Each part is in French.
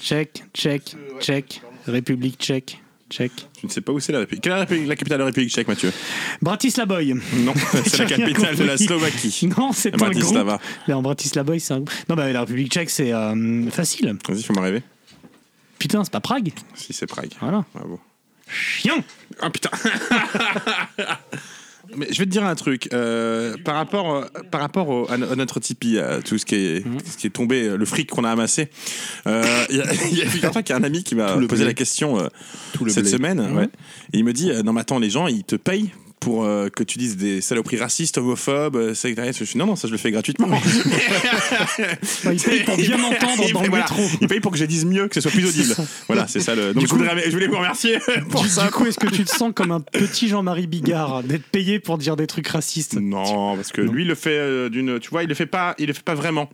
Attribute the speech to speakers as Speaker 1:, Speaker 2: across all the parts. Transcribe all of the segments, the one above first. Speaker 1: Tchèque, tchèque, tchèque, République tchèque, tchèque.
Speaker 2: Je ne sais pas où c'est la République. Quelle est la, République- la capitale de la République tchèque, Mathieu
Speaker 1: Bratislavoy.
Speaker 2: Non, c'est la
Speaker 1: J'ai bien
Speaker 2: capitale de la
Speaker 1: compris.
Speaker 2: Slovaquie.
Speaker 1: Non, c'est pas un groupe.
Speaker 2: Bratislava.
Speaker 1: Là, en Bratislavoy, c'est un groupe. Non, bah, la République tchèque, c'est euh, facile.
Speaker 2: Vas-y, fais-moi rêver.
Speaker 1: Putain, c'est pas Prague.
Speaker 2: Si, c'est Prague.
Speaker 1: Voilà.
Speaker 2: Bravo.
Speaker 1: Chien
Speaker 2: Ah putain Mais je vais te dire un truc. euh, par rapport, euh, par rapport au- à, no- à notre Tipeee, à tout ce qui est,
Speaker 3: Mm.
Speaker 2: ce qui est tombé, euh, le fric qu'on a amassé, euh, il y a, il y a- figure-toi qu'il y a un ami qui m'a
Speaker 3: Tout le
Speaker 2: posé
Speaker 3: blé.
Speaker 2: la question euh,
Speaker 3: Tout le
Speaker 2: cette
Speaker 3: blé.
Speaker 2: semaine. ouais. Et il me dit euh, Non, mais attends, les gens, ils te payent pour euh, que tu dises des saloperies racistes, homophobes, euh, sectaristes. Je suis Non, non, ça je le fais gratuitement.
Speaker 1: Bah, Il paye pour bien m'entendre
Speaker 2: Il
Speaker 1: dans
Speaker 2: paye-
Speaker 1: le
Speaker 2: voilà,
Speaker 1: métro.
Speaker 2: Il paye pour que je dise mieux, que ce soit plus audible. voilà, c'est ça le. Donc
Speaker 1: Du
Speaker 2: je,
Speaker 1: coup-
Speaker 2: voudrais- je voulais vous remercier pour
Speaker 1: Du,
Speaker 2: ça.
Speaker 1: du coup, est-ce que tu te sens comme un petit Jean-Marie Bigard d'être payé pour dire des trucs racistes
Speaker 2: Euh, Non, parce que
Speaker 1: Non.
Speaker 2: lui, il le fait euh, d'une. Tu vois, il le fait pas. Il le fait pas vraiment.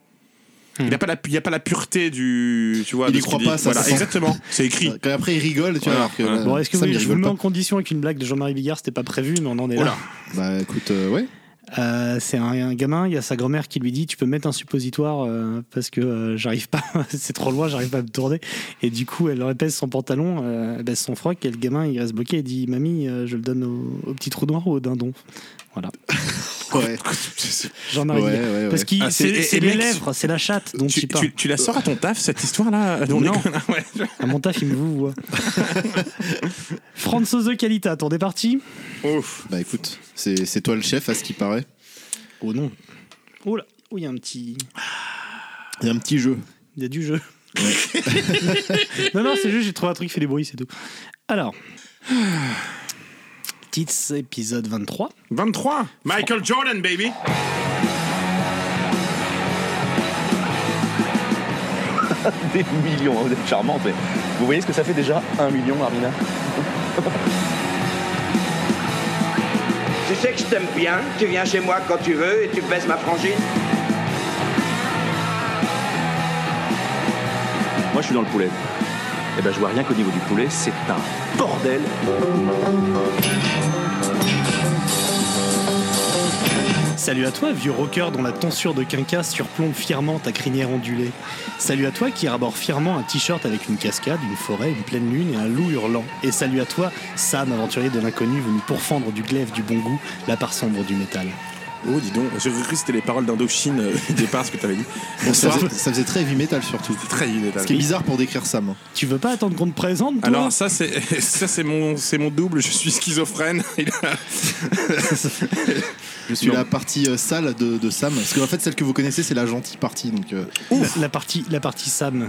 Speaker 2: Il n'y a pas la, il a pas la pureté du. Tu vois.
Speaker 3: Il
Speaker 2: de
Speaker 3: y
Speaker 2: ce
Speaker 3: croit
Speaker 2: qu'il dit.
Speaker 3: pas, ça
Speaker 2: Voilà,
Speaker 3: se sent.
Speaker 2: exactement. C'est écrit.
Speaker 3: Quand après il rigole, tu
Speaker 2: Voilà.
Speaker 3: vois. alors que,
Speaker 2: Voilà.
Speaker 3: euh,
Speaker 1: Bon, est-ce que
Speaker 3: ça,
Speaker 1: vous
Speaker 3: mais
Speaker 1: voulez-
Speaker 3: il
Speaker 1: je vous
Speaker 3: rigole
Speaker 1: mets
Speaker 3: pas.
Speaker 1: en condition avec une blague de Jean-Marie Bigard C'était pas prévu, mais on en est là.
Speaker 2: Oula.
Speaker 3: Bah écoute, euh, ouais.
Speaker 1: Euh, c'est un, un gamin, il y a sa grand-mère qui lui dit Tu peux mettre un suppositoire euh, parce que euh, j'arrive pas, c'est trop loin, j'arrive pas à me tourner. Et du coup, elle épaisse son pantalon, euh, elle baisse son froc, et le gamin il reste bloqué et dit Mamie, euh, je le donne au, au petit trou noir ou au dindon
Speaker 3: Ouais,
Speaker 1: J'en
Speaker 3: ouais,
Speaker 1: arrive.
Speaker 3: ouais.
Speaker 1: Parce
Speaker 3: ouais.
Speaker 1: que
Speaker 2: Ah, c'est-
Speaker 1: c'est
Speaker 2: et-
Speaker 1: c'est
Speaker 2: et
Speaker 1: les
Speaker 2: mec,
Speaker 1: lèvres, c'est la chatte dont
Speaker 2: Tu,
Speaker 1: il parle.
Speaker 2: tu- tu la sors à ton taf cette histoire là
Speaker 1: Non.
Speaker 2: ouais.
Speaker 1: À mon taf, il me vous voit. Franzoso de Calita, t'en es parti
Speaker 2: Ouf.
Speaker 3: Bah écoute, c'est c'est toi le chef à ce qui paraît.
Speaker 1: Oh non. Oh là, oh, il y a un petit.
Speaker 3: Il y a un petit jeu.
Speaker 1: Il y a du jeu. non, non, c'est juste, j'ai trouvé un truc qui fait des bruits, c'est tout. Alors. Tits, épisode 23.
Speaker 2: 23. Michael Jordan, baby.
Speaker 4: des millions. hein, Vous êtes charmante, mais vous voyez ce que ça fait déjà un million, Armina
Speaker 5: Tu sais que je t'aime bien, tu viens chez moi quand tu veux et tu baisses ma frangine.
Speaker 4: Moi, je suis dans le poulet. Eh ben, je vois rien qu'au niveau du poulet, c'est un bordel.
Speaker 1: Salut à toi, vieux rocker dont la tonsure de quinca surplombe fièrement ta crinière ondulée. Salut à toi qui arbore fièrement un t-shirt avec une cascade, une forêt, une pleine lune et un loup hurlant. Et salut à toi, Sam, aventurier de l'inconnu venu pourfendre du glaive du bon goût, la part sombre du métal.
Speaker 2: Oh, dis donc. J'ai cru que c'était les paroles d'Indochine euh, au départ, ce que t'avais dit.
Speaker 3: Ça
Speaker 2: Bonsoir.
Speaker 3: faisait, ça faisait très heavy metal surtout.
Speaker 2: C'était très
Speaker 3: Ce qui est bizarre pour décrire Sam. hein.
Speaker 1: Tu veux pas attendre qu'on te présente, toi
Speaker 2: Alors ça c'est ça c'est mon c'est mon double je suis schizophrène Il a-
Speaker 3: Je suis
Speaker 2: Non.
Speaker 3: la partie euh, sale de, de Sam. Parce qu'en fait, celle que vous connaissez, c'est la gentille partie. Donc, euh,
Speaker 1: La, la partie, la partie Sam.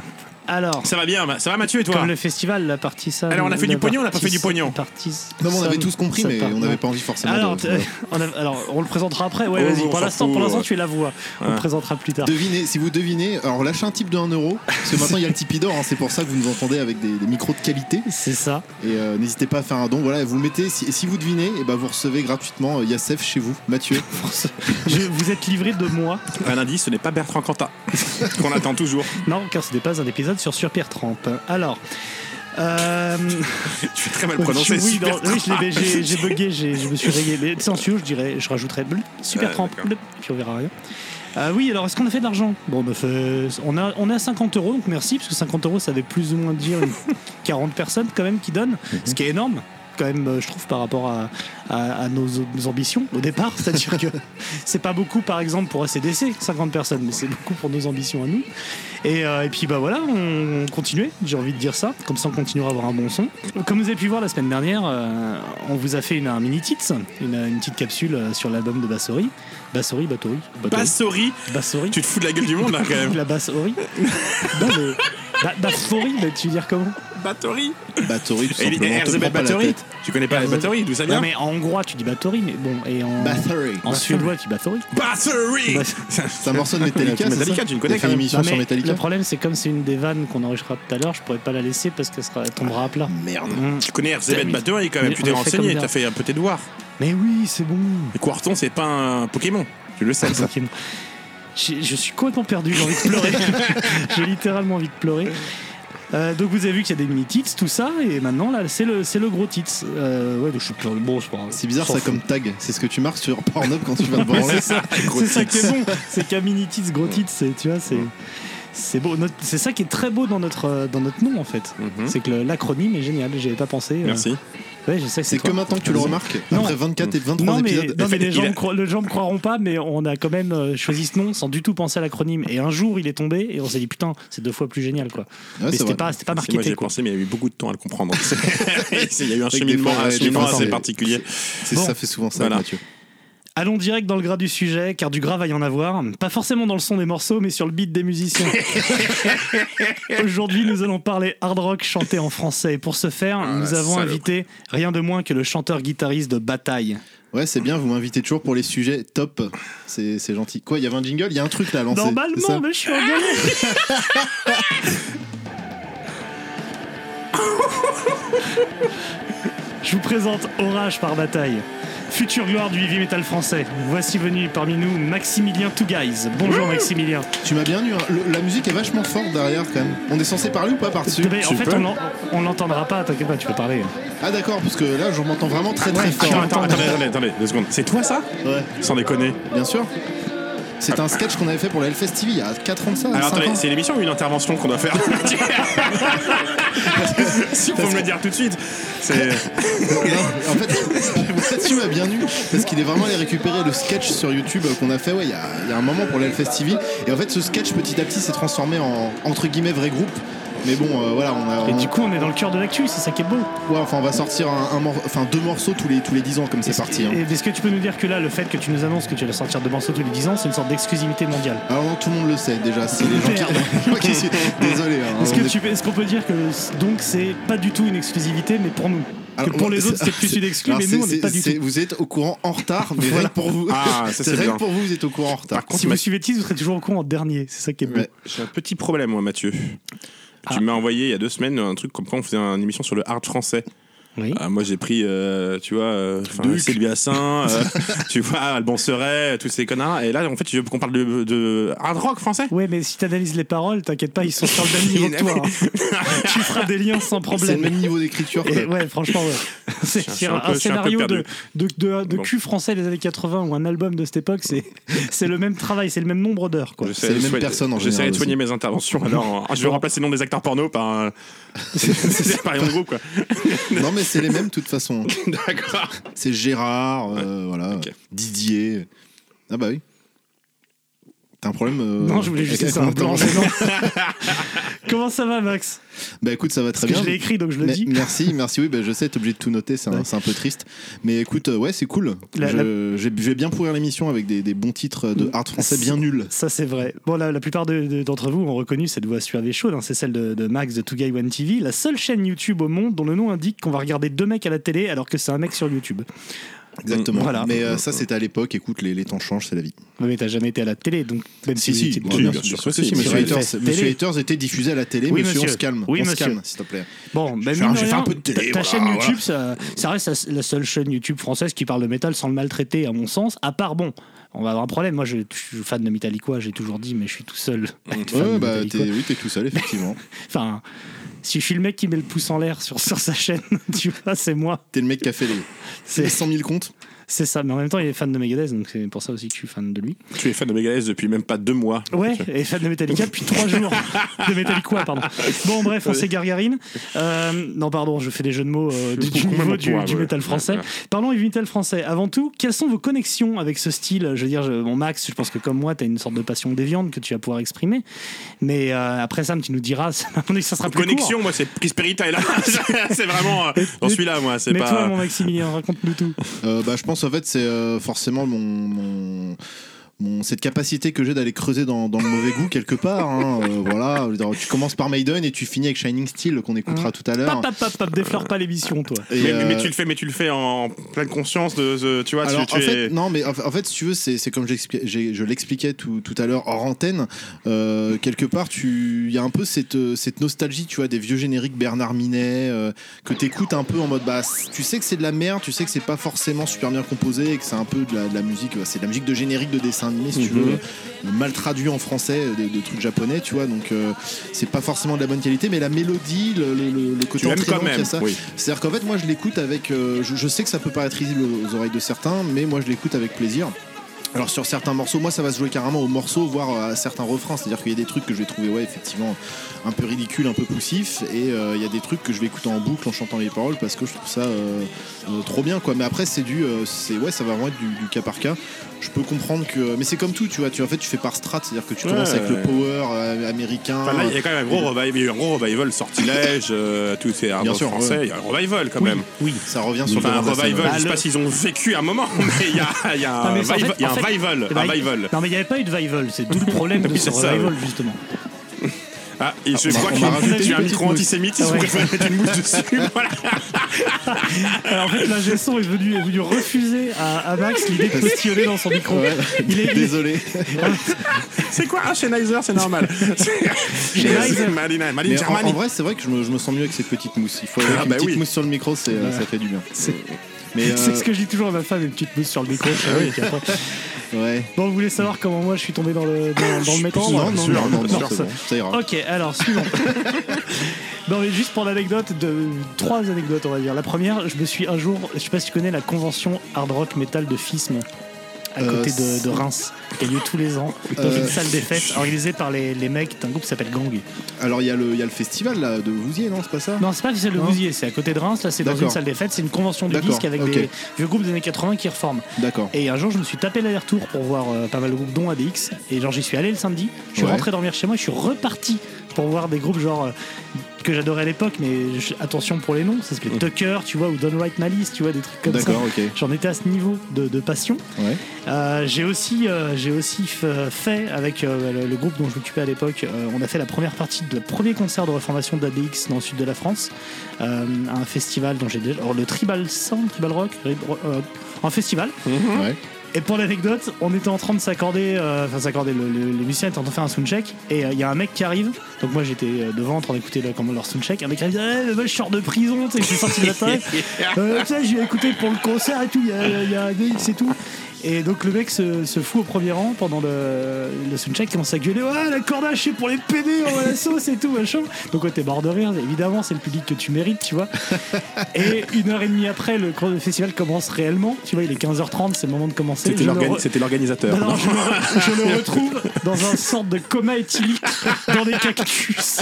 Speaker 1: Alors,
Speaker 2: ça va bien ma- ça va Mathieu et toi
Speaker 1: comme le festival, la partie Sam.
Speaker 2: Alors, on a fait du
Speaker 1: la
Speaker 2: pognon, on a
Speaker 1: partie
Speaker 2: pas fait du
Speaker 1: Sam-
Speaker 2: pognon.
Speaker 1: partie
Speaker 3: Non, mais on
Speaker 1: Sam-
Speaker 3: avait tous compris,
Speaker 1: Sam-
Speaker 3: mais on
Speaker 1: pardon.
Speaker 3: n'avait pas envie forcément
Speaker 1: Alors,
Speaker 3: de.
Speaker 1: t'es- Ah, euh, on a- alors, on le présentera après. Ouais,
Speaker 2: Oh,
Speaker 1: vas-y.
Speaker 2: on
Speaker 1: Pour
Speaker 2: s'en
Speaker 1: l'instant,
Speaker 2: fout,
Speaker 1: pour l'instant,
Speaker 2: ouais.
Speaker 1: tu es la voix. On le présentera plus tard.
Speaker 3: Devinez, si vous devinez, alors lâchez un type de 1 euro, parce que maintenant il y a le Tipeee d'or, hein, c'est pour ça que vous nous entendez avec des, des micros de qualité.
Speaker 1: C'est ça.
Speaker 3: Et euh, n'hésitez pas à faire un don, voilà, et vous le mettez, si, et si vous devinez, et ben vous recevez gratuitement euh, Yacef chez vous, Mathieu.
Speaker 1: Je, vous êtes livré de moi.
Speaker 2: un indice ce n'est pas Bertrand Cantat qu'on attend toujours
Speaker 1: Non, car ce n'est pas un épisode sur Super Tramp. Alors. Euh,
Speaker 2: je suis très mal
Speaker 1: oui,
Speaker 2: prononcé
Speaker 1: oui,
Speaker 2: super
Speaker 1: non, oui, je l'ai-
Speaker 2: Tramp.
Speaker 1: j'ai j'ai bugué, j'ai- je me suis réglé. Mais sans tuyau, je dirais, je rajouterais bleu, Super
Speaker 2: Ouais,
Speaker 1: Tramp,
Speaker 2: Ah, d'accord.
Speaker 1: bleu, puis on verra rien. Euh, oui, alors est-ce qu'on a fait de l'argent Bon, on a, fait, on, a, on est à 50 euros, donc merci, parce que 50 euros, ça avait plus ou moins dire une 40 personnes quand même qui donnent, ce qui est énorme quand même, euh, je trouve, par rapport à, à- à nos o- ambitions au départ. C'est-à-dire que c'est pas beaucoup, par exemple, pour ACDC, 50 personnes, mais c'est beaucoup pour nos ambitions à nous. Et, euh, et puis, bah voilà, on, on continuait, j'ai envie de dire ça, comme ça on continuera à avoir un bon son. Comme vous avez pu voir la semaine dernière, euh, on vous a fait une, un mini-tits, une, une petite capsule euh, sur l'album de Bassori. Bassori, Batori, Batori,
Speaker 2: Bassori
Speaker 1: Bassori.
Speaker 2: tu te fous de la gueule du monde là quand même
Speaker 1: La Bassori. non, mais. Ba- Bassori, mais tu veux dire comment
Speaker 2: Batterie
Speaker 3: Bathory, tout
Speaker 2: Et
Speaker 3: simplement.
Speaker 2: et
Speaker 3: te prends
Speaker 2: RZB
Speaker 3: pas la
Speaker 2: Battery
Speaker 3: tête.
Speaker 2: Tu connais pas les
Speaker 1: RZB.
Speaker 2: batteries D'où ça
Speaker 1: Non,
Speaker 2: vient
Speaker 1: mais en hongrois, tu dis Batori, mais bon, et en.
Speaker 3: Bathory.
Speaker 1: En suédois, tu dis Bathory.
Speaker 2: Battery
Speaker 1: Bah,
Speaker 3: C'est un morceau de Metallica.
Speaker 2: Tu-
Speaker 3: c'est
Speaker 2: Metallica,
Speaker 3: ça
Speaker 2: tu me connais
Speaker 3: T'as
Speaker 2: quand
Speaker 3: fait une
Speaker 2: même.
Speaker 3: émission
Speaker 1: hein. Non,
Speaker 3: sur
Speaker 1: mais
Speaker 3: Metallica.
Speaker 1: Le problème, c'est comme c'est une des vannes qu'on enregistrera tout à l'heure, je pourrais pas la laisser parce qu'elle sera, elle tombera à plat.
Speaker 3: Ah, Merde.
Speaker 1: Mm.
Speaker 2: Tu connais RZB Battery quand même
Speaker 1: Mais
Speaker 2: Tu
Speaker 1: on
Speaker 2: t'es
Speaker 1: a fait comme
Speaker 2: renseigné
Speaker 1: ça.
Speaker 2: t'as fait un peu tes devoirs
Speaker 1: Mais oui, c'est bon.
Speaker 2: Et Quarton c'est pas un Pokémon tu le sais ça
Speaker 1: Ok. Je, je suis complètement perdu, j'ai envie de pleurer. j'ai littéralement envie de pleurer. Euh, donc vous avez vu qu'il y a des mini tits, tout ça, et maintenant là c'est le c'est le gros tits. Euh, ouais, donc je suis plus- bon, c'est pas grave.
Speaker 3: C'est bizarre
Speaker 1: S'en
Speaker 3: ça
Speaker 1: fout.
Speaker 3: comme tag. C'est ce que tu marques sur Pornhub quand tu vas te branler.
Speaker 1: C'est ça, c'est ça qui est bon. C'est qu'un mini tits, gros tits, c'est- tu vois, c'est C'est beau. Notre- C'est ça qui est très beau dans notre, euh, dans notre nom en fait.
Speaker 2: Mhm.
Speaker 1: C'est que le- l'acronyme est génial. J'y avais pas pensé. euh.
Speaker 2: Merci.
Speaker 1: Ouais, je sais que
Speaker 3: C'est que
Speaker 1: toi.
Speaker 3: maintenant que tu le remarques,
Speaker 1: Non.
Speaker 3: après 24 et 23
Speaker 1: Non mais,
Speaker 3: épisodes.
Speaker 1: non, mais les,
Speaker 2: Il
Speaker 1: gens
Speaker 2: a-
Speaker 1: me cro- les gens me croiront pas, mais on a quand même euh, choisi ce nom sans du tout penser à l'acronyme. Et un jour, il est tombé et on s'est dit putain, c'est deux fois plus génial quoi.
Speaker 3: Ouais,
Speaker 1: mais
Speaker 3: c'est
Speaker 1: c'était
Speaker 3: vrai.
Speaker 1: pas, c'était pas
Speaker 2: Moi j'y
Speaker 1: marketé
Speaker 2: ai
Speaker 1: quoi.
Speaker 2: pensé, mais il y a eu beaucoup de temps à le comprendre. il y a eu un
Speaker 3: C'est vrai que
Speaker 2: cheminement,
Speaker 3: des fois,
Speaker 2: un
Speaker 3: ouais, des
Speaker 2: cheminement
Speaker 3: fois,
Speaker 2: assez
Speaker 3: c'est-
Speaker 2: particulier.
Speaker 3: C'est-
Speaker 1: Bon.
Speaker 3: Ça fait souvent ça,
Speaker 2: Voilà.
Speaker 3: Mathieu.
Speaker 1: Allons direct dans le gras du sujet, car du gras va y en avoir. Pas forcément dans le son des morceaux, mais sur le beat des musiciens. Aujourd'hui, nous allons parler hard rock chanté en français. Et pour ce faire,
Speaker 2: Ah,
Speaker 1: nous
Speaker 2: la
Speaker 1: avons
Speaker 2: salope.
Speaker 1: invité rien de moins que le chanteur-guitariste de Bataille.
Speaker 3: Ouais, c'est bien, vous m'invitez toujours pour les sujets top. C'est c'est gentil. Quoi, il y avait un jingle, il y a un truc là à lancer. c'est ça
Speaker 1: Normalement, mais je suis engueulé. Je vous présente Orage par bataille. Future gloire du heavy metal français. Voici venu parmi nous Maximilien Two Guys. Bonjour Maximilien.
Speaker 3: Tu m'as bien eu. hein. Le- la musique est vachement forte derrière quand même. On est censé parler ou pas par-dessus
Speaker 1: Mais en
Speaker 2: tu
Speaker 1: fait,
Speaker 2: peux
Speaker 1: on l'en- on l'entendra pas, t'inquiète pas, tu peux parler.
Speaker 3: Ah d'accord, parce que là, je m'entends vraiment très très fort.
Speaker 2: Attends, attends, attendez, attendez, attendez, deux secondes. C'est toi ça
Speaker 3: Ouais,
Speaker 2: Sans déconner.
Speaker 3: bien sûr. C'est un sketch qu'on avait fait pour la Hellfest TV il y a 4 ans de ça.
Speaker 2: Alors
Speaker 3: Ah, cinq
Speaker 2: attendez,
Speaker 3: ans.
Speaker 2: c'est une émission ou une intervention qu'on doit faire Si faut me le dire tout de suite. C'est
Speaker 3: Non, en fait, tu m'as bien eu parce qu'il est vraiment allé récupérer le sketch sur YouTube euh, qu'on a fait ouais, il y, a- il y a un moment pour l'Hellfest TV. Et en fait, ce sketch petit à petit s'est transformé en entre guillemets vrai groupe. Mais bon, euh, voilà, on a.
Speaker 1: Et
Speaker 3: on-
Speaker 1: du coup, on est dans le cœur de l'actu, c'est ça qui est beau.
Speaker 3: ouais, enfin, on va sortir un, un mor- enfin, deux morceaux tous les, tous les 10 ans, comme c'est parti. hein.
Speaker 1: Et est-ce que tu peux nous dire que là, le fait que tu nous annonces que tu vas sortir de morceaux tous les 10 ans, c'est une sorte d'exclusivité mondiale
Speaker 3: Alors, non, tout le monde le sait déjà. C'est les gens qui regardent. qui sont- Désolé. hein,
Speaker 1: Est-ce
Speaker 3: on
Speaker 1: que
Speaker 3: est-
Speaker 1: tu est-ce qu'on peut dire que donc c'est pas du tout une exclusivité, mais pour nous
Speaker 3: Alors,
Speaker 1: que Pour
Speaker 3: ouais,
Speaker 1: les autres, c'est plus une exclu,
Speaker 3: alors,
Speaker 1: mais nous, on
Speaker 3: c'est-
Speaker 1: n'est pas du
Speaker 3: c'est-
Speaker 1: tout.
Speaker 3: Vous êtes au courant en retard, mais rien que pour vous.
Speaker 2: Ah, ça, c'est
Speaker 3: rien que
Speaker 2: bien.
Speaker 3: pour vous, vous êtes au courant en retard.
Speaker 2: Par contre,
Speaker 1: Si vous
Speaker 2: ma-
Speaker 1: suivez Tiz, vous serez toujours au courant en dernier. C'est ça qui est beau.
Speaker 3: Ouais.
Speaker 2: j'ai un petit problème moi Mathieu.
Speaker 1: Ah.
Speaker 2: Tu m'as envoyé il y a deux semaines un truc comme quand on faisait une émission sur le hard français.
Speaker 1: Oui.
Speaker 2: Ah, moi j'ai pris, euh, tu vois, euh, enfin,
Speaker 3: Duc.
Speaker 2: Sylvie Assin, euh, tu vois, Alban Seret, tous ces connards. Et là en fait, tu veux qu'on parle de, de hard rock français
Speaker 1: Ouais, mais si t'analyses les paroles, t'inquiète pas, ils sont sur le même niveau que toi. hein. tu feras des liens sans
Speaker 3: c'est le
Speaker 1: problème.
Speaker 3: même niveau d'écriture. quoi.
Speaker 1: Et ouais, franchement, ouais. C'est
Speaker 2: suis
Speaker 1: c'est
Speaker 2: un
Speaker 1: un,
Speaker 2: peu- je suis un peu
Speaker 1: scénario de,
Speaker 2: perdu.
Speaker 1: de, de, de
Speaker 2: Bon.
Speaker 1: cul français des années 80 ou un album de cette époque, c'est c'est le même travail, c'est le même nombre d'heures. quoi.
Speaker 2: J'essaie
Speaker 3: C'est les
Speaker 2: de
Speaker 3: mêmes
Speaker 2: souhaiter-
Speaker 3: personnes, en
Speaker 2: J'essaierai
Speaker 3: général,
Speaker 2: de soigner mes interventions. Alors, hein. je vais remplacer le nom des acteurs porno par euh, par un groupe, quoi.
Speaker 3: Non, mais c'est les mêmes, de toute façon.
Speaker 2: D'accord.
Speaker 3: C'est Gérard, euh, voilà,
Speaker 2: ok.
Speaker 3: Didier. Ah bah oui. T'as un problème euh,
Speaker 1: Non, je voulais
Speaker 3: avec-
Speaker 1: juste
Speaker 3: avec
Speaker 1: ça.
Speaker 3: mon
Speaker 1: un blanc,
Speaker 3: plan
Speaker 1: mais non. Comment ça va, Max
Speaker 3: Bah écoute, ça va très
Speaker 1: Parce que
Speaker 3: bien.
Speaker 1: je l'ai écrit, donc je le
Speaker 3: Mais-
Speaker 1: dis.
Speaker 3: Merci, merci. Oui, bah, je sais, t'es obligé de tout noter, c'est un,
Speaker 1: Ouais.
Speaker 3: c'est un peu triste. Mais écoute, euh, ouais, c'est cool.
Speaker 1: La- Mm.
Speaker 3: je, j'ai- je vais bien pourrir l'émission avec des, des bons titres euh, de hard français bien nuls.
Speaker 1: Ça, c'est vrai. Bon, la, la plupart de- de- d'entre vous ont reconnu cette voix suave et chaude. hein. C'est celle de, de Max de Two Guy One TV, la seule chaîne YouTube au monde dont le nom indique qu'on va regarder deux mecs à la télé alors que c'est un mec sur YouTube.
Speaker 3: Exactement.
Speaker 1: Voilà.
Speaker 3: Mais euh, ça, c'était à l'époque. Écoute, les, les temps changent, c'est la vie.
Speaker 1: Ouais, Mais t'as jamais été à la télé, donc même
Speaker 3: Si,
Speaker 1: vous
Speaker 3: si,
Speaker 1: étiez-
Speaker 3: bon,
Speaker 2: Si,
Speaker 3: bien
Speaker 2: bien sûr
Speaker 3: sûr que
Speaker 2: que
Speaker 3: si,
Speaker 2: si,
Speaker 3: Monsieur
Speaker 1: monsieur
Speaker 3: Haters.
Speaker 1: Haters.
Speaker 3: Monsieur
Speaker 1: Télé.
Speaker 3: Haters était diffusé à la télé.
Speaker 1: Oui,
Speaker 3: monsieur, on
Speaker 1: monsieur.
Speaker 3: se calme.
Speaker 1: Oui,
Speaker 3: on se
Speaker 1: monsieur.
Speaker 3: calme, s'il te plaît.
Speaker 1: Bon, bah,
Speaker 3: J'ai
Speaker 1: mine
Speaker 3: fait-
Speaker 1: de
Speaker 3: j'ai fait
Speaker 1: rien,
Speaker 3: un peu de télé,
Speaker 1: Ta, ta
Speaker 3: voilà,
Speaker 1: chaîne
Speaker 3: voilà.
Speaker 1: YouTube, ça, ça reste la, la seule chaîne YouTube française qui parle de métal sans le maltraiter, à mon sens. À part, bon, on va avoir un problème. Moi, je, je suis fan de Metallica, j'ai toujours dit, mais je suis tout seul. à être fan de
Speaker 3: Ouais, bah,
Speaker 1: Metallica.
Speaker 3: t'es, oui, t'es tout seul, effectivement.
Speaker 1: Enfin, si je suis le mec qui met le pouce en l'air sur, sur sa chaîne, tu vois, c'est moi.
Speaker 3: t'es le mec qui a fait les,
Speaker 1: C'est-
Speaker 3: les 100 000 comptes.
Speaker 1: C'est ça, mais en même temps, il est fan de Megadeth, donc c'est pour ça aussi que je suis fan de lui.
Speaker 2: Tu es fan de Megadeth depuis même pas deux mois.
Speaker 1: Ouais, et fan de Metallica depuis trois jours. De Metallica, pardon. Bon, bref, on s'égargarine. Euh, non, pardon, je fais des jeux de mots euh, du, du niveau du, du métal français. Parlons du métal français. Avant tout, quelles sont vos connexions avec ce style Je veux dire, je- bon, Max, je pense que comme moi, tu as une sorte de passion déviante que tu vas pouvoir exprimer. Mais euh, après ça, tu nous diras, à mon avis, ça sera plus court.
Speaker 2: Connexion, moi, c'est Chris Perita et là. c'est vraiment. euh, Dans
Speaker 1: mais-
Speaker 2: celui-là, moi, c'est
Speaker 1: Mais toi,
Speaker 2: pas. euh,
Speaker 1: mon Maximilien, raconte-nous tout.
Speaker 3: Euh, bah, je pense en fait c'est euh, forcément mon, mon- mon- cette capacité que j'ai d'aller creuser dans, dans le mauvais goût quelque part. hein. Euh, voilà, Je veux dire, tu commences par Maiden et tu finis avec Shining Steel qu'on écoutera tout à l'heure.
Speaker 1: Pap, pap, pap, pap, déflore pas l'émission, toi.
Speaker 3: Et,
Speaker 2: mais, mais
Speaker 3: euh,
Speaker 2: tu le fais, mais tu le fais en pleine conscience de, de- tu vois, tu-
Speaker 3: alors,
Speaker 2: tu
Speaker 3: en
Speaker 2: es-
Speaker 3: fait, non, mais en en fait, si tu veux, c'est c'est comme j'expliquais- j'ai- je l'expliquais tout, tout à l'heure hors antenne. euh, quelque part, tu- il y a un peu cette, euh, cette nostalgie, tu vois, des vieux génériques Bernard Minet euh, que t'écoutes un peu en mode basse. Tu sais que c'est de la merde, tu sais que c'est pas forcément super bien composé et que c'est un peu de la, de la musique, euh, c'est de la musique de générique de dessin animé, si tu
Speaker 1: Mhm.
Speaker 3: veux, euh, mal traduit en français, euh, de, de trucs japonais, tu vois. Donc, euh, c'est pas forcément de la bonne qualité, mais la mélodie, le, le- le- le côté
Speaker 2: tu aimes
Speaker 3: entraînant
Speaker 2: quand
Speaker 3: qu'il y a
Speaker 2: même.
Speaker 3: ça,
Speaker 2: Oui.
Speaker 3: c'est-à-dire qu'en fait, moi, je l'écoute avec. euh, je, je sais que ça peut paraître risible aux oreilles de certains, mais moi, je l'écoute avec plaisir. Alors sur certains morceaux, moi ça va se jouer carrément aux morceaux, voire à certains refrains. C'est-à-dire qu'il y a des trucs que je vais trouver ouais effectivement un peu ridicule, un peu poussif, et euh, il y a des trucs que je vais écouter en boucle en chantant les paroles parce que je trouve ça euh, euh, trop bien quoi. Mais après c'est du, euh, c'est ouais ça va vraiment être du, du cas par cas. Je peux comprendre que, mais c'est comme tout, tu vois. Tu en fait tu fais par strat, c'est-à-dire que tu
Speaker 2: Ouais,
Speaker 3: commences avec
Speaker 2: ouais.
Speaker 3: le power euh, américain.
Speaker 2: Enfin, là, il y a quand même un gros revival, il y a eu un gros revival sortilège, euh, tout ces hard
Speaker 3: Bien
Speaker 2: rock
Speaker 3: sûr,
Speaker 2: français,
Speaker 3: ouais.
Speaker 2: il y a un revival quand
Speaker 1: Oui,
Speaker 2: même.
Speaker 1: oui.
Speaker 3: ça revient sur
Speaker 2: Enfin, un
Speaker 3: le Vandamme,
Speaker 2: revival,
Speaker 3: ouais.
Speaker 2: je sais pas s'ils ont vécu un moment, mais il y a, il y a
Speaker 1: Non,
Speaker 2: un
Speaker 1: mais c'est en
Speaker 2: vival-
Speaker 1: fait-
Speaker 2: il y a
Speaker 1: en
Speaker 2: un
Speaker 1: fait-
Speaker 2: vival.
Speaker 1: eh ben,
Speaker 2: un
Speaker 1: il-
Speaker 2: vival.
Speaker 1: Non, mais il n'y avait pas eu de vival, c'est tout le problème de
Speaker 2: Oui,
Speaker 1: ce
Speaker 2: c'est ça,
Speaker 1: revival, justement.
Speaker 2: Ah, et je
Speaker 3: on
Speaker 2: vois
Speaker 3: va
Speaker 2: qu'il
Speaker 3: rajouter
Speaker 2: tu
Speaker 3: une
Speaker 2: as un
Speaker 3: petite
Speaker 2: micro
Speaker 3: mousse.
Speaker 2: antisémite, ils ont
Speaker 1: Ouais.
Speaker 2: préféré mettre une mousse dessus. Voilà.
Speaker 1: Alors, en fait, l'ingé son est venu, est venu refuser à, à Max l'idée de postillonner dans son micro.
Speaker 3: Ouais.
Speaker 1: Il est
Speaker 3: Désolé.
Speaker 2: C'est quoi un Sennheiser C'est normal.
Speaker 1: Sennheiser.
Speaker 2: Malina, Malina
Speaker 3: Mais en, en
Speaker 2: Germani.
Speaker 3: vrai, c'est vrai que je me, je me sens mieux avec cette petite mousse. Il faut
Speaker 2: Ah
Speaker 3: avec une
Speaker 2: bah
Speaker 3: petite
Speaker 2: oui.
Speaker 3: mousse sur le micro, c'est, euh, ça fait du bien.
Speaker 1: C'est-
Speaker 3: Mais
Speaker 1: C'est
Speaker 3: euh, Ah
Speaker 1: ce que je dis toujours à ma femme, une petite mousse sur le micro. Et puis après-
Speaker 3: euh, ouais.
Speaker 1: Bon, vous voulez savoir comment moi je suis tombé dans le, dans, dans le métro
Speaker 3: Non, non, non, non, non,
Speaker 1: Non,
Speaker 3: c'est
Speaker 1: ça-
Speaker 3: bon, ça ira.
Speaker 1: Ok, alors suivant. non mais juste pour l'anecdote, de trois anecdotes on va dire. La première, je me suis un jour, je sais pas si tu connais la convention hard rock metal de FISM à
Speaker 3: Euh,
Speaker 1: côté de,
Speaker 3: c'est-
Speaker 1: de Reims, qui a lieu tous les ans dans
Speaker 3: Euh,
Speaker 1: une salle des fêtes organisée par les, les mecs d'un groupe qui s'appelle Gang.
Speaker 3: Alors il y, a le- il y a le festival là, de Vouziers, non C'est pas ça
Speaker 1: Non, c'est pas celle de
Speaker 3: Non.
Speaker 1: Bousier, c'est à côté de Reims, là c'est dans
Speaker 3: D'accord.
Speaker 1: une salle des fêtes, c'est une convention du
Speaker 3: D'accord,
Speaker 1: disque avec
Speaker 3: ok.
Speaker 1: des vieux groupes des années 80 qui reforment.
Speaker 3: D'accord.
Speaker 1: Et un jour, je me suis tapé l'aller-retour pour voir euh, pas mal de groupes, dont ADX. Et genre, j'y suis allé le samedi. Je suis
Speaker 3: Ouais.
Speaker 1: rentré dormir chez moi. Je suis reparti pour voir des groupes genre euh, que j'adorais à l'époque, mais je- attention pour les noms. Ça s'appelait Tucker, tu vois, ou Downright Malice, tu vois, des trucs comme ça.
Speaker 3: D'accord, ok.
Speaker 1: J'en étais à ce niveau de, de passion.
Speaker 3: Ouais.
Speaker 1: Euh, j'ai aussi, euh, j'ai aussi f- fait avec euh, le, le groupe dont je m'occupais à l'époque. euh, on a fait la première partie de le premier concert de reformation d'ADX dans le sud de la France, euh, à un festival dont j'ai déjà, alors, le Tribal Sound, Tribal Rock, Rib- euh, un festival.
Speaker 3: ouais.
Speaker 1: Et pour l'anecdote, on était en train de s'accorder, euh, enfin s'accorder, le, le- les musiciens étaient en train de faire un soundcheck, et euh, il y a un mec qui arrive, donc moi j'étais euh, devant en train d'écouter le- comment leur soundcheck, un mec qui arrive, Eh, mais moi je sors de prison, tu sais, je suis sorti de la table, euh, tu sais, je vais écouter pour le concert et tout, il y a, il y a un mix et tout. Et donc le mec se, se fout au premier rang pendant le, le soundcheck, commence à gueuler, ouais, la cordage c'est pour les PD, on va à la sauce et tout, machin. Donc ouais, t'es mort de rire, évidemment, c'est le public que tu mérites, tu vois. Et une heure et demie après, le le festival commence réellement, tu vois, il est 15h30, c'est le moment de commencer.
Speaker 2: C'était
Speaker 1: Je le
Speaker 2: l'organi-
Speaker 1: re-
Speaker 2: c'était l'organisateur.
Speaker 1: non, non, je, me, je me retrouve dans un sorte de coma éthylique dans des cactus.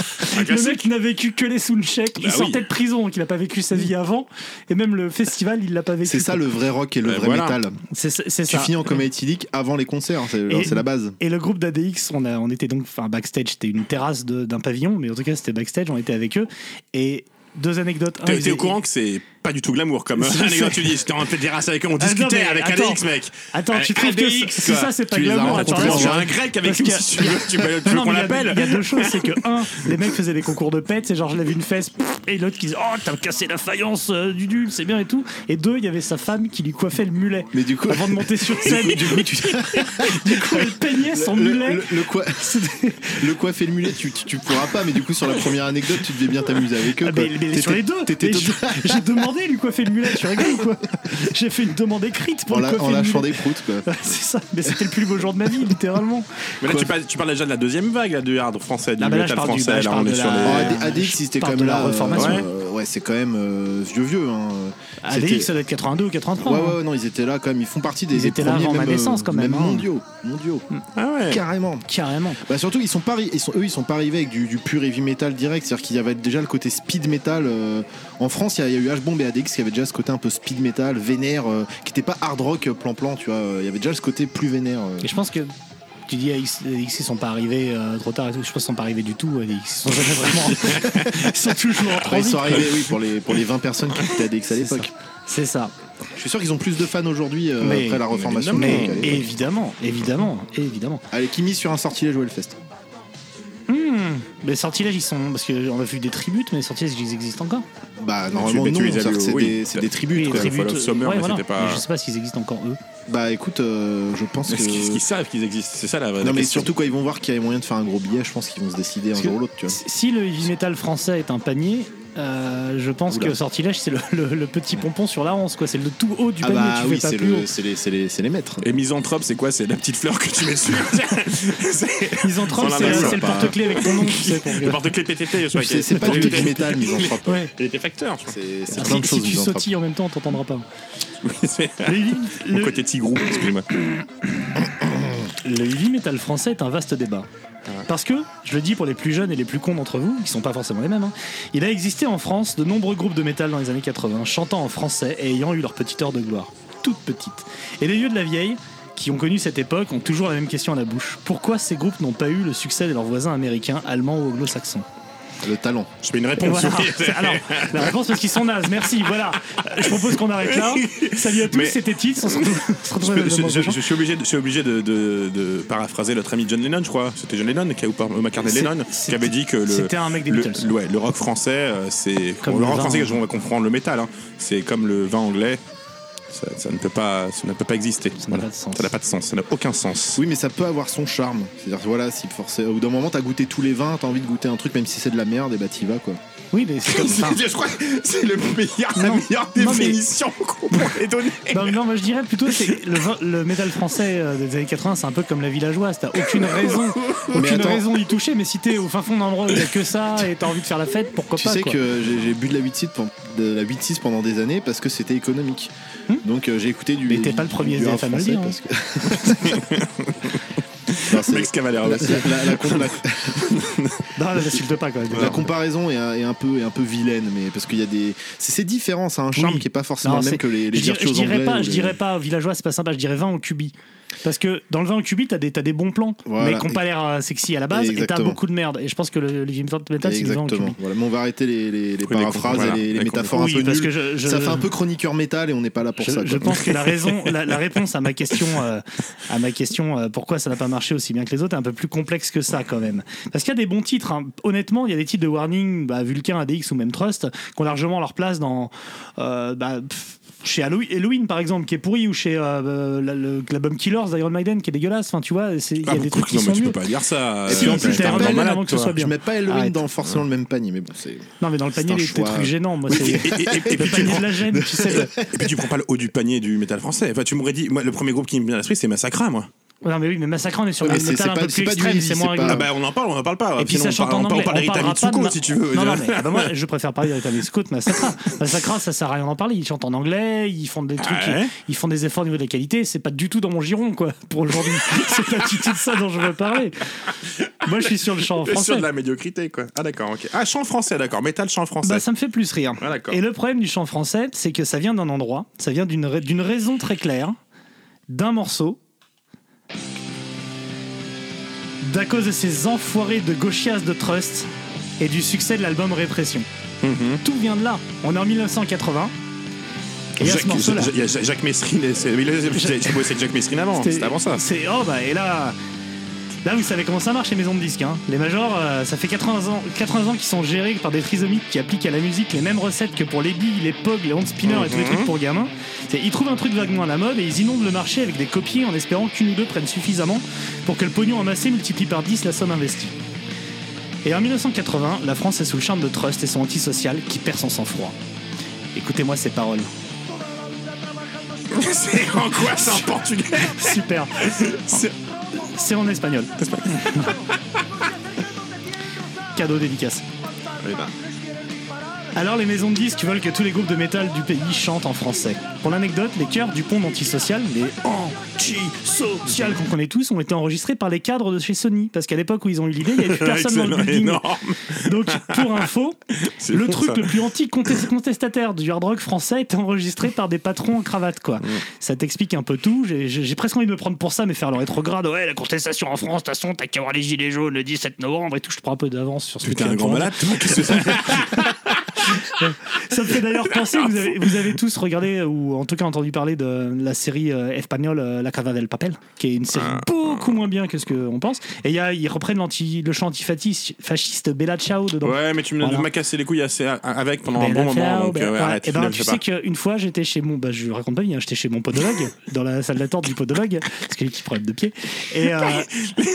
Speaker 1: Le mec n'a vécu que les soundchecks. Il
Speaker 2: Bah oui.
Speaker 1: sortait de prison, donc il n'a pas vécu sa vie avant. Et même le festival, il l'a pas vécu.
Speaker 3: C'est ça le vrai rock et le
Speaker 2: Ben
Speaker 3: vrai
Speaker 2: voilà.
Speaker 3: métal.
Speaker 1: C'est c'est- c'est
Speaker 3: Tu
Speaker 1: ça.
Speaker 3: finis en coma éthylique avant les concerts, c'est,
Speaker 1: Et-
Speaker 3: c'est la base.
Speaker 1: Et le groupe d'ADX, on, a- on était donc, enfin, backstage, c'était une terrasse de- d'un pavillon, mais en tout cas, c'était backstage, on était avec eux. Et deux anecdotes. Un,
Speaker 2: T'es
Speaker 1: ils
Speaker 2: t'es au
Speaker 1: étaient-
Speaker 2: courant que c'est pas du tout glamour comme
Speaker 1: C'est-
Speaker 2: anecdote tu dis c'était en fait des races avec eux
Speaker 1: Ah,
Speaker 2: on
Speaker 1: non,
Speaker 2: discutait
Speaker 1: mais
Speaker 2: avec
Speaker 1: attends.
Speaker 2: ADX mec
Speaker 1: Attends, tu
Speaker 2: Avec
Speaker 1: trouves que
Speaker 2: ADX,
Speaker 1: c'est- c'est
Speaker 2: quoi.
Speaker 1: ça, c'est pas
Speaker 2: tu les as
Speaker 1: glamour,
Speaker 2: rencontrés
Speaker 1: attends,
Speaker 2: sur
Speaker 1: attends.
Speaker 2: un grec avec
Speaker 1: Parce
Speaker 2: lui
Speaker 1: qu'il y a-
Speaker 2: si tu veux tu veux tu
Speaker 1: Non,
Speaker 2: veux
Speaker 1: non,
Speaker 2: qu'on
Speaker 1: mais il y a-
Speaker 2: l'appelle
Speaker 1: Il y a deux choses, c'est que un, les mecs faisaient des concours de pète, c'est genre je lève une fesse, pff, et l'autre qui disait oh t'as cassé la faïence euh, du dul, c'est bien et tout. Et deux, il y avait sa femme qui lui coiffait le mulet.
Speaker 3: Mais du coup-
Speaker 1: avant de monter sur scène, du coup, elle peignait son
Speaker 3: le,
Speaker 1: mulet. Ah,
Speaker 3: le, le quoi, le coiffé et le mulet, tu, tu, tu pourras pas, mais du coup, sur la première anecdote, tu devais bien t'amuser avec eux.
Speaker 1: Ah,
Speaker 3: quoi.
Speaker 1: mais, mais
Speaker 3: T'étais-
Speaker 1: sur les deux,
Speaker 3: T'étais
Speaker 1: Mais
Speaker 3: tout-
Speaker 1: je- j'ai demandé lui coiffer le mulet, tu rigoles ou quoi J'ai fait une demande écrite pour
Speaker 3: en,
Speaker 1: le
Speaker 3: la-
Speaker 1: coiffer
Speaker 3: en
Speaker 1: le
Speaker 3: lâchant
Speaker 1: mulet.
Speaker 3: des proutes, quoi.
Speaker 1: C'est ça, mais c'était le plus beau jour de ma vie, littéralement.
Speaker 2: mais là tu parles, tu parles déjà de la deuxième vague là, du hard français du
Speaker 1: Ah, bah là, je
Speaker 2: metal
Speaker 1: parle du-
Speaker 2: français
Speaker 1: bah, je
Speaker 2: là on
Speaker 1: parle
Speaker 2: est
Speaker 1: de
Speaker 2: sur
Speaker 1: la-
Speaker 2: les-
Speaker 3: Alors,
Speaker 1: Euh,
Speaker 3: AD- ADX, c'était
Speaker 1: parle
Speaker 3: quand
Speaker 1: de
Speaker 3: même
Speaker 1: la
Speaker 3: là. euh,
Speaker 1: reformation.
Speaker 3: euh, ouais, c'est quand même euh, vieux, vieux. Hein.
Speaker 1: ADX, ça doit être 82 ou 83.
Speaker 3: Ouais,
Speaker 1: hein.
Speaker 3: ouais, ouais, non, ils étaient là quand même. Ils font partie des,
Speaker 1: Ils
Speaker 3: des
Speaker 1: étaient là
Speaker 3: premiers,
Speaker 1: avant ma
Speaker 3: même, euh,
Speaker 1: naissance, quand même, hein. Mm.
Speaker 3: mondiaux, mondiaux.
Speaker 2: ah ouais
Speaker 3: Carrément.
Speaker 1: Carrément.
Speaker 3: Bah surtout ils sont pas arri- ils sont eux ils sont pas arrivés avec du, du pur heavy metal direct c'est-à-dire qu'il y avait déjà le côté speed metal euh, en France il y, a- il y a eu H-Bomb et ADX qui avaient déjà ce côté un peu speed metal vénère euh, qui était pas hard rock euh, plan-plan tu vois euh, il y avait déjà ce côté plus vénère euh.
Speaker 1: Et je pense que tu dis AX, AX ils sont pas arrivés euh, trop tard et tout. Je pense qu'ils sont pas arrivés du tout. AX. Ils sont jamais vraiment. ils sont toujours en
Speaker 3: Après, ils
Speaker 1: transit.
Speaker 3: sont arrivés oui pour les pour les 20 personnes qui écoutaient ADX à
Speaker 1: C'est ça.
Speaker 3: l'époque
Speaker 1: C'est ça.
Speaker 3: je suis sûr qu'ils ont plus de fans aujourd'hui euh,
Speaker 1: Mais-
Speaker 3: après la reformation
Speaker 1: Mais
Speaker 3: qu'à l'époque.
Speaker 1: évidemment, évidemment, évidemment.
Speaker 3: allez qui mise sur un sortilège au Hellfest
Speaker 1: Hmm. Les sortilèges, ils sont. Parce qu'on a vu des tributes, mais les sortilèges, ils existent encore.
Speaker 3: bah
Speaker 2: tu-
Speaker 3: normalement
Speaker 2: mais
Speaker 3: non
Speaker 2: tu les as
Speaker 3: c'est-à-dire
Speaker 2: vus,
Speaker 3: que c'est
Speaker 2: oui.
Speaker 3: des, c'est des
Speaker 1: Oui,
Speaker 3: tributes
Speaker 1: les
Speaker 3: quoi.
Speaker 2: tributes.
Speaker 1: tributes,
Speaker 2: Fall of Summer,
Speaker 1: ouais,
Speaker 2: mais
Speaker 1: voilà.
Speaker 2: c'était pas-
Speaker 1: Mais je sais pas s'ils existent encore, eux.
Speaker 3: bah écoute euh, je pense
Speaker 2: Mais
Speaker 3: que
Speaker 2: est-ce qu'ils est-ce qu'ils savent qu'ils existent c'est ça la vraie
Speaker 3: non mais
Speaker 2: question.
Speaker 3: surtout quand ils vont voir qu'il y a moyen de faire un gros billet je pense qu'ils vont se décider un
Speaker 1: Parce que-
Speaker 3: jour ou l'autre tu vois
Speaker 1: Si le heavy metal français est un panier, euh, je pense
Speaker 3: Oula.
Speaker 1: que sortilège, c'est le, le- le petit pompon sur la hanse, quoi. C'est le tout haut du
Speaker 3: Ah
Speaker 1: panier,
Speaker 3: bah
Speaker 1: tu
Speaker 3: oui,
Speaker 1: fais pas
Speaker 3: c'est
Speaker 1: plus haut.
Speaker 3: le- c'est les, c'est les, c'est les maîtres.
Speaker 2: Et misanthrope, c'est quoi C'est la petite fleur que tu mets dessus C'est
Speaker 1: Misanthrope,
Speaker 2: Sans la
Speaker 1: c'est
Speaker 2: main,
Speaker 1: euh,
Speaker 2: ça
Speaker 1: c'est le
Speaker 3: va pas.
Speaker 1: porte-clés avec ton nom, tu sais. pour
Speaker 2: Le
Speaker 1: que-
Speaker 2: porte-clés PTT, je
Speaker 3: C'est c'est pas du heavy metal, misanthrope.
Speaker 1: Ouais.
Speaker 2: Il était facteur, je crois.
Speaker 3: C'est c'est
Speaker 1: Si,
Speaker 3: plein de
Speaker 1: si
Speaker 3: choses,
Speaker 1: tu
Speaker 3: misanthrope.
Speaker 1: sautilles en même temps, on t'entendra pas.
Speaker 2: Oui, c'est-
Speaker 1: Le heavy,
Speaker 2: Mon
Speaker 1: le-
Speaker 2: côté tigrou, excuse-moi.
Speaker 1: le heavy metal français est un vaste débat. Parce que, je le dis pour les plus jeunes et les plus cons d'entre vous, qui sont pas forcément les mêmes, hein, il a existé en France de nombreux groupes de métal dans les années 80, chantant en français et ayant eu leur petite heure de gloire, toute petite. Et les vieux de la vieille, qui ont connu cette époque, ont toujours la même question à la bouche. Pourquoi ces groupes n'ont pas eu le succès de leurs voisins américains, allemands ou anglo-saxons
Speaker 3: Le talent.
Speaker 2: Je mets une
Speaker 1: Et
Speaker 2: réponse.
Speaker 1: voilà.
Speaker 2: oui.
Speaker 1: Alors, la réponse parce qu'ils sont nazes, merci, voilà. Je propose qu'on arrête là. Salut à tous,
Speaker 2: Mais-
Speaker 1: c'était Titre, on se retrouve- on se
Speaker 2: Je,
Speaker 1: retrouve
Speaker 2: peux-
Speaker 1: le mois
Speaker 2: je- je-
Speaker 1: prochain.
Speaker 2: je suis obligé, de, je suis obligé de, de- de paraphraser notre ami John Lennon, je crois. C'était John Lennon qui a, ou par- euh, McCartney
Speaker 1: C'est-
Speaker 2: Lennon qui
Speaker 1: c'était-
Speaker 2: avait dit que le,
Speaker 1: c'était un mec des
Speaker 2: le-
Speaker 1: Beatles.
Speaker 2: le- ouais, le rock français, euh, c'est
Speaker 1: Comme
Speaker 2: le
Speaker 1: le
Speaker 2: rock
Speaker 1: vin,
Speaker 2: français.
Speaker 1: hein.
Speaker 2: je- On va comprendre le métal. hein. C'est comme le vin anglais. Ça, ça ne peut pas, ça ne peut pas exister.
Speaker 1: n'a pas de sens.
Speaker 2: Ça n'a pas de sens. Ça n'a aucun sens.
Speaker 3: Oui, mais ça peut avoir son charme. C'est-à-dire, voilà, si forcément, au bout d'un moment, t'as goûté tous les vins, t'as envie de goûter un truc, même si c'est de la merde, et bah t'y vas, quoi.
Speaker 1: Oui, mais c'est comme ça.
Speaker 2: je crois que c'est le meilleur,
Speaker 1: Non. Non, mais-
Speaker 2: qu'on pourrait donner.
Speaker 1: Non, mais non, moi je dirais plutôt c'est le, vin- le métal français euh, des années 80, c'est un peu comme la villageoise, t'as aucune raison,
Speaker 3: Mais
Speaker 1: aucune
Speaker 3: attends.
Speaker 1: raison d'y toucher, mais si t'es au fin fond d'un endroit où il y a que ça et t'as envie de faire la fête, pourquoi
Speaker 3: Tu
Speaker 1: pas
Speaker 3: sais
Speaker 1: quoi.
Speaker 3: que j'ai j'ai bu de la 8-6 pendant, de la 8-6 pendant des années parce que c'était économique. Donc euh, j'ai écouté du.
Speaker 1: Hmm Mais t'es pas le
Speaker 3: du-
Speaker 1: premier
Speaker 3: du rap
Speaker 1: SDF à me le
Speaker 3: français
Speaker 1: dire, hein.
Speaker 3: parce que- Non, c'est-
Speaker 2: Max Cavalera
Speaker 3: la,
Speaker 2: aussi.
Speaker 3: la- la- la com- la-
Speaker 1: Non, là, j'insulte pas quand même.
Speaker 3: la comparaison est un, est un peu, est un peu vilaine, mais parce qu'il y a des. C'est c'est différent, ça a un charme
Speaker 1: Oui.
Speaker 3: qui est pas forcément
Speaker 1: Non,
Speaker 3: le
Speaker 1: c'est-
Speaker 3: même que les, les
Speaker 1: je, dirais, je
Speaker 3: virtuoses
Speaker 1: dirais
Speaker 3: anglais euh,
Speaker 1: pas,
Speaker 3: ou
Speaker 1: je
Speaker 3: les-
Speaker 1: dirais pas villageois, c'est pas sympa, je dirais vin en cubi. Parce que dans le vin en cubi, t'as des, t'as des bons plans,
Speaker 3: Voilà.
Speaker 1: mais qui ont pas l'air euh, sexy à la base, et t'as
Speaker 3: Exactement.
Speaker 1: beaucoup de merde. Et je pense que le, le métal, c'est du vin en
Speaker 3: Exactement.
Speaker 1: cubi.
Speaker 3: Voilà, mais on va arrêter les, les- les
Speaker 2: les
Speaker 3: paraphrases
Speaker 2: comptes, voilà,
Speaker 3: et les, les
Speaker 2: les
Speaker 3: métaphores
Speaker 1: comptes.
Speaker 3: un peu
Speaker 1: Oui, parce
Speaker 3: nulles.
Speaker 1: que je- je-
Speaker 3: Ça fait un peu chroniqueur métal et on n'est pas là pour
Speaker 1: je,
Speaker 3: ça.
Speaker 1: je
Speaker 3: quoi.
Speaker 1: pense que la raison, la, la réponse à ma question, euh, à ma question, euh, pourquoi ça n'a pas marché aussi bien que les autres, est un peu plus complexe que ça quand même. Parce qu'il y a des bons titres. hein. Honnêtement, il y a des titres de Warning, bah, Vulcain, ADX ou même Trust, qui ont largement leur place dans. euh, bah, pff, chez Hallow- Halloween par exemple qui est pourri ou chez euh, la- le- l'album Killers d'Iron Maiden qui est dégueulasse enfin tu vois c'est- il y a
Speaker 2: Ah,
Speaker 1: des
Speaker 2: beaucoup-
Speaker 1: trucs qui
Speaker 2: non, mais
Speaker 1: sont
Speaker 2: tu peux
Speaker 1: mieux
Speaker 2: pas dire ça.
Speaker 3: Et puis, en
Speaker 2: Euh,
Speaker 3: plus,
Speaker 2: t'es
Speaker 3: t'as
Speaker 2: un
Speaker 3: un
Speaker 2: grand
Speaker 1: bel
Speaker 2: malade,
Speaker 1: avant que ce
Speaker 2: toi.
Speaker 1: soit bien.
Speaker 3: Je mets pas Halloween
Speaker 1: Arrête.
Speaker 3: dans forcément le même panier, mais bon, c'est.
Speaker 1: non mais dans le panier
Speaker 3: un
Speaker 1: il y a des
Speaker 3: choix.
Speaker 1: trucs gênants moi
Speaker 2: Et,
Speaker 1: c'est
Speaker 2: et- et- et
Speaker 1: le
Speaker 2: puis tu
Speaker 1: panier
Speaker 2: prends,
Speaker 1: de la gêne tu sais le-
Speaker 2: et puis tu prends pas le haut du panier du métal français. Enfin, tu m'aurais dit, moi, le premier groupe qui me vient à l'esprit, c'est Massacra, moi.
Speaker 1: non mais oui mais Massacre on est sur
Speaker 3: Mais
Speaker 1: un
Speaker 3: c'est-
Speaker 1: métal
Speaker 3: c'est
Speaker 1: un
Speaker 3: pas-
Speaker 1: peu
Speaker 3: c'est
Speaker 1: plus
Speaker 3: pas du
Speaker 1: extrême
Speaker 3: heavy,
Speaker 1: c'est
Speaker 3: c'est
Speaker 1: moins
Speaker 3: pas-
Speaker 1: rigolo
Speaker 3: Ah.
Speaker 2: Ah bah, on en parle, on en parle pas.
Speaker 1: Et puis ça
Speaker 2: Sinon,
Speaker 1: chante en
Speaker 2: on parle-
Speaker 1: anglais.
Speaker 2: On parle
Speaker 1: On
Speaker 2: d'Erita
Speaker 1: parlera pas de
Speaker 2: Mitsuko,
Speaker 1: ma-
Speaker 2: si tu veux.
Speaker 1: Non, non, mais ah bah, moi, je préfère parler d'Erita Mitsuko que Massacra. Massacra, ça sert à rien d'en parler. Ils chantent en anglais, ils font des trucs,
Speaker 2: ouais
Speaker 1: ils, ils font des efforts au niveau de la qualité. C'est pas du tout dans mon giron, quoi, pour aujourd'hui. C'est pas du tout de ça dont je veux parler. Moi, je suis sur le chant en
Speaker 2: T'es sûr
Speaker 1: français.
Speaker 2: de la médiocrité, quoi. Ah, d'accord, ok. Ah, chant français, d'accord. Métal, chant français.
Speaker 1: Bah, ça me fait plus rire.
Speaker 2: Ah, d'accord.
Speaker 1: Et le problème du chant français, c'est que ça vient d'un endroit, ça vient d'une ra- d'une raison très claire, d'un morceau, d'à cause de ces enfoirés de gauchias de Trust et du succès de l'album Répression.
Speaker 2: Mm-hmm.
Speaker 1: Tout vient de là. On est en 1980. Et il y a
Speaker 2: Jacques-
Speaker 1: ce morceau-là.
Speaker 2: Ja- Ja- Ja- Jacques Messrine, et c'est- mais là, j'ai j'ai bossé avec Jacques Messrine avant, hein,
Speaker 1: C'était-
Speaker 2: c'était avant ça.
Speaker 1: C'est oh bah et là. Là, vous savez comment ça marche les maisons de disques. Hein. Les majors, euh, ça fait 80 ans, 80 ans qu'ils sont gérés par des trisomiques qui appliquent à la musique les mêmes recettes que pour les billes, les pogs, les hand spinners et tous
Speaker 2: Mhm.
Speaker 1: les trucs pour gamins. C'est- Ils trouvent un truc vaguement à la mode et ils inondent le marché avec des copies en espérant qu'une ou deux prennent suffisamment pour que le pognon amassé multiplie par 10 la somme investie. Et en 1980, la France est sous le charme de Trust et son antisocial qui perd son sang-froid. Écoutez-moi ces paroles.
Speaker 2: C'est en quoi, c'est en portugais
Speaker 1: Super.
Speaker 2: C'est-
Speaker 1: C'est en espagnol. Cadeau dédicace. Alors les maisons de disques veulent que tous les groupes de métal du pays chantent en français. Pour l'anecdote, les chœurs du pont d'antisocial, les antisocial qu'on connaît tous, ont été enregistrés par les cadres de chez Sony. Parce qu'à l'époque où ils ont eu l'idée, il n'y avait plus personne dans le
Speaker 2: Excellent,
Speaker 1: building.
Speaker 2: énorme.
Speaker 1: Donc, pour info,
Speaker 2: C'est
Speaker 1: le
Speaker 2: bon,
Speaker 1: truc
Speaker 2: ça.
Speaker 1: le plus anti-contestataire du hard rock français était enregistré par des patrons en cravate, quoi. Ça t'explique un peu tout. J'ai- J'ai j'ai presque envie de me prendre pour ça, mais faire le rétrograde. Ouais, la contestation en France, de toute façon, t'as qu'à voir les gilets jaunes le 17 novembre et tout. Je prends un peu d'avance sur ce que
Speaker 2: Putain,
Speaker 1: tu
Speaker 2: un
Speaker 1: viens de
Speaker 2: grand
Speaker 1: prendre.
Speaker 2: malade, toi. qu'est-ce que c'est
Speaker 1: Ça me fait fait d'ailleurs penser, vous
Speaker 2: Ah,
Speaker 1: avez, vous avez tous regardé ou en tout cas entendu parler de la série euh, espagnole euh, La Casa del Papel, qui est une série
Speaker 2: Ah.
Speaker 1: beaucoup moins bien que ce qu'on pense. Et il y a, ils reprennent l'anti- le chant antifasciste fasciste Bella Ciao dedans.
Speaker 2: Ouais, mais tu me-
Speaker 1: Voilà.
Speaker 2: m'as cassé les couilles assez avec pendant un
Speaker 1: Bella
Speaker 2: bon moment.
Speaker 1: Ciao,
Speaker 2: Donc,
Speaker 1: Bella-
Speaker 2: euh, ouais,
Speaker 1: voilà.
Speaker 2: arrête,
Speaker 1: Eh ben,
Speaker 2: je
Speaker 1: tu
Speaker 2: sais
Speaker 1: sais
Speaker 2: pas.
Speaker 1: qu'une fois j'étais chez mon, bah, je raconte pas bien, j'étais chez mon podologue dans la salle d'attente du podologue parce qu'il a eu qui problème de pied et, euh,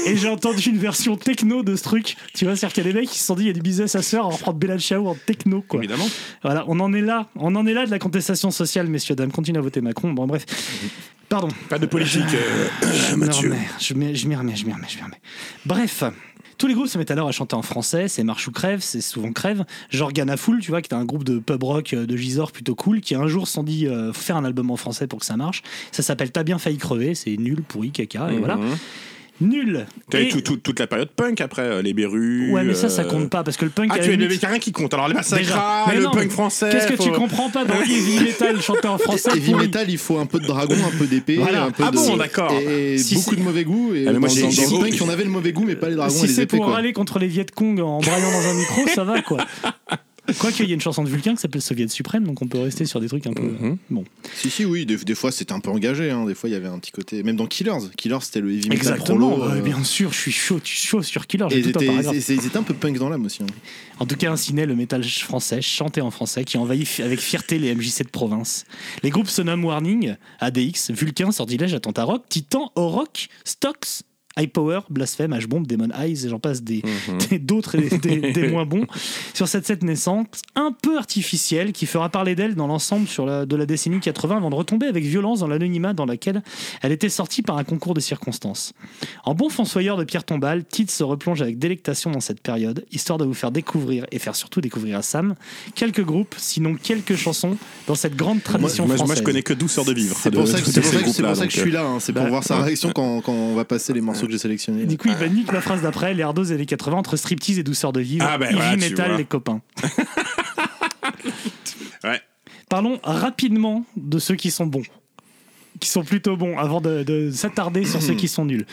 Speaker 1: et j'ai entendu une version techno de ce truc. Tu vois, c'est-à-dire qu'il y a des mecs qui se sont dit il y a du business à se faire en reprendre Bella Ciao en techno quoi.
Speaker 2: Évidemment.
Speaker 1: Voilà, on en est là, on en est là de la contestation sociale, messieurs dames. Continue à voter Macron. Bon, bref.
Speaker 2: Mhm.
Speaker 1: Pardon.
Speaker 2: Pas de politique, euh,
Speaker 1: Je me
Speaker 2: Mathieu.
Speaker 1: remets, je m'y je m'y remets, je m'y remets, je m'y remets. Bref. Tous les groupes se mettent alors à chanter en français, c'est Marche ou Crève, c'est souvent Crève. Genre Gana Full, tu vois, qui était un groupe de pub rock euh, de Gisors plutôt cool, qui un jour se sont dit euh, faut faire un album en français pour que ça marche. Ça s'appelle T'as bien failli crever, c'est nul, pourri, caca, et voilà. Nul
Speaker 2: Mhm. T'as eu
Speaker 1: Et-
Speaker 2: tout- tout- toute la période punk après, euh, les Berus.
Speaker 1: Ouais, mais ça, ça
Speaker 2: euh,
Speaker 1: compte pas, parce que le punk. à
Speaker 2: Ah,
Speaker 1: la
Speaker 2: tu es le
Speaker 1: limite-
Speaker 2: rien qui compte. Alors les
Speaker 1: Déjà.
Speaker 2: massacres,
Speaker 1: Mais
Speaker 2: le
Speaker 1: non, mais
Speaker 2: punk français.
Speaker 1: Qu'est-ce que tu
Speaker 2: faut-
Speaker 1: comprends pas dans heavy metal chanté en français
Speaker 3: Heavy
Speaker 1: pourri
Speaker 3: metal, il faut un peu de dragon, un peu d'épée,
Speaker 1: Voilà.
Speaker 3: un peu
Speaker 2: Ah
Speaker 3: de-
Speaker 2: bon, d'accord.
Speaker 3: Et
Speaker 1: Si
Speaker 3: beaucoup
Speaker 1: c'est-
Speaker 3: de mauvais goût. Et
Speaker 2: Ah, mais
Speaker 3: dans,
Speaker 2: moi, j'ai-
Speaker 3: dans-
Speaker 2: j'ai-
Speaker 3: dans le punk, on avait le mauvais goût, mais pas les dragons
Speaker 1: si
Speaker 3: et les
Speaker 1: c'est
Speaker 3: épées.
Speaker 1: pour
Speaker 3: quoi.
Speaker 1: aller contre les Viet Cong en braillant dans un micro, ça va quoi. Quoique, il y a une chanson de Vulcain qui s'appelle Soviet Suprême, donc on peut rester sur des trucs un peu. Bon.
Speaker 3: Si, si, oui, des, des fois c'était un peu engagé, hein, des fois il y avait un petit côté. Même dans Killers, Killers c'était le heavy metal
Speaker 1: Exactement,
Speaker 3: prolo,
Speaker 1: ouais,
Speaker 3: euh,
Speaker 1: bien sûr, je suis chaud, je suis chaud sur Killer,
Speaker 3: Et
Speaker 1: j'ai
Speaker 3: ils
Speaker 1: tout un
Speaker 3: étaient,
Speaker 1: paragraphe.
Speaker 3: ils- ils étaient un peu punk dans l'âme aussi. hein.
Speaker 1: En tout cas, ainsi naît le métal ch- français, chanté en français, qui envahit fi- avec fierté les MJC de province. Les groupes se nomment Warning, ADX, Vulcain, Sortilège, Attentat Rock, Titan, Oroc, Stox, High Power, Blasphème, H-Bomb, Demon Eyes, et j'en passe des
Speaker 2: Mhm.
Speaker 1: des- d'autres et des, des- des moins bons. Sur cette scène naissante, un peu artificielle, qui fera parler d'elle dans l'ensemble sur la- de la décennie 80 avant de retomber avec violence dans l'anonymat dans laquelle elle était sortie par un concours de circonstances. En bon fonçoyeur de Pierre Tombal, Tite se replonge avec délectation dans cette période, histoire de vous faire découvrir et faire surtout découvrir à Sam quelques groupes, sinon quelques chansons, dans cette grande tradition
Speaker 2: Moi, je-
Speaker 1: française.
Speaker 2: moi, je connais que 12 heures de vivre.
Speaker 3: C'est
Speaker 2: de-
Speaker 3: pour ça
Speaker 2: de-
Speaker 3: que,
Speaker 2: de
Speaker 3: c'est pour
Speaker 2: ces
Speaker 3: ça que- c'est
Speaker 2: groupes-là,
Speaker 3: pour ça que je
Speaker 2: donc,
Speaker 3: suis là, hein, c'est pour
Speaker 1: bah,
Speaker 3: voir sa réaction quand, quand on va passer les morceaux que j'ai sélectionnés.
Speaker 1: Du coup, il panique la phrase d'après, les hardos et les 80 entre striptease et douceur de vivre,
Speaker 2: Ah ben,
Speaker 1: heavy
Speaker 2: voilà, tu
Speaker 1: metal,
Speaker 2: vois.
Speaker 1: les copains.
Speaker 2: euh, Ouais.
Speaker 1: Parlons rapidement de ceux qui sont bons. Qui sont plutôt bons avant de, de s'attarder sur
Speaker 3: Hmm.
Speaker 1: ceux qui sont nuls.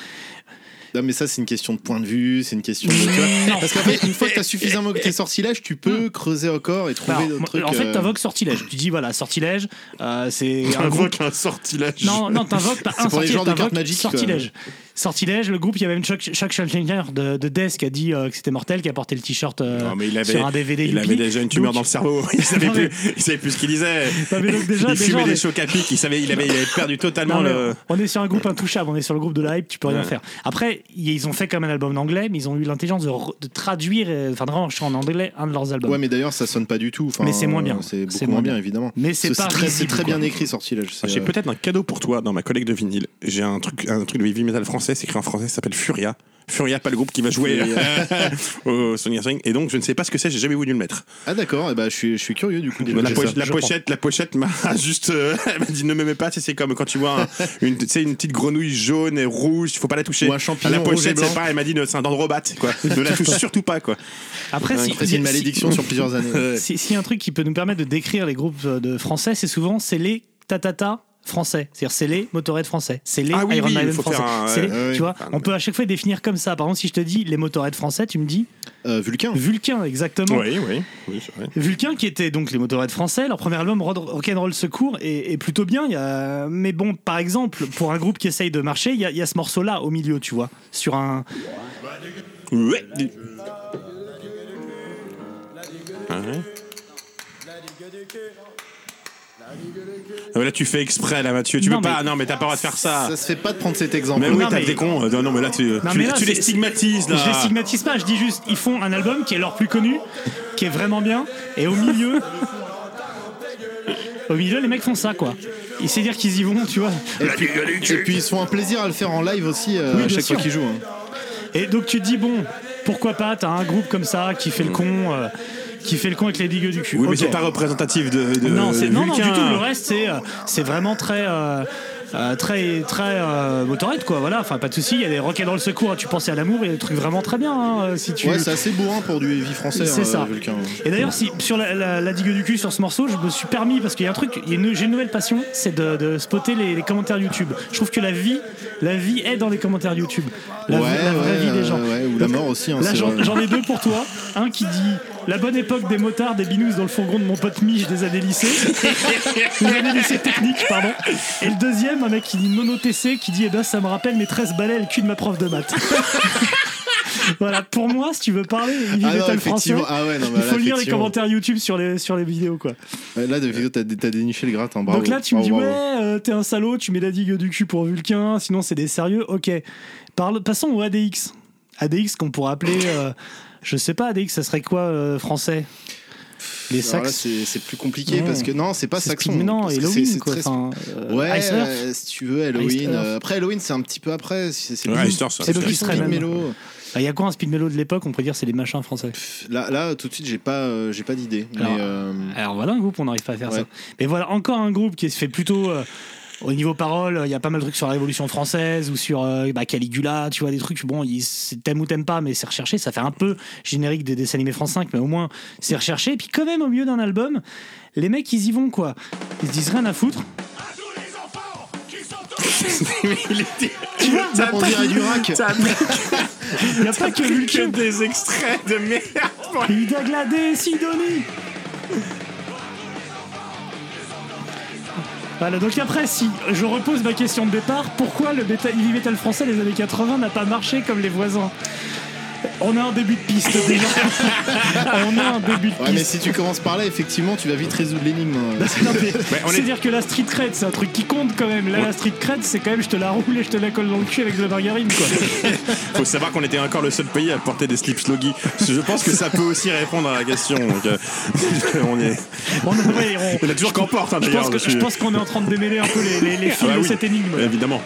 Speaker 3: Non, mais ça, c'est une question de point de vue, c'est une question de. tu vois. Parce qu'en fait, une fois que t'as suffisamment que tes sortilèges, tu peux creuser encore et trouver
Speaker 1: Alors,
Speaker 3: d'autres trucs.
Speaker 1: Bah, en fait,
Speaker 3: euh,
Speaker 1: t'invoques sortilège. Tu dis voilà, sortilège, euh, c'est un groupe.
Speaker 2: un sortilège.
Speaker 1: Non, non, t'invoques, t'as un
Speaker 3: pour les
Speaker 1: sortilège,
Speaker 3: genres de cartes
Speaker 1: t'invoques
Speaker 3: magiques, quoi.
Speaker 1: sortilège. Sortilège, le groupe, il y a même Chuck, Chuck Schuldiner de, de Death qui a dit euh, que c'était mortel, qui a porté le t-shirt euh,
Speaker 2: Non, mais il avait,
Speaker 1: sur un DVD.
Speaker 2: il avait
Speaker 1: Youpi.
Speaker 2: déjà une tumeur
Speaker 1: Donc-
Speaker 2: dans le cerveau. Il savait
Speaker 1: Non, mais-
Speaker 2: plus, il savait plus ce qu'il disait.
Speaker 1: Non, mais donc déjà-
Speaker 2: il
Speaker 1: déjà,
Speaker 2: fumait
Speaker 1: on est-
Speaker 2: des chocs à pic. Il savait, il avait, il avait perdu totalement
Speaker 1: Non, mais
Speaker 2: le.
Speaker 1: On est sur un groupe intouchable, on est sur le groupe de la hype, tu peux rien faire. Après, ils ont fait comme un album en anglais, mais ils ont eu l'intelligence de, re- de traduire, euh, enfin de ranger en anglais un de leurs albums.
Speaker 3: Ouais, mais d'ailleurs, ça sonne pas du tout. Enfin,
Speaker 1: Mais c'est moins bien.
Speaker 3: euh, C'est
Speaker 1: C'est moins
Speaker 3: beaucoup moins bien,
Speaker 1: bien.
Speaker 3: évidemment.
Speaker 1: Mais c'est
Speaker 3: Parce que
Speaker 1: pas
Speaker 3: très, c'est
Speaker 1: risible,
Speaker 3: très
Speaker 1: quoi. Ah,
Speaker 3: bien écrit, sortilège. c'est,
Speaker 2: J'ai
Speaker 3: euh,
Speaker 2: peut-être un cadeau pour toi dans ma collègue de vinyle. J'ai un truc, un truc de heavy metal français, c'est écrit en français, ça s'appelle Furia. Furia, pas le groupe qui va jouer euh, au Sonia Swing. Et donc, je ne sais pas ce que c'est, j'ai jamais voulu le mettre.
Speaker 3: Ah, d'accord, eh ben, je suis je suis curieux du coup. déjà.
Speaker 2: la,
Speaker 1: j'ai
Speaker 2: poche-
Speaker 1: ça,
Speaker 2: la
Speaker 1: je
Speaker 2: pochette, la pochette m'a juste, euh, elle m'a dit ne me mets pas. tu sais, C'est comme quand tu vois un- une, tu sais, une petite grenouille jaune et rouge, il faut pas la toucher.
Speaker 3: Ou un champignon
Speaker 2: la
Speaker 3: rouge et
Speaker 2: pochette,
Speaker 3: blanc.
Speaker 2: c'est pas. Elle m'a dit ne- c'est un dendrobat, quoi. ne la touche surtout pas, quoi.
Speaker 1: Après, si-
Speaker 3: Après, c'est une
Speaker 1: si-
Speaker 3: malédiction sur plusieurs années.
Speaker 1: Si- S'il y a un truc qui peut nous permettre de décrire les groupes euh, de français, c'est souvent c'est les tatata français. C'est-à-dire c'est les Motorhead français, c'est les
Speaker 2: Ah oui,
Speaker 1: Iron
Speaker 2: oui, il
Speaker 1: Maiden
Speaker 2: faut
Speaker 1: français.
Speaker 2: faire un-
Speaker 1: C'est les-
Speaker 3: ouais, ouais.
Speaker 1: tu vois, on peut à chaque fois définir comme ça. Par exemple, si je te dis les Motorhead français, tu me dis
Speaker 3: Euh, Vulcain.
Speaker 1: Vulcain, exactement.
Speaker 2: Oui, oui, oui, c'est vrai.
Speaker 1: Vulcain qui était donc les Motorhead français, leur premier album Rock- Rock'n'Roll Secours est, est plutôt bien. Il y a... Mais bon, par exemple, pour un groupe qui essaye de marcher, il y a, il y a ce morceau-là au milieu, tu vois, sur un.
Speaker 2: Ouais. Ah ouais. Ah ouais, Là, tu fais exprès, là, Mathieu. Tu
Speaker 1: Non,
Speaker 2: peux pas.
Speaker 1: mais-
Speaker 2: Non, mais t'as pas le droit de faire ça.
Speaker 3: Ça se fait pas de prendre cet exemple.
Speaker 2: mais oui,
Speaker 1: Non,
Speaker 2: t'as
Speaker 1: mais-
Speaker 2: des cons. Euh, Non, mais là, tu, tu-
Speaker 1: mais là,
Speaker 2: tu les
Speaker 1: c'est-
Speaker 2: stigmatises, là.
Speaker 1: Je les stigmatise pas, je dis juste, ils font un album qui est leur plus connu, qui est vraiment bien, et au milieu. Au milieu, les mecs font ça, quoi. Ils savent dire qu'ils y vont, tu vois.
Speaker 3: Et puis, et puis, ils se font un plaisir à le faire en live aussi euh,
Speaker 1: Oui,
Speaker 3: à
Speaker 1: bien
Speaker 3: chaque
Speaker 1: sûr.
Speaker 3: fois qu'ils jouent. hein.
Speaker 1: Et donc tu te dis bon, pourquoi pas T'as un groupe comme ça qui fait le con, euh, qui fait le con avec les digueux du cul.
Speaker 2: Oui, mais
Speaker 1: Ok.
Speaker 2: c'est pas représentatif de.
Speaker 3: Euh,
Speaker 2: de
Speaker 1: non, c'est- non, non, du
Speaker 2: Vulcain.
Speaker 1: tout. Le reste, c'est euh, c'est vraiment très. euh, euh, très très euh, motorette quoi voilà enfin pas de souci il y a des rock'n'roll secours hein. tu pensais à l'amour il y a des trucs vraiment très bien hein, euh, si tu
Speaker 3: Ouais, c'est assez bourrin pour du heavy français.
Speaker 1: C'est
Speaker 3: hein,
Speaker 1: ça.
Speaker 3: Vulcain.
Speaker 1: Et d'ailleurs, si, sur la, la- la digue du cul, sur ce morceau, je me suis permis, parce qu'il y a un truc, il y a une- j'ai une nouvelle passion, c'est de, de spotter les, les commentaires YouTube. Je trouve que la vie, la vie est dans les commentaires YouTube. La,
Speaker 3: Ouais,
Speaker 1: vraie- la vraie
Speaker 3: ouais,
Speaker 1: vie des gens.
Speaker 3: euh, ouais, ou la mort aussi, hein,
Speaker 1: Là,
Speaker 3: c'est
Speaker 1: j'en
Speaker 3: vrai.
Speaker 1: j'en ai deux pour toi. un qui dit la bonne époque des motards, des binous dans le fourgon de mon pote Mich des années lycées. des années lycées techniques, pardon. Et le deuxième, un mec qui dit mono TC, qui dit eh ben ça me rappelle mes 13 balais et le cul de ma prof de maths. voilà, pour moi, si tu veux parler, il
Speaker 3: Ah non,
Speaker 1: français.
Speaker 3: effectivement. Ah ouais, non, mais
Speaker 1: Il
Speaker 3: là,
Speaker 1: faut lire les
Speaker 3: effectivement.
Speaker 1: commentaires YouTube sur les, sur les vidéos quoi.
Speaker 3: Ouais, Là, de- t'as dé- t'as déniché le gratin. Bravo.
Speaker 1: Donc là tu me
Speaker 3: Bravo,
Speaker 1: dis ouais
Speaker 3: bravo.
Speaker 1: euh, t'es un salaud, tu mets la digue du cul pour Vulcain, sinon c'est des sérieux, ok. Parle, passons au ADX. ADX qu'on pourrait appeler, euh, je sais pas ADX, ça serait quoi euh, français Les
Speaker 3: Alors là,
Speaker 1: saxes
Speaker 3: c'est c'est plus compliqué
Speaker 1: Non.
Speaker 3: parce que non, c'est pas
Speaker 1: c'est
Speaker 3: saxon.
Speaker 1: Speed- mais non,
Speaker 3: parce que
Speaker 1: Halloween
Speaker 3: c'est- c'est
Speaker 1: quoi.
Speaker 3: très-
Speaker 1: enfin, euh,
Speaker 3: Ouais,
Speaker 1: Ice Earth.
Speaker 3: euh, si tu veux, Halloween.
Speaker 1: Earth.
Speaker 3: euh, Après, Halloween, c'est un petit peu après. C'est c'est
Speaker 2: Ouais,
Speaker 3: plus-
Speaker 2: Easter, ça, c'est
Speaker 3: c'est plus
Speaker 1: plus
Speaker 3: son
Speaker 1: très
Speaker 3: rythme
Speaker 1: même.
Speaker 3: mélo.
Speaker 1: Bah, y a quoi un speed mellow de l'époque On pourrait dire c'est les machins français.
Speaker 3: Là, là, tout de suite, j'ai pas, euh, j'ai pas d'idée. Mais
Speaker 1: Alors,
Speaker 3: euh,
Speaker 1: Alors voilà un groupe, on n'arrive pas à faire
Speaker 3: Ouais.
Speaker 1: ça. Mais voilà encore un groupe qui se fait plutôt. euh, au niveau parole, il y a pas mal de trucs sur la Révolution française ou sur euh, bah, Caligula, tu vois, des trucs, bon, ils- c'est t'aimes ou t'aimes pas, mais c'est recherché, ça fait un peu générique des dessins animés France 5, mais au moins c'est recherché. Et puis quand même, au milieu d'un album, les mecs, ils y vont, quoi. Ils se disent rien à foutre. Tu vois,
Speaker 2: Ça
Speaker 3: on dirait du rack.
Speaker 1: il n'y a pas que
Speaker 2: que
Speaker 1: Vulcain.
Speaker 2: des extraits de merde.
Speaker 1: Il dégladé Sidonie Voilà, donc après, si je repose ma question de départ, pourquoi le bêta- heavy metal français des années 80 n'a pas marché comme les voisins On a un début de piste déjà. On a un début de
Speaker 3: Ouais, mais
Speaker 1: piste.
Speaker 3: si tu commences par là, effectivement, tu vas vite résoudre l'énigme. hein.
Speaker 1: Non, mais
Speaker 2: Mais on est-
Speaker 1: C'est-à-dire que la street cred, c'est un truc qui compte quand même. Là, la street cred, c'est quand même je te la roule et je te la colle dans le cul avec de la margarine, quoi.
Speaker 2: Faut savoir qu'on était encore le seul pays à porter des slips loggy. Je pense que ça peut aussi répondre à la question. donc, euh, on est.
Speaker 1: On, ouais, on-
Speaker 2: Il y en a toujours qu'en porte, hein,
Speaker 1: je
Speaker 2: d'ailleurs.
Speaker 1: pense que- je
Speaker 2: dessus.
Speaker 1: pense qu'on est en train de démêler un peu les, les, les fils
Speaker 2: Ah bah
Speaker 1: de
Speaker 2: oui,
Speaker 1: cette énigme. là.
Speaker 2: Évidemment.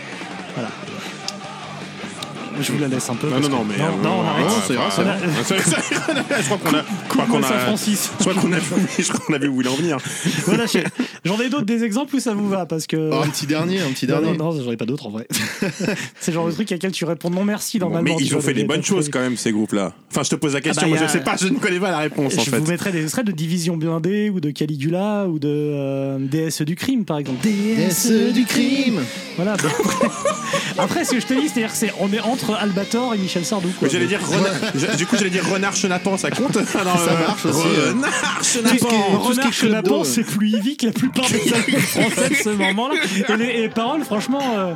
Speaker 1: Je vous la laisse un peu.
Speaker 2: Non,
Speaker 1: parce que-
Speaker 2: non, non, mais.
Speaker 1: Non,
Speaker 2: euh,
Speaker 1: non, on arrête.
Speaker 3: non, c'est vrai, c'est
Speaker 1: vrai.
Speaker 2: Ouais, c'est vrai, c'est vrai. Je crois qu'on a. Je crois
Speaker 1: Coupe-moi
Speaker 2: qu'on
Speaker 1: ça,
Speaker 2: a.
Speaker 1: Francis.
Speaker 2: Je crois qu'on a vu, je crois qu'on a vu où il en venir.
Speaker 1: Voilà, j'ai- j'en ai d'autres, des exemples où ça vous va parce que.
Speaker 3: Oh,
Speaker 2: Ah,
Speaker 3: un petit dernier, un petit
Speaker 1: Non,
Speaker 3: dernier.
Speaker 1: non, non, j'en ai pas d'autres en vrai. c'est le genre de truc à quel tu réponds non merci
Speaker 2: Bon,
Speaker 1: normalement.
Speaker 2: mais
Speaker 1: tu
Speaker 2: ils ont
Speaker 1: vois,
Speaker 2: fait
Speaker 1: donc
Speaker 2: des
Speaker 1: j'ai
Speaker 2: bonnes
Speaker 1: pas trouvé.
Speaker 2: choses quand même, ces groupes-là. Enfin, je te pose la question,
Speaker 1: bah,
Speaker 2: mais
Speaker 1: y a-
Speaker 2: je sais pas, je ne connais pas la réponse en
Speaker 1: Je
Speaker 2: fait.
Speaker 1: vous mettrai des extraits de Division blindée ou de Caligula ou de euh, DSE du crime par exemple.
Speaker 3: Déesse du crime.
Speaker 1: Voilà. bah, après, après, ce que je te dis, c'est-à-dire que c'est on est entre Albator et Michel Sardou. quoi.
Speaker 2: Mais J'allais dire renard. je- ah, Du coup, j'allais dire renard chenapan, ça compte Alors,
Speaker 3: Ça marche aussi, euh.
Speaker 2: Renard
Speaker 1: Tout ce qui est-
Speaker 2: chenapan
Speaker 3: tout ce qui
Speaker 1: Renard
Speaker 3: est club
Speaker 1: Chenapan,
Speaker 3: d'eau,
Speaker 1: c'est plus ivy que la plupart des albums français de ce moment-là. Et les, et les paroles, franchement. euh,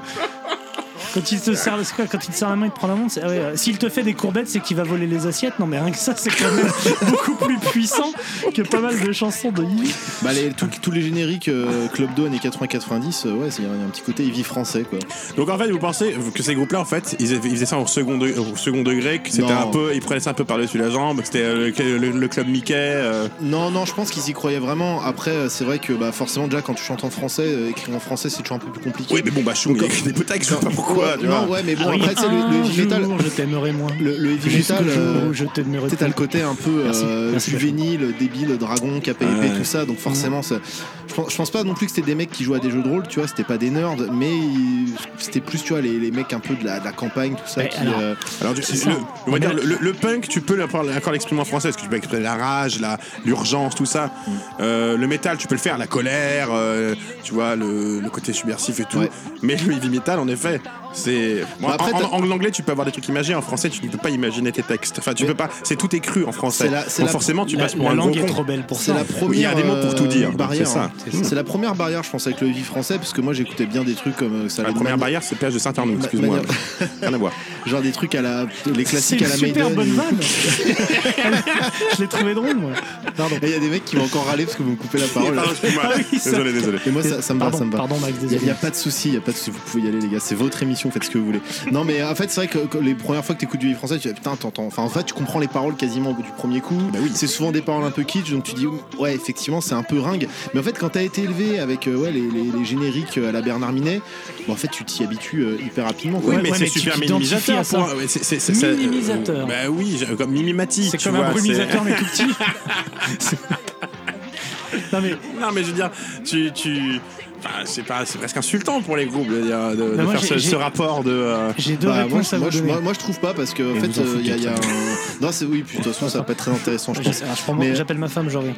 Speaker 1: Quand il, te serre, c'est quoi, quand il te serre la main, il te prend la montre. c'est- ah ouais, euh, S'il te fait des courbettes, c'est qu'il va voler les assiettes. Non, mais rien que ça, c'est quand même beaucoup plus puissant que pas mal de chansons de Ivy.
Speaker 3: Bah, les- tous- tous les génériques euh, Club Do années 80-90, euh, ouais, c'est- il y a un petit côté heavy français quoi.
Speaker 2: Donc en fait, vous pensez que ces groupes-là, en fait, ils, avaient- ils faisaient ça au second, de- au second degré, que c'était
Speaker 3: Non.
Speaker 2: un peu, ils prenaient ça un peu par-dessus la jambe, que c'était euh, le, le- le club Mickey. euh,
Speaker 3: Non, non, je pense qu'ils y croyaient vraiment. Après, euh, c'est vrai que bah, forcément, déjà, quand tu chantes en français, euh, écrire en français, c'est toujours un peu plus compliqué.
Speaker 2: Oui, mais bon, bah, Choum, il a écrit des potaques, je sais pas pourquoi, tu
Speaker 3: non,
Speaker 2: vois.
Speaker 3: ouais, mais bon,
Speaker 1: Ah oui,
Speaker 3: après, c'est le, le
Speaker 1: un
Speaker 3: heavy metal.
Speaker 1: jour, je t'aimerai moins.
Speaker 3: Le, le heavy
Speaker 1: Jusqu'au
Speaker 3: metal,
Speaker 1: jour
Speaker 3: euh,
Speaker 1: où je t'aimerai
Speaker 3: tu sais, t'as le
Speaker 1: plus.
Speaker 3: côté un peu
Speaker 1: Merci,
Speaker 3: euh,
Speaker 1: merci,
Speaker 3: juvénile, débile, dragon, KPIP,
Speaker 2: Ouais.
Speaker 3: tout ça. Donc forcément, ça- je, pense, je pense pas non plus que c'était des mecs qui jouaient à des jeux de rôle, tu vois, c'était pas des nerds, mais ils- c'était plus, tu vois, les, les mecs un peu de la, de la campagne, tout ça.
Speaker 1: Mais
Speaker 3: Qui,
Speaker 1: alors,
Speaker 3: euh,
Speaker 2: Alors, du-
Speaker 1: C'est ça.
Speaker 2: le, on va
Speaker 1: Mais
Speaker 2: dire,
Speaker 1: là-
Speaker 2: le, le- le punk, tu peux le- encore l'exprimer en français, parce que tu peux exprimer la rage, la- l'urgence, tout ça.
Speaker 1: Mm.
Speaker 2: Euh, le métal, tu peux le faire, la colère, euh, tu vois, le, le côté subversif et tout.
Speaker 3: Ouais.
Speaker 2: Mais le heavy metal, en effet, c'est. Bon,
Speaker 3: Bah, après,
Speaker 2: en,
Speaker 3: t'as-
Speaker 2: en- en anglais, tu peux avoir des trucs imagés, en français, tu ne peux pas imaginer tes textes. Enfin, tu
Speaker 3: Mais-
Speaker 2: peux pas. C'est tout est cru en français.
Speaker 3: C'est la- c'est
Speaker 2: Donc,
Speaker 3: la-
Speaker 2: forcément, tu
Speaker 1: La,
Speaker 2: passes pour
Speaker 1: la
Speaker 2: un gros
Speaker 1: langue est
Speaker 2: con.
Speaker 1: trop belle pour
Speaker 3: C'est
Speaker 1: ça.
Speaker 3: la
Speaker 1: en fait.
Speaker 3: première
Speaker 2: il y a des mots pour tout dire,
Speaker 3: euh,
Speaker 2: donc
Speaker 3: barrière.
Speaker 2: c'est ça.
Speaker 3: hein.
Speaker 1: C'est ça.
Speaker 3: C'est la première barrière, je pense, avec le heavy français, parce que moi j'écoutais bien des trucs comme euh, ça.
Speaker 2: La
Speaker 3: allait de
Speaker 2: première
Speaker 3: mani-
Speaker 2: barrière, c'est le péage de Saint-Arnaud, excuse-moi. Rien à voir.
Speaker 3: Bah, Genre des trucs à la.
Speaker 1: C'est
Speaker 3: les classiques
Speaker 1: une
Speaker 3: à la
Speaker 1: super
Speaker 3: Maiden.
Speaker 1: bonne vanne. je l'ai trouvé drôle, moi. Pardon.
Speaker 3: Et il y a des mecs qui vont encore râler parce que vous me coupez la parole.
Speaker 2: Pardon, excuse-moi.
Speaker 1: Ah oui, ça-
Speaker 2: Désolé, désolé.
Speaker 3: Et moi, ça, ça me va,
Speaker 1: pardon,
Speaker 3: ça me va.
Speaker 1: Pardon, Max,
Speaker 3: Il
Speaker 1: désolé.
Speaker 3: n'y a, pas de souci, il a pas de souci, vous pouvez y aller les gars, c'est votre émission, faites ce que vous voulez. Non mais en fait c'est vrai que que les premières fois que t'écoutes du hip français, tu dis putain t'entends, enfin en fait tu comprends les paroles quasiment au bout du premier coup.
Speaker 2: Bah
Speaker 3: C'est souvent des paroles un peu kitsch, donc tu dis oh, ouais effectivement c'est un peu ringue. Mais en fait quand t'as été élevé avec euh, ouais, les, les- les génériques euh, à la Bernard Minet, bon, en fait tu t'y habitues euh, hyper rapidement. Quoi.
Speaker 2: Oui,
Speaker 1: Ouais,
Speaker 2: mais
Speaker 1: ouais,
Speaker 2: c'est
Speaker 1: mais tu
Speaker 2: super
Speaker 1: t'identifies à
Speaker 2: minimisateur.
Speaker 1: ça.
Speaker 2: pour un- ouais, c'est- c'est- c'est- ça- euh,
Speaker 1: Minimisateur.
Speaker 2: Bah oui, j'ai- comme mimimati.
Speaker 1: C'est
Speaker 2: tu
Speaker 1: comme
Speaker 2: vois,
Speaker 1: un brumisateur, mais tout petit. non, mais
Speaker 2: c'est- Non, mais je veux dire, tu. tu... enfin, c'est pas, c'est presque insultant pour les groupes de, dire- de- de
Speaker 1: Bah, moi,
Speaker 2: faire
Speaker 1: j'ai-
Speaker 2: ce,
Speaker 1: j'ai-
Speaker 2: ce rapport de. euh,
Speaker 1: j'ai deux
Speaker 3: Bah, moi,
Speaker 1: réponses
Speaker 3: je- moi,
Speaker 1: à vous
Speaker 3: je,
Speaker 1: donner.
Speaker 3: moi- moi, je trouve pas parce que en
Speaker 1: Et
Speaker 3: fait
Speaker 1: vous en
Speaker 3: euh, il y a, il y a
Speaker 1: foutez,
Speaker 3: un- Non c'est oui, puis de toute façon ça va pas être très intéressant je
Speaker 1: Je
Speaker 3: pense.
Speaker 1: sais, alors, je prends-
Speaker 3: Mais-
Speaker 1: J'appelle ma femme, j'aurai.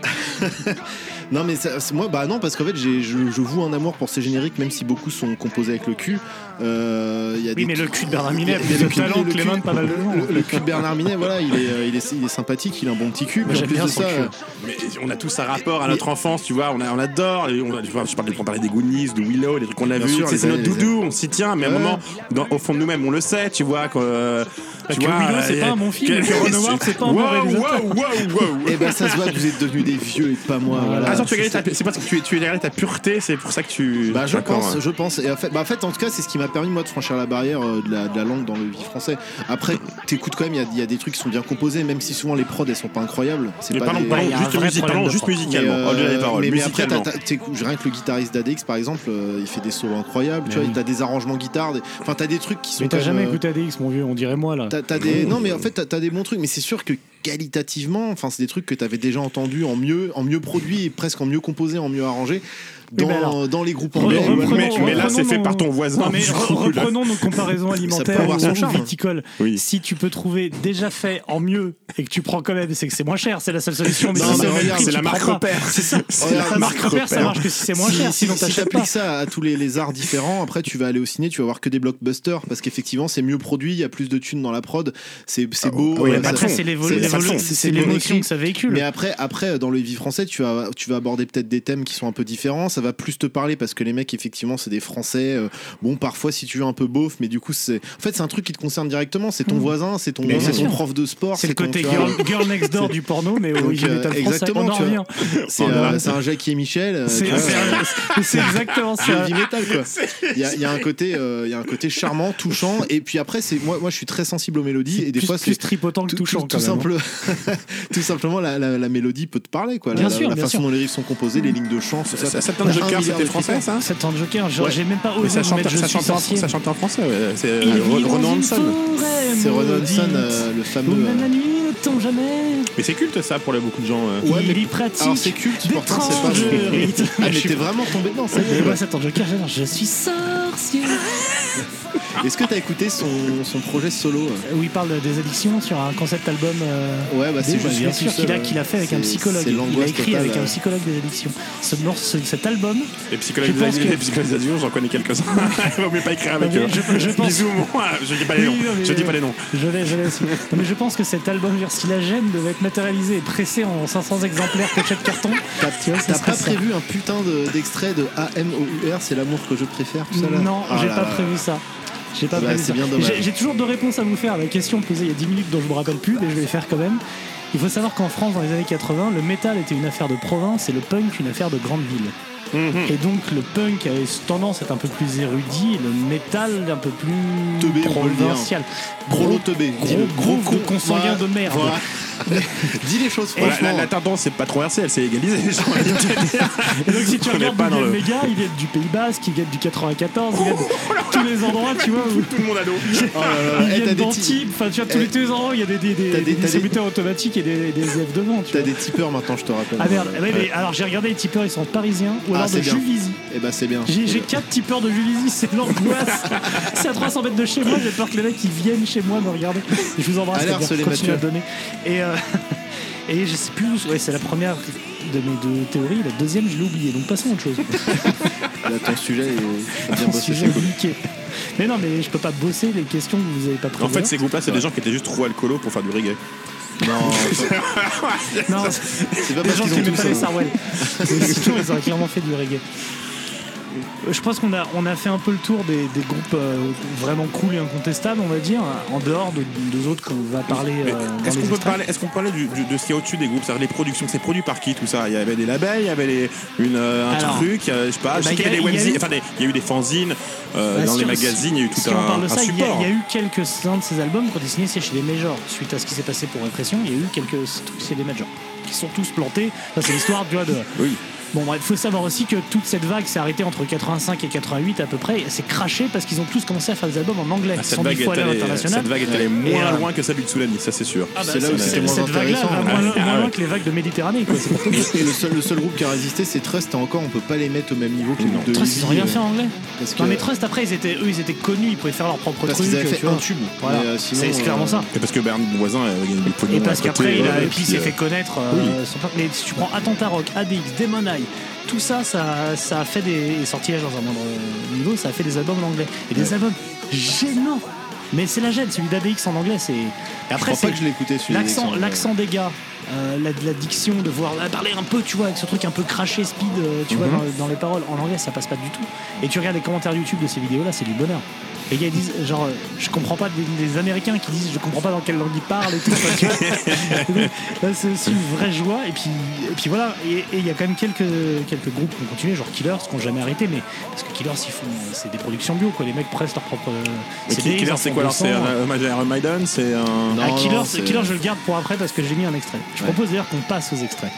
Speaker 3: Non, mais ça- c'est- moi, bah non, parce qu'en fait, j'ai- je, je voue un amour pour ces génériques, même si beaucoup sont composés avec le cul. Euh, il y a
Speaker 1: Oui,
Speaker 3: des-
Speaker 1: mais le cul de Bernard Minet a
Speaker 3: Il y a
Speaker 1: plus
Speaker 3: le
Speaker 1: de
Speaker 3: cul-
Speaker 1: talent
Speaker 3: le
Speaker 1: que les
Speaker 3: cul-
Speaker 1: mains de pas mal de gens.
Speaker 3: Le, le cul de Bernard Minet, voilà, il est, euh, il est, il est sympathique, il a un bon petit cul.
Speaker 1: Moi,
Speaker 3: puis en
Speaker 1: j'aime
Speaker 3: plus
Speaker 1: bien
Speaker 3: de
Speaker 1: son
Speaker 3: ça,
Speaker 1: cul.
Speaker 3: euh,
Speaker 2: Mais on a tous un rapport à notre enfance, tu vois, on, a- on adore. les- on a- tu vois, je parle, on parlait des Goonies, de Willow, les trucs qu'on a
Speaker 3: Bien
Speaker 2: vus.
Speaker 3: sûr,
Speaker 2: tu sais,
Speaker 3: les
Speaker 2: C'est notre
Speaker 3: années- les
Speaker 2: doudou, on s'y tient, mais à un
Speaker 3: Ouais.
Speaker 2: moment, dans- au fond de nous-mêmes, on le sait, tu vois. euh, Quand,
Speaker 1: Bah, que Willow, c'est pas un bon film, et que Ron Howard, c'est pas un bon réalisateur.
Speaker 2: Waouh, waouh, waouh.
Speaker 3: Eh ben ça se voit que vous êtes devenus des vieux et pas moi. voilà.
Speaker 2: Ah, genre, tu as gagné ta- c'est parce que tu, tu as gagné ta pureté, c'est pour ça que tu.
Speaker 3: Bah je
Speaker 2: D'accord,
Speaker 3: pense,
Speaker 2: hein.
Speaker 3: je pense. Et en fait, bah, en fait, en tout cas, c'est ce qui m'a permis moi de franchir la barrière euh, de la, de la langue dans le vie français. Après, t'écoutes quand même, il y a- il y, a des trucs qui sont bien composés, même si souvent les prods elles sont pas incroyables. C'est
Speaker 2: Mais
Speaker 3: pas
Speaker 2: parlons,
Speaker 3: des-
Speaker 2: parlons
Speaker 1: il y a un
Speaker 2: juste,
Speaker 1: vrai
Speaker 2: musique,
Speaker 1: problème
Speaker 2: parlons
Speaker 1: de
Speaker 2: juste
Speaker 1: fond.
Speaker 2: musicalement.
Speaker 3: euh,
Speaker 2: au-delà des paroles,
Speaker 3: mais, mais après,
Speaker 2: musicalement.
Speaker 3: t'as- t'as- t'écoutes- rien que le guitariste d'Adex par exemple, euh, il fait des solos incroyables. tu vois, t'as des arrangements guitare, des- enfin t'as des trucs qui sont.
Speaker 1: Mais t'as
Speaker 3: quand même,
Speaker 1: jamais
Speaker 3: euh,
Speaker 1: écouté ADX, mon vieux, on dirait moi là.
Speaker 3: T'as, t'as des... Non, mais en fait, t'as, t'as des bons trucs, mais c'est sûr que qualitativement, enfin, c'est des trucs que t'avais déjà entendus en mieux, en mieux produit et presque en mieux composé, en mieux arrangé dans,
Speaker 1: mais alors-
Speaker 3: dans les groupes
Speaker 1: Re-
Speaker 3: anglais.
Speaker 2: Mais-
Speaker 1: reprenons-
Speaker 2: mais- mais là,
Speaker 1: reprenons
Speaker 2: c'est fait
Speaker 1: nos-
Speaker 2: par ton voisin,
Speaker 1: Non, mais
Speaker 2: du
Speaker 1: re-
Speaker 2: coup, là.
Speaker 1: reprenons nos comparaisons alimentaires
Speaker 3: avoir son
Speaker 1: ou
Speaker 3: charme.
Speaker 1: viticoles.
Speaker 2: Oui.
Speaker 1: Si tu peux trouver déjà fait en mieux et que tu prends quand même, c'est que c'est moins cher, c'est la seule solution. Mais
Speaker 3: Non,
Speaker 1: si
Speaker 3: mais
Speaker 1: au même
Speaker 3: regarde,
Speaker 1: prix,
Speaker 2: C'est
Speaker 1: tu
Speaker 2: la marque
Speaker 1: prends pas.
Speaker 2: repère. C'est ça, c'est
Speaker 3: Regarde,
Speaker 2: la
Speaker 1: Marc
Speaker 2: marque
Speaker 1: Repère, ça
Speaker 2: repère.
Speaker 1: marche que si c'est moins cher,
Speaker 3: si,
Speaker 1: sinon
Speaker 3: si
Speaker 1: t'achètes
Speaker 3: t'appliques
Speaker 1: pas.
Speaker 3: ça à tous les, les arts différents, après tu vas aller au ciné, tu vas voir que des blockbusters parce qu'effectivement c'est mieux produit, il y a plus de thunes dans la prod, c'est, c'est beau.
Speaker 2: oui,
Speaker 3: euh,
Speaker 2: mais
Speaker 3: ça-
Speaker 1: oh, Après,
Speaker 2: fond.
Speaker 1: c'est l'évo-
Speaker 3: C'est- ça
Speaker 1: l'évo-
Speaker 3: fond.
Speaker 1: c'est
Speaker 3: C'est
Speaker 1: l'émotion
Speaker 3: écrit.
Speaker 1: que ça véhicule.
Speaker 3: Mais après, après, dans le vie français, tu vas, tu vas aborder peut-être des thèmes qui sont un peu différents. Ça va plus te parler parce que les mecs, effectivement, c'est des Français. euh, bon, parfois, si tu veux, un peu beauf, mais du coup, c'est. En fait, c'est un truc qui te concerne directement. C'est ton voisin, c'est ton,
Speaker 1: Hmm. Mais
Speaker 3: c'est
Speaker 1: bien
Speaker 3: ton
Speaker 1: sûr.
Speaker 3: prof de sport.
Speaker 1: C'est le
Speaker 3: ton-
Speaker 1: côté
Speaker 3: tu vois,
Speaker 1: girl, girl next door du porno, mais au
Speaker 3: Donc,
Speaker 1: original
Speaker 3: euh,
Speaker 1: français.
Speaker 3: exactement,
Speaker 1: on en
Speaker 3: tu vois.
Speaker 1: revient.
Speaker 3: C'est euh, c'est un Jackie et Michel. euh,
Speaker 1: C'est
Speaker 3: tu vois,
Speaker 1: c'est- c'est exactement
Speaker 3: c'est
Speaker 1: ça.
Speaker 3: heavy metal quoi. Il y a, il y a un côté, euh, il y a un côté charmant, touchant. Et puis après, c'est moi, moi, je suis très sensible aux mélodies et des
Speaker 1: plus,
Speaker 3: fois,
Speaker 1: plus
Speaker 3: c'est
Speaker 1: tripotant que
Speaker 3: tout,
Speaker 1: touchant.
Speaker 3: tout-
Speaker 1: quand
Speaker 3: tout
Speaker 1: même. hein.
Speaker 3: simple- tout simplement, la, la- la mélodie peut te parler, quoi. La-
Speaker 1: Bien
Speaker 3: la,
Speaker 1: sûr,
Speaker 3: la
Speaker 1: bien
Speaker 3: façon
Speaker 1: sûr.
Speaker 3: dont les riffs sont composés, les lignes de chant, tout ça.
Speaker 2: Ça, ça,
Speaker 3: T'as un
Speaker 2: Tom Joker,
Speaker 3: milliard
Speaker 2: c'était
Speaker 3: de
Speaker 2: français,
Speaker 3: critères.
Speaker 2: ça
Speaker 1: Cette tante Ah, Joker, genre,
Speaker 3: Ouais.
Speaker 1: j'ai même pas
Speaker 2: Mais
Speaker 1: osé
Speaker 2: ça
Speaker 1: me
Speaker 2: chante,
Speaker 1: mettre je
Speaker 2: ça,
Speaker 1: suis
Speaker 2: chante en,
Speaker 1: sorcier.
Speaker 2: ça chante en français, ouais. c'est
Speaker 1: Il
Speaker 2: euh,
Speaker 1: vit dans
Speaker 2: Ronan
Speaker 1: une
Speaker 2: Hanson.
Speaker 1: forêt
Speaker 3: C'est Ron
Speaker 1: maudite,
Speaker 3: Hanson, euh, le
Speaker 1: où
Speaker 3: fameux.
Speaker 1: même
Speaker 3: euh,
Speaker 1: la nuit ne tombe jamais.
Speaker 2: Mais c'est culte ça pour beaucoup de gens. euh.
Speaker 3: Ouais,
Speaker 1: il
Speaker 3: mais-
Speaker 1: y pratique.
Speaker 3: Alors c'est culte, pourtant c'est pas.
Speaker 1: d'étranges rites.
Speaker 3: Ah, mais t'es vraiment tombé dedans, ça y
Speaker 1: Et
Speaker 3: est.
Speaker 1: moi, cette tante Joker, j'adore, je suis sorcier.
Speaker 3: Est-ce que t'as écouté son, son projet solo euh
Speaker 1: Où il parle des addictions sur un concept album. euh,
Speaker 3: Ouais, bah c'est
Speaker 1: Déjà,
Speaker 3: juste
Speaker 1: bien
Speaker 3: lui
Speaker 1: sûr
Speaker 3: seul,
Speaker 1: qu'il a,
Speaker 3: euh,
Speaker 1: qu'il a fait avec
Speaker 3: c'est-
Speaker 1: un psychologue.
Speaker 3: C'est
Speaker 1: Il a
Speaker 3: l'angoisse
Speaker 1: écrit
Speaker 3: totale.
Speaker 1: avec un
Speaker 3: euh.
Speaker 1: psychologue des addictions. Ce morceau, cet album,
Speaker 2: Les psychologues
Speaker 1: Je
Speaker 2: des
Speaker 1: pense
Speaker 2: addictions,
Speaker 1: que-
Speaker 2: les psychologues des addictions, j'en connais quelques-uns. Il vaut mieux pas écrire avec
Speaker 1: Mais
Speaker 2: eux.
Speaker 1: je- je pense-
Speaker 2: Bisous, moi. Je dis pas les
Speaker 1: Oui,
Speaker 2: noms.
Speaker 1: non, mais-
Speaker 2: Je dis pas les noms.
Speaker 1: je l'ai, je l'ai aussi. Non, mais je pense que cet album, genre, si la gêne devait être matérialisé et pressé en 500 exemplaires pochette carton,
Speaker 3: T'as
Speaker 1: Bah, tu vois, ça
Speaker 3: t'as
Speaker 1: serait
Speaker 3: pas
Speaker 1: ça.
Speaker 3: prévu un putain de- d'extrait de AMOUR, c'est l'amour que je préfère, tout ça là
Speaker 1: Non,
Speaker 3: Ah
Speaker 1: j'ai
Speaker 3: là
Speaker 1: pas
Speaker 3: là.
Speaker 1: prévu ça. J'ai pas
Speaker 3: Bah,
Speaker 1: prévu
Speaker 3: c'est
Speaker 1: ça.
Speaker 3: bien dommage.
Speaker 1: J'ai- J'ai toujours deux réponses à vous faire à la question posée il y a 10 minutes dont je me rappelle plus, mais je vais les faire quand même. Il faut savoir qu'en France, dans les années 80, le métal était une affaire de province et le punk une affaire de grande ville.
Speaker 3: Mhm.
Speaker 1: Et donc le punk avait tendance à être un peu plus érudit et le métal un peu plus
Speaker 3: Teubé, on peut le dire.
Speaker 1: provincial.
Speaker 3: Gros
Speaker 1: Gros-
Speaker 3: lot teubé.
Speaker 1: gros-
Speaker 3: Dis-le.
Speaker 1: gros con-
Speaker 3: con-
Speaker 1: consanguin
Speaker 3: voilà.
Speaker 1: de merde.
Speaker 3: Voilà. Dis les choses
Speaker 2: Voilà, la,
Speaker 3: franchement.
Speaker 2: la tendance, c'est pas trop versée, elle s'est égalisée. j'ai envie de te dire.
Speaker 1: Et donc si tu
Speaker 2: On est
Speaker 1: regardes
Speaker 2: pas
Speaker 1: d'où
Speaker 2: dans
Speaker 1: vient le
Speaker 2: le-
Speaker 1: méga, il vient du Pays Basque, il vient du 94, il vient de tous les endroits, tu vois. Où...
Speaker 2: Tout le monde à l'eau.
Speaker 3: Oh là là,
Speaker 1: Ils
Speaker 3: eh,
Speaker 1: viennent
Speaker 3: t'as des
Speaker 1: d'Antibes,
Speaker 3: ti-
Speaker 1: enfin tu vois, tous
Speaker 3: Eh,
Speaker 1: les deux ans, il y a des, des, des, des
Speaker 3: t'as des- t'as des-
Speaker 1: distributeurs automatiques et des, des F devant, tu
Speaker 3: T'as
Speaker 1: vois.
Speaker 3: des tipeurs maintenant, je te rappelle.
Speaker 1: Ah merde, Eh ben,
Speaker 3: Ouais.
Speaker 1: les- alors j'ai regardé les tipeurs, ils sont parisiens ou
Speaker 3: Ah,
Speaker 1: alors de
Speaker 3: c'est bien.
Speaker 1: Juvisy.
Speaker 3: Eh ben c'est bien.
Speaker 1: J'ai j'ai quatre tipeurs de Juvisy, c'est l'angoisse. c'est à 300 mètres de chez moi, j'ai peur que les mecs ils viennent chez moi me regarder. Je vous embrasse,
Speaker 3: Allez
Speaker 1: les gars,
Speaker 3: harceler
Speaker 1: continuez à
Speaker 3: Mathieu.
Speaker 1: donner. Et, euh, et je sais plus où, ouais, c'est la première de mes deux théories, la deuxième je l'ai oubliée, donc passons à autre chose.
Speaker 3: Là, ton sujet est est bien
Speaker 1: Un
Speaker 3: bossé.
Speaker 1: sujet
Speaker 3: c'est cool.
Speaker 1: niqué. Mais non, mais je peux pas bosser les questions que vous avez pas prises.
Speaker 2: En fait, ces groupes-là, c'est des gens qui étaient juste trop alcoolos pour faire du reggae.
Speaker 3: Non,
Speaker 1: non,
Speaker 3: c'est pas
Speaker 1: Des
Speaker 3: parce
Speaker 1: gens
Speaker 3: qu'ils
Speaker 1: qui
Speaker 3: ont
Speaker 1: n'aimaient pas
Speaker 3: tout ça. hein.
Speaker 1: les Sarwell. Mais sinon, ils auraient clairement fait du reggae. Euh, Je pense qu'on a, on a fait un peu le tour des, des groupes euh, vraiment cool et incontestables, on va dire, en dehors de, des autres qu'on va parler.
Speaker 2: Mais
Speaker 1: euh, dans
Speaker 2: Est-ce
Speaker 1: les
Speaker 2: qu'on peut
Speaker 1: extraits.
Speaker 2: parler, est-ce qu'on parlait du, du- de ce qui est au-dessus des groupes, c'est-à-dire les productions, c'est produit par qui tout ça Il y avait des labels, il y avait les- une, euh, un
Speaker 1: Alors,
Speaker 2: truc, euh, je sais pas, je
Speaker 1: bah,
Speaker 2: sais qu'il y avait des
Speaker 1: il y a- il y a
Speaker 2: webzines,
Speaker 1: eu-
Speaker 2: enfin des- il y a eu des fanzines euh,
Speaker 1: Bah,
Speaker 2: dans
Speaker 1: si
Speaker 2: les
Speaker 1: on-
Speaker 2: magazines, il y a eu tout
Speaker 1: si
Speaker 2: un,
Speaker 1: on parle de
Speaker 2: un
Speaker 1: ça, il y, a-
Speaker 2: support.
Speaker 1: il y a eu quelques-uns de ces albums qui ont été signés c'est chez les majors. Suite à ce qui s'est passé pour Répression, il y a eu quelques trucs chez les majors qui sont tous plantés. Enfin, c'est l'histoire tu vois, de.
Speaker 2: Oui.
Speaker 1: Bon, bref, faut savoir aussi que toute cette vague s'est arrêtée entre 85 et 88 à peu près. et C'est craché parce qu'ils ont tous commencé à faire des albums en anglais.
Speaker 2: Ah,
Speaker 1: sans
Speaker 2: cette,
Speaker 1: sans
Speaker 2: vague
Speaker 1: fois
Speaker 2: est
Speaker 1: aller à
Speaker 2: allée,
Speaker 1: l'international.
Speaker 2: cette vague est allée moins
Speaker 1: euh,
Speaker 2: loin que celle du tsunami, ça c'est sûr.
Speaker 1: Ah bah,
Speaker 3: C'est là où
Speaker 1: c'est-
Speaker 3: c'était moins
Speaker 1: cette vague-là
Speaker 3: intéressant,
Speaker 1: va moins,
Speaker 3: ouais.
Speaker 1: loin-
Speaker 2: Ah
Speaker 1: moins loin
Speaker 2: ouais.
Speaker 1: que les vagues de Méditerranée. Quoi. C'est pas possible.
Speaker 3: Et le seul, le seul groupe qui a résisté, c'est Trust, et encore, on peut pas les mettre au même niveau que les groupes de
Speaker 1: Trust, ils ont rien
Speaker 3: Easy,
Speaker 1: fait en anglais.
Speaker 3: Parce que-
Speaker 1: Non, mais Trust, après, ils étaient, eux, ils étaient connus, ils pouvaient faire leur propre
Speaker 3: Parce
Speaker 1: truc.
Speaker 3: qu'ils avaient fait
Speaker 1: tu vois.
Speaker 3: un tube.
Speaker 1: Voilà.
Speaker 3: Mais, euh, sinon,
Speaker 1: c'est clairement
Speaker 3: euh,
Speaker 1: ça.
Speaker 2: Et parce que Bernd Voisin a gagné du pognon.
Speaker 1: Et parce
Speaker 2: à côté,
Speaker 1: qu'après, il, a-
Speaker 2: euh,
Speaker 1: et puis il s'est
Speaker 2: euh,
Speaker 1: fait connaître. euh, son- Mais si tu prends Attentat Rock, ADX, Demon Eye, tout ça, ça, ça a fait des et sortilèges dans un moindre euh, niveau, ça a fait des albums en anglais. Et des albums gênants. Mais c'est la gêne, celui d'ADX en anglais, c'est. Et
Speaker 3: Je
Speaker 1: Après,
Speaker 3: crois pas
Speaker 1: c'est
Speaker 3: que je l'ai écouté celui-là.
Speaker 1: l'accent, l'accent des gars, euh, la, la diction, de voir la parler un peu, tu vois, avec ce truc un peu craché, speed, euh, tu vois,
Speaker 3: Mhm.
Speaker 1: dans, dans les paroles. En anglais, ça passe pas du tout. Et tu regardes les commentaires YouTube de ces vidéos-là, c'est du bonheur. Les gars ils disent genre euh, je comprends pas des, des Américains qui disent je comprends pas dans quelle langue ils parlent et tout. enfin, tu vois. Là c'est aussi une vraie joie et puis et puis voilà et et il y a quand même quelques quelques groupes qui ont continué genre Killers qui ont jamais arrêté mais parce que Killers ils font c'est des productions bio quoi les mecs pressent leur propre euh,
Speaker 2: Et qui- Killer, c'est quoi alors C'est
Speaker 1: hein.
Speaker 2: un hommage à Iron Maiden C'est un.
Speaker 3: Non,
Speaker 1: ah,
Speaker 3: non,
Speaker 1: Killer,
Speaker 3: c'est-
Speaker 1: Killer, je le garde pour après parce que j'ai mis un extrait. Je
Speaker 3: Ouais.
Speaker 1: propose d'ailleurs qu'on passe aux extraits.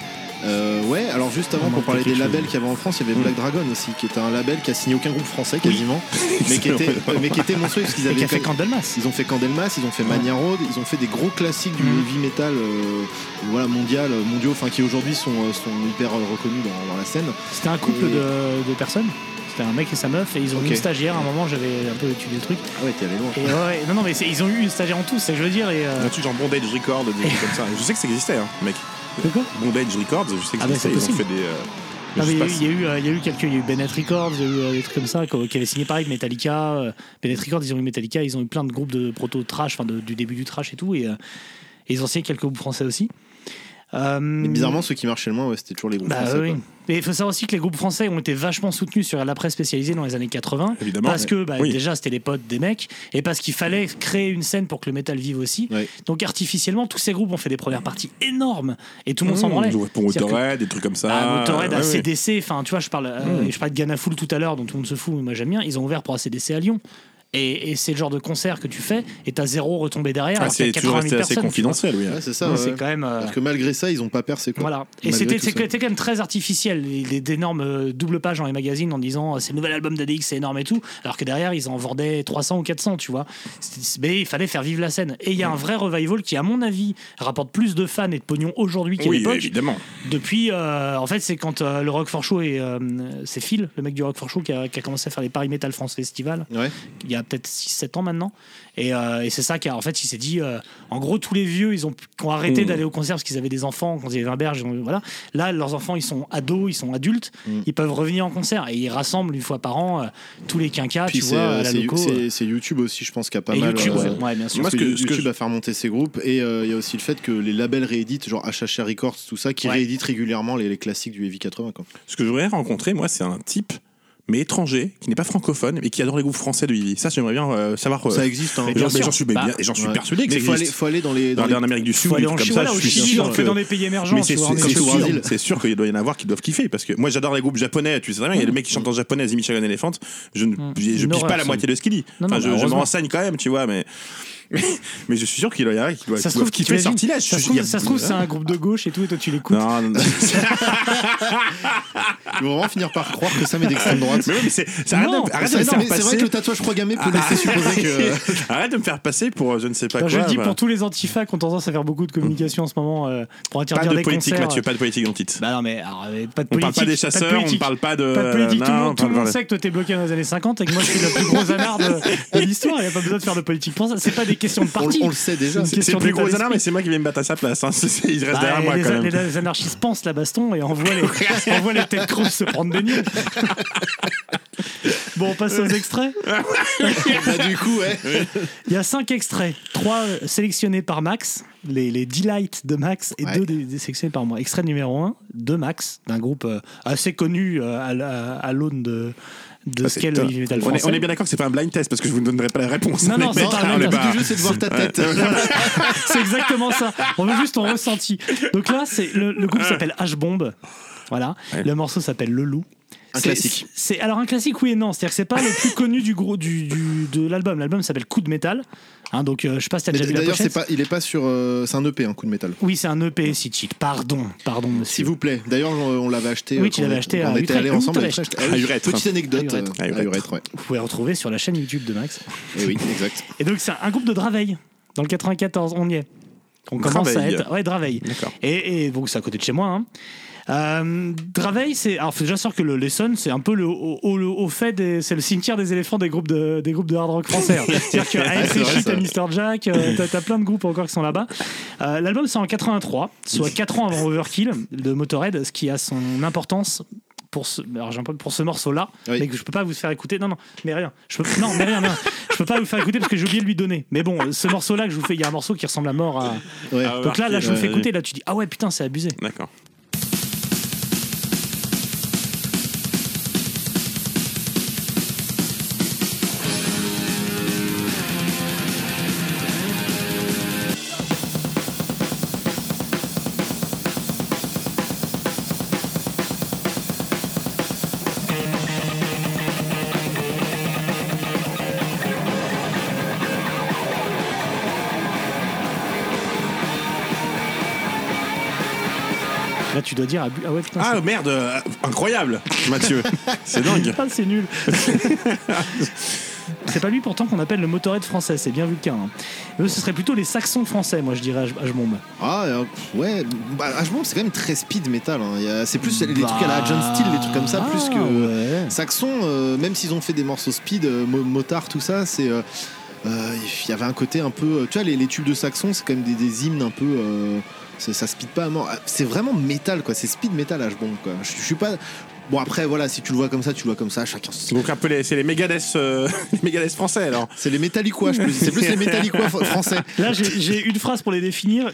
Speaker 3: Euh, ouais, alors juste avant
Speaker 1: On
Speaker 3: pour
Speaker 1: manque
Speaker 3: parler des
Speaker 1: quelque chose. Mm.
Speaker 3: labels qu'il y avait en France, il y avait Black Dragon aussi, qui était un label qui a signé aucun groupe français quasiment, mais, qui était, mais qui était monstrueux parce qu'ils
Speaker 1: Et
Speaker 3: avaient
Speaker 1: qui a fait
Speaker 3: quand-
Speaker 1: Candlemas.
Speaker 3: Ils ont fait Candelmas, ils ont fait Mania Road, ils ont fait des gros classiques du
Speaker 1: Mhm.
Speaker 3: heavy metal euh, voilà, mondial, euh, mondiaux, enfin qui aujourd'hui sont, euh, sont hyper euh, reconnus dans, dans la scène.
Speaker 1: C'était un couple
Speaker 3: Et-
Speaker 1: de, de personnes. C'était un mec et sa meuf et ils ont eu
Speaker 3: Ok.
Speaker 1: une stagiaire. À un moment, j'avais un peu étudié le truc.
Speaker 3: Ah ouais, t'es allé loin.
Speaker 1: Et ouais, non, non, mais c'est- ils ont eu une stagiaire en tout, c'est je veux dire. Et, euh,
Speaker 2: Un truc genre Bondage Records, des trucs comme ça. Je sais que ça existait, hein, mec.
Speaker 1: de quoi
Speaker 2: Bondage Records, je sais que ça
Speaker 1: Ah, bah, c'est
Speaker 2: existait. Ils ont
Speaker 1: possible.
Speaker 2: fait des. euh,
Speaker 1: Non,
Speaker 2: je
Speaker 1: mais il
Speaker 2: sais
Speaker 1: y a
Speaker 2: pas
Speaker 1: eu-
Speaker 2: si-
Speaker 1: il y, a eu, euh, il y a eu quelques. Il y a eu Bennett Records, il y a eu euh, des trucs comme ça quoi, qui avaient signé pareil avec Metallica. euh, Bennett Records, ils ont eu Metallica, ils ont eu plein de groupes de proto-trash, enfin de- du début du trash et tout. Et, euh, et ils ont signé quelques groupes français aussi. Euh,
Speaker 3: Mais bizarrement, ceux qui marchaient le moins, ouais, c'était toujours les groupes
Speaker 1: Bah
Speaker 3: français.
Speaker 1: oui.
Speaker 3: quoi.
Speaker 1: Et il faut savoir aussi que les groupes français ont été vachement soutenus sur la presse spécialisée dans les années 80.
Speaker 2: Évidemment.
Speaker 1: Parce que bah,
Speaker 2: Oui.
Speaker 1: déjà c'était les potes des mecs et parce qu'il fallait créer une scène pour que le métal vive aussi.
Speaker 3: Ouais.
Speaker 1: Donc artificiellement tous ces groupes ont fait des premières parties énormes et tout le monde s'en
Speaker 2: Mmh,
Speaker 1: branlait.
Speaker 2: ils jouaient Pour
Speaker 1: C'est-à-dire que-
Speaker 2: Motorhead, ah, des trucs comme ça.
Speaker 1: bah, Motorhead,
Speaker 2: Ouais, ouais.
Speaker 1: ACDC, enfin tu vois, je parle,
Speaker 2: Mmh.
Speaker 1: euh, je parlais de Ghana Full tout à l'heure, dont tout le monde se fout, mais moi j'aime bien. Ils ont ouvert pour ACDC à Lyon. Et, et c'est le genre de concert que tu fais et t'as zéro retombée derrière.
Speaker 2: Ah,
Speaker 1: alors qu'il y
Speaker 2: c'est
Speaker 1: a
Speaker 2: toujours
Speaker 1: 80 000
Speaker 2: resté assez
Speaker 1: personnes, tu vois.
Speaker 2: confidentiel, oui. hein.
Speaker 3: Ouais, c'est ça.
Speaker 1: Non,
Speaker 3: ouais.
Speaker 1: C'est quand même. euh,
Speaker 3: Parce que malgré ça, ils ont pas percé quoi.
Speaker 1: voilà. Et
Speaker 3: Malgré
Speaker 1: c'était
Speaker 3: tout ça.
Speaker 1: c'était quand même très artificiel, les- les- d'énormes euh, doubles pages dans les magazines en disant euh, c'est le nouvel album d'ADX, c'est énorme et tout, alors que derrière ils en vendaient 300 ou 400, tu vois. C'était- Mais il fallait faire vivre la scène. Et il y a un vrai revival qui, à mon avis, rapporte plus de fans et de pognon aujourd'hui qu'à
Speaker 2: Oui,
Speaker 1: l'époque.
Speaker 2: évidemment.
Speaker 1: Depuis, euh, en fait, c'est quand euh, le Rock for Show et euh, c'est Phil, le mec du Rock for Show, qui a, qui a commencé à faire les Paris Metal France Festival
Speaker 3: Ouais.
Speaker 1: il y a peut-être 6-7 ans maintenant. Et, euh, et c'est ça qui a, en fait, il s'est dit, euh, en gros, tous les vieux, ils ont, qui ont arrêté
Speaker 2: Mm.
Speaker 1: d'aller au concert parce qu'ils avaient des enfants, quand ils avaient un berge, ils ont- voilà. Là, leurs enfants, ils sont ados, ils sont adultes,
Speaker 3: Mm.
Speaker 1: ils peuvent revenir en concert et ils rassemblent une fois par an euh, tous les quinquas,
Speaker 3: Puis
Speaker 1: tu
Speaker 3: c'est
Speaker 1: vois, à
Speaker 3: euh,
Speaker 1: la
Speaker 3: c'est-
Speaker 1: loco. euh,
Speaker 3: c'est- c'est YouTube aussi, je pense, qui a pas
Speaker 1: et
Speaker 3: mal.
Speaker 1: YouTube,
Speaker 3: euh,
Speaker 1: ouais, ouais, bien sûr.
Speaker 2: Moi,
Speaker 3: Parce
Speaker 2: ce
Speaker 3: que,
Speaker 2: que- ce que
Speaker 3: YouTube
Speaker 2: je-
Speaker 3: a fait remonter ses groupes et euh, il y a aussi le fait que les labels rééditent, genre HHR Records, tout ça, qui
Speaker 1: Ouais.
Speaker 3: rééditent régulièrement les, les classiques du Heavy 80. Quoi.
Speaker 2: Ce que j'aurais rencontré, moi, c'est un type, mais étranger, qui n'est pas francophone, mais qui adore les groupes français de Ivy. Ça, j'aimerais bien euh, savoir. euh,
Speaker 3: Ça existe, hein.
Speaker 1: Mais bien
Speaker 2: genre, mais
Speaker 1: sûr.
Speaker 2: J'en suis, mais
Speaker 1: Bah,
Speaker 2: bien- et j'en suis
Speaker 3: Ouais.
Speaker 2: persuadé que
Speaker 3: Mais
Speaker 2: ça
Speaker 3: faut aller,
Speaker 2: existe.
Speaker 3: faut aller dans les.
Speaker 2: Dans les- en Amérique du Sud,
Speaker 1: Faut aller
Speaker 2: des
Speaker 1: en
Speaker 2: trucs
Speaker 1: Chine,
Speaker 2: comme
Speaker 1: voilà,
Speaker 2: ça,
Speaker 1: au
Speaker 2: je suis
Speaker 1: Chili,
Speaker 2: sûr
Speaker 1: on le fait
Speaker 2: que-
Speaker 1: dans les pays émergents.
Speaker 2: Mais
Speaker 1: tu
Speaker 2: c'est
Speaker 1: vois, en
Speaker 2: c'est-
Speaker 1: Chine.
Speaker 2: c'est
Speaker 3: au
Speaker 2: sûr,
Speaker 3: Brésil.
Speaker 2: c'est sûr qu'il doit y en avoir qui doivent kiffer parce que moi j'adore les groupes japonais, tu sais très bien, il y a des mecs qui chantent en japonais, Zimi Chagan Elephant, je ne
Speaker 1: Mm.
Speaker 2: je, je
Speaker 1: Une
Speaker 2: pige pas
Speaker 1: horreur,
Speaker 2: la
Speaker 1: ça.
Speaker 2: moitié de ce qu'il dit.
Speaker 1: Non,
Speaker 2: Enfin,
Speaker 1: non,
Speaker 2: je- je me
Speaker 1: heureusement.
Speaker 2: renseigne quand même, tu vois, mais mais je suis sûr qu'il doit y en avoir qui doivent
Speaker 1: Ça se
Speaker 2: qui doivent
Speaker 1: trouve,
Speaker 2: kiffer
Speaker 1: t'imagines
Speaker 2: Sortilège.
Speaker 1: Ça se
Speaker 2: Il y
Speaker 1: trouve,
Speaker 2: a-
Speaker 1: ça se trouve, c'est un groupe de gauche et tout, et toi tu l'écoutes.
Speaker 2: hein. Non, non, non.
Speaker 3: Ils vont vraiment finir par croire que ça met d'extrême droite.
Speaker 2: mais oui, mais c'est c'est- arrête
Speaker 1: Non,
Speaker 2: de-
Speaker 3: Ah,
Speaker 2: arrête de
Speaker 3: ça,
Speaker 2: me
Speaker 3: non, mais
Speaker 2: faire
Speaker 3: c'est vrai
Speaker 2: passer. Ah,
Speaker 3: que le tatouage programmé peut laisser supposer que.
Speaker 2: Arrête de me faire passer pour euh, je ne sais pas
Speaker 1: Non,
Speaker 2: quoi.
Speaker 1: je le dis
Speaker 2: bah.
Speaker 1: pour tous les antifas qui ont tendance à faire beaucoup de communication en ce moment euh, pour
Speaker 2: Pas
Speaker 1: interdire
Speaker 2: de
Speaker 1: les
Speaker 2: politique,
Speaker 1: concerts.
Speaker 2: Mathieu, pas de politique dans le titre.
Speaker 1: Bah non, mais alors, euh, pas de politique.
Speaker 2: On parle pas des
Speaker 1: de
Speaker 2: chasseurs, on
Speaker 1: politique.
Speaker 2: parle pas de.
Speaker 1: Pas de politique, tout le
Speaker 2: Non, on
Speaker 1: monde, tout le
Speaker 2: parle
Speaker 1: monde
Speaker 2: pas de-
Speaker 1: sait que toi t'es bloqué dans les années 50 et que moi je suis le plus gros anard de, de l'histoire. Il n'y a pas besoin de faire de politique pour ça. C'est pas des questions de
Speaker 3: On,
Speaker 1: parti.
Speaker 3: on le sait déjà.
Speaker 1: C'est-
Speaker 2: C'est
Speaker 1: question
Speaker 2: le plus
Speaker 1: d'état
Speaker 2: gros
Speaker 1: d'esprit.
Speaker 2: anard, mais c'est moi qui vais me battre à sa place. hein. C'est- Il reste
Speaker 1: Bah,
Speaker 2: derrière moi
Speaker 1: les,
Speaker 2: quand même.
Speaker 1: les anarchistes pensent la baston et envoient les, envoient les têtes creuses se prendre des nids. bon, on passe aux extraits.
Speaker 3: Bah, du coup, ouais.
Speaker 1: Il y a cinq extraits, trois euh, sélectionnés par Max, les, les Delights de Max et
Speaker 3: Ouais.
Speaker 1: deux des- des sélectionnés par moi. Extrait numéro un de Max, d'un groupe euh, assez connu euh, à, la- à l'aune de, de ce
Speaker 2: Ah, c'est-
Speaker 1: qu'est le
Speaker 2: putain.
Speaker 1: heavy metal
Speaker 2: on, est,
Speaker 1: français.
Speaker 2: on est bien d'accord que c'est pas un blind test parce que je vous ne donnerai pas la réponse.
Speaker 1: Non, non,
Speaker 2: On est
Speaker 1: c'est
Speaker 2: pas-
Speaker 1: pas un
Speaker 2: on est
Speaker 1: blind
Speaker 2: pas-
Speaker 3: Le but du jeu, c'est de voir ta tête.
Speaker 1: C'est exactement ça. On veut juste ton ressenti. Donc là, c'est le, le groupe s'appelle H-Bomb. Voilà. Le morceau s'appelle Le Loup.
Speaker 3: Un
Speaker 1: C'est-
Speaker 3: classique.
Speaker 1: C'est alors un classique oui et non, c'est-à-dire que c'est pas le plus connu du gros du, du- de l'album. L'album s'appelle Coup de métal. Hein, donc euh, je sais pas si t'as
Speaker 3: Mais
Speaker 1: déjà vu la
Speaker 3: D'ailleurs,
Speaker 1: pochette.
Speaker 3: c'est pas, il est pas sur. euh, c'est un EP, un coup de métal.
Speaker 1: Oui, c'est un EP si cheat. Pardon, pardon monsieur.
Speaker 3: S'il vous plaît. D'ailleurs, on, on l'avait acheté.
Speaker 1: Oui,
Speaker 3: euh,
Speaker 1: tu
Speaker 3: quand
Speaker 1: l'avais
Speaker 3: on-
Speaker 1: acheté à
Speaker 3: On était
Speaker 1: Utrecht.
Speaker 3: allés ensemble à
Speaker 1: Utrecht.
Speaker 3: Utrecht.
Speaker 2: À Utrecht.
Speaker 3: Petite anecdote.
Speaker 1: À
Speaker 3: euh,
Speaker 1: Utrecht.
Speaker 2: Ah,
Speaker 3: À Utrecht, ouais.
Speaker 1: Vous pouvez retrouver sur la chaîne YouTube de Max.
Speaker 3: Et oui, exact.
Speaker 1: Et donc c'est un groupe de Draveil dans le 94, on y est. On commence
Speaker 2: Draveil.
Speaker 1: à être ouais Draveil.
Speaker 2: D'accord.
Speaker 1: Et, et donc c'est à côté de chez moi. hein. Euh, Draveil, c'est alors faut déjà savoir que le Lesson, c'est un peu le au, au- le- au fait des- c'est le cimetière des éléphants des groupes de des groupes de hard rock français. hein. C'est-à-dire que AFC
Speaker 3: c'est vrai,
Speaker 1: Shit,
Speaker 3: ça.
Speaker 1: t'as Mr Jack, euh, t'as t'as plein de groupes encore qui sont là-bas. Euh, L'album c'est en 83, soit 4 ans avant Overkill de Motorhead, ce qui a son importance pour ce, alors j'ai un problème pour ce morceau-là,
Speaker 3: Oui.
Speaker 1: mais que je peux pas vous faire écouter. Non, non, mais rien. Je peux, non, mais rien, mais rien. Je peux pas vous faire écouter parce que j'ai oublié de lui donner. Mais bon, euh, ce morceau-là que je vous fais, il y a un morceau qui ressemble à mort à.
Speaker 3: Ouais.
Speaker 2: Ah ouais.
Speaker 1: Donc là, là, je vous le fais
Speaker 3: Ouais, ouais.
Speaker 1: écouter. Là, tu dis, ah ouais, putain, c'est abusé.
Speaker 2: D'accord.
Speaker 1: Là, tu dois dire, ah, bu- ah ouais, putain,
Speaker 2: Ah
Speaker 1: c'est-
Speaker 2: merde, euh, incroyable, Mathieu. c'est dingue.
Speaker 1: Ah, c'est nul. c'est pas lui pourtant qu'on appelle le motorhead français, c'est bien vulcain. hein. Eux, ce serait plutôt les saxons français, moi je dirais à Jmombe.
Speaker 3: Ah euh, ouais, bah, Ashmore, c'est quand même très speed metal. hein. Il y a- C'est plus les
Speaker 1: Bah,
Speaker 3: trucs à la John Steele, les trucs comme ça,
Speaker 1: ah,
Speaker 3: plus que
Speaker 1: ouais.
Speaker 3: Saxon. euh, même s'ils ont fait des morceaux speed, euh, mo- motard, tout ça, c'est euh, euh, il y avait un côté un peu. euh, Tu vois, les, les tubes de Saxon, c'est quand même des, des hymnes un peu. euh, c'est- ça speed pas à mort. Ah, C'est vraiment métal, quoi. C'est speed metal, Ashbomb, quoi. Je, je suis pas. Bon après voilà si tu le vois comme ça tu le vois comme ça chacun son-
Speaker 2: Donc un peu les- c'est les Megadeth, euh, les Megadeth français alors.
Speaker 3: c'est les métallicois je peux dire. c'est plus les métallicois fr- français
Speaker 1: Là, j'ai- j'ai une phrase pour les définir.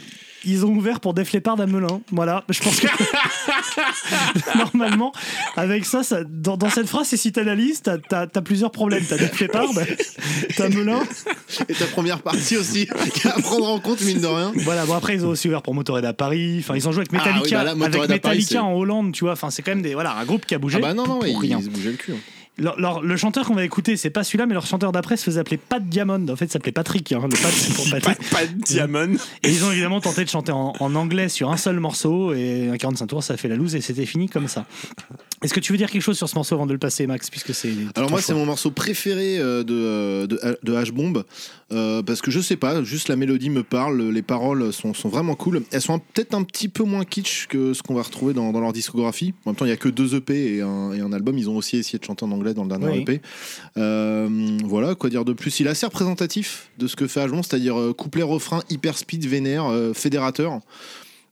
Speaker 1: Ils ont ouvert pour Def Leppard à Melun. Voilà, je pense que. Normalement, avec ça, ça- dans, dans cette phrase, si t'analyses, t'as as, plusieurs problèmes. T'as Def Leppard,
Speaker 3: Ah
Speaker 1: t'as Melun.
Speaker 3: et ta première partie aussi à prendre en compte mine de rien
Speaker 1: Voilà, bon, après, ils ont aussi ouvert pour Motorhead à Paris. Enfin, ils ont joué avec
Speaker 3: Ah oui,
Speaker 1: Metallica,
Speaker 3: bah là, Motorhead
Speaker 1: avec
Speaker 3: à Paris,
Speaker 1: Metallica
Speaker 3: c'est-
Speaker 1: en Hollande, tu vois. Enfin, c'est quand même des, voilà, un groupe qui a bougé.
Speaker 3: ah bah non non
Speaker 1: pour
Speaker 3: ouais, ils,
Speaker 1: rien.
Speaker 3: ils se bougeaient le cul hein.
Speaker 1: Leur- leur- le chanteur qu'on va écouter, c'est pas celui-là, mais leur chanteur d'après se faisait appeler Pat Diamond. En fait, il s'appelait Patrick. hein. Le Pat, c'est pour
Speaker 2: Pas,
Speaker 1: Patrick.
Speaker 2: pas de Diamond.
Speaker 1: Et ils ont évidemment tenté de chanter en, en anglais sur un seul morceau et un 45 tours, ça fait la loose et c'était fini comme ça. Est-ce que tu veux dire quelque chose sur ce morceau avant de le passer, Max Puisque c'est.
Speaker 3: Alors
Speaker 1: ton
Speaker 3: moi
Speaker 1: choix.
Speaker 3: c'est mon morceau préféré euh, de euh, de, de H-Bomb euh, parce que je sais pas, juste la mélodie me parle, les paroles sont, sont vraiment cool. Elles sont un- peut-être un petit peu moins kitsch que ce qu'on va retrouver dans, dans leur discographie. En même temps, il y a que deux EP et un, et un album. Ils ont aussi essayé de chanter en anglais dans le dernier E
Speaker 1: Oui.
Speaker 3: EP. Euh, voilà, quoi dire de plus. Il est assez représentatif de ce que fait H-Bomb, c'est-à-dire euh, couplet, refrain, hyper speed, vénère, euh, fédérateur.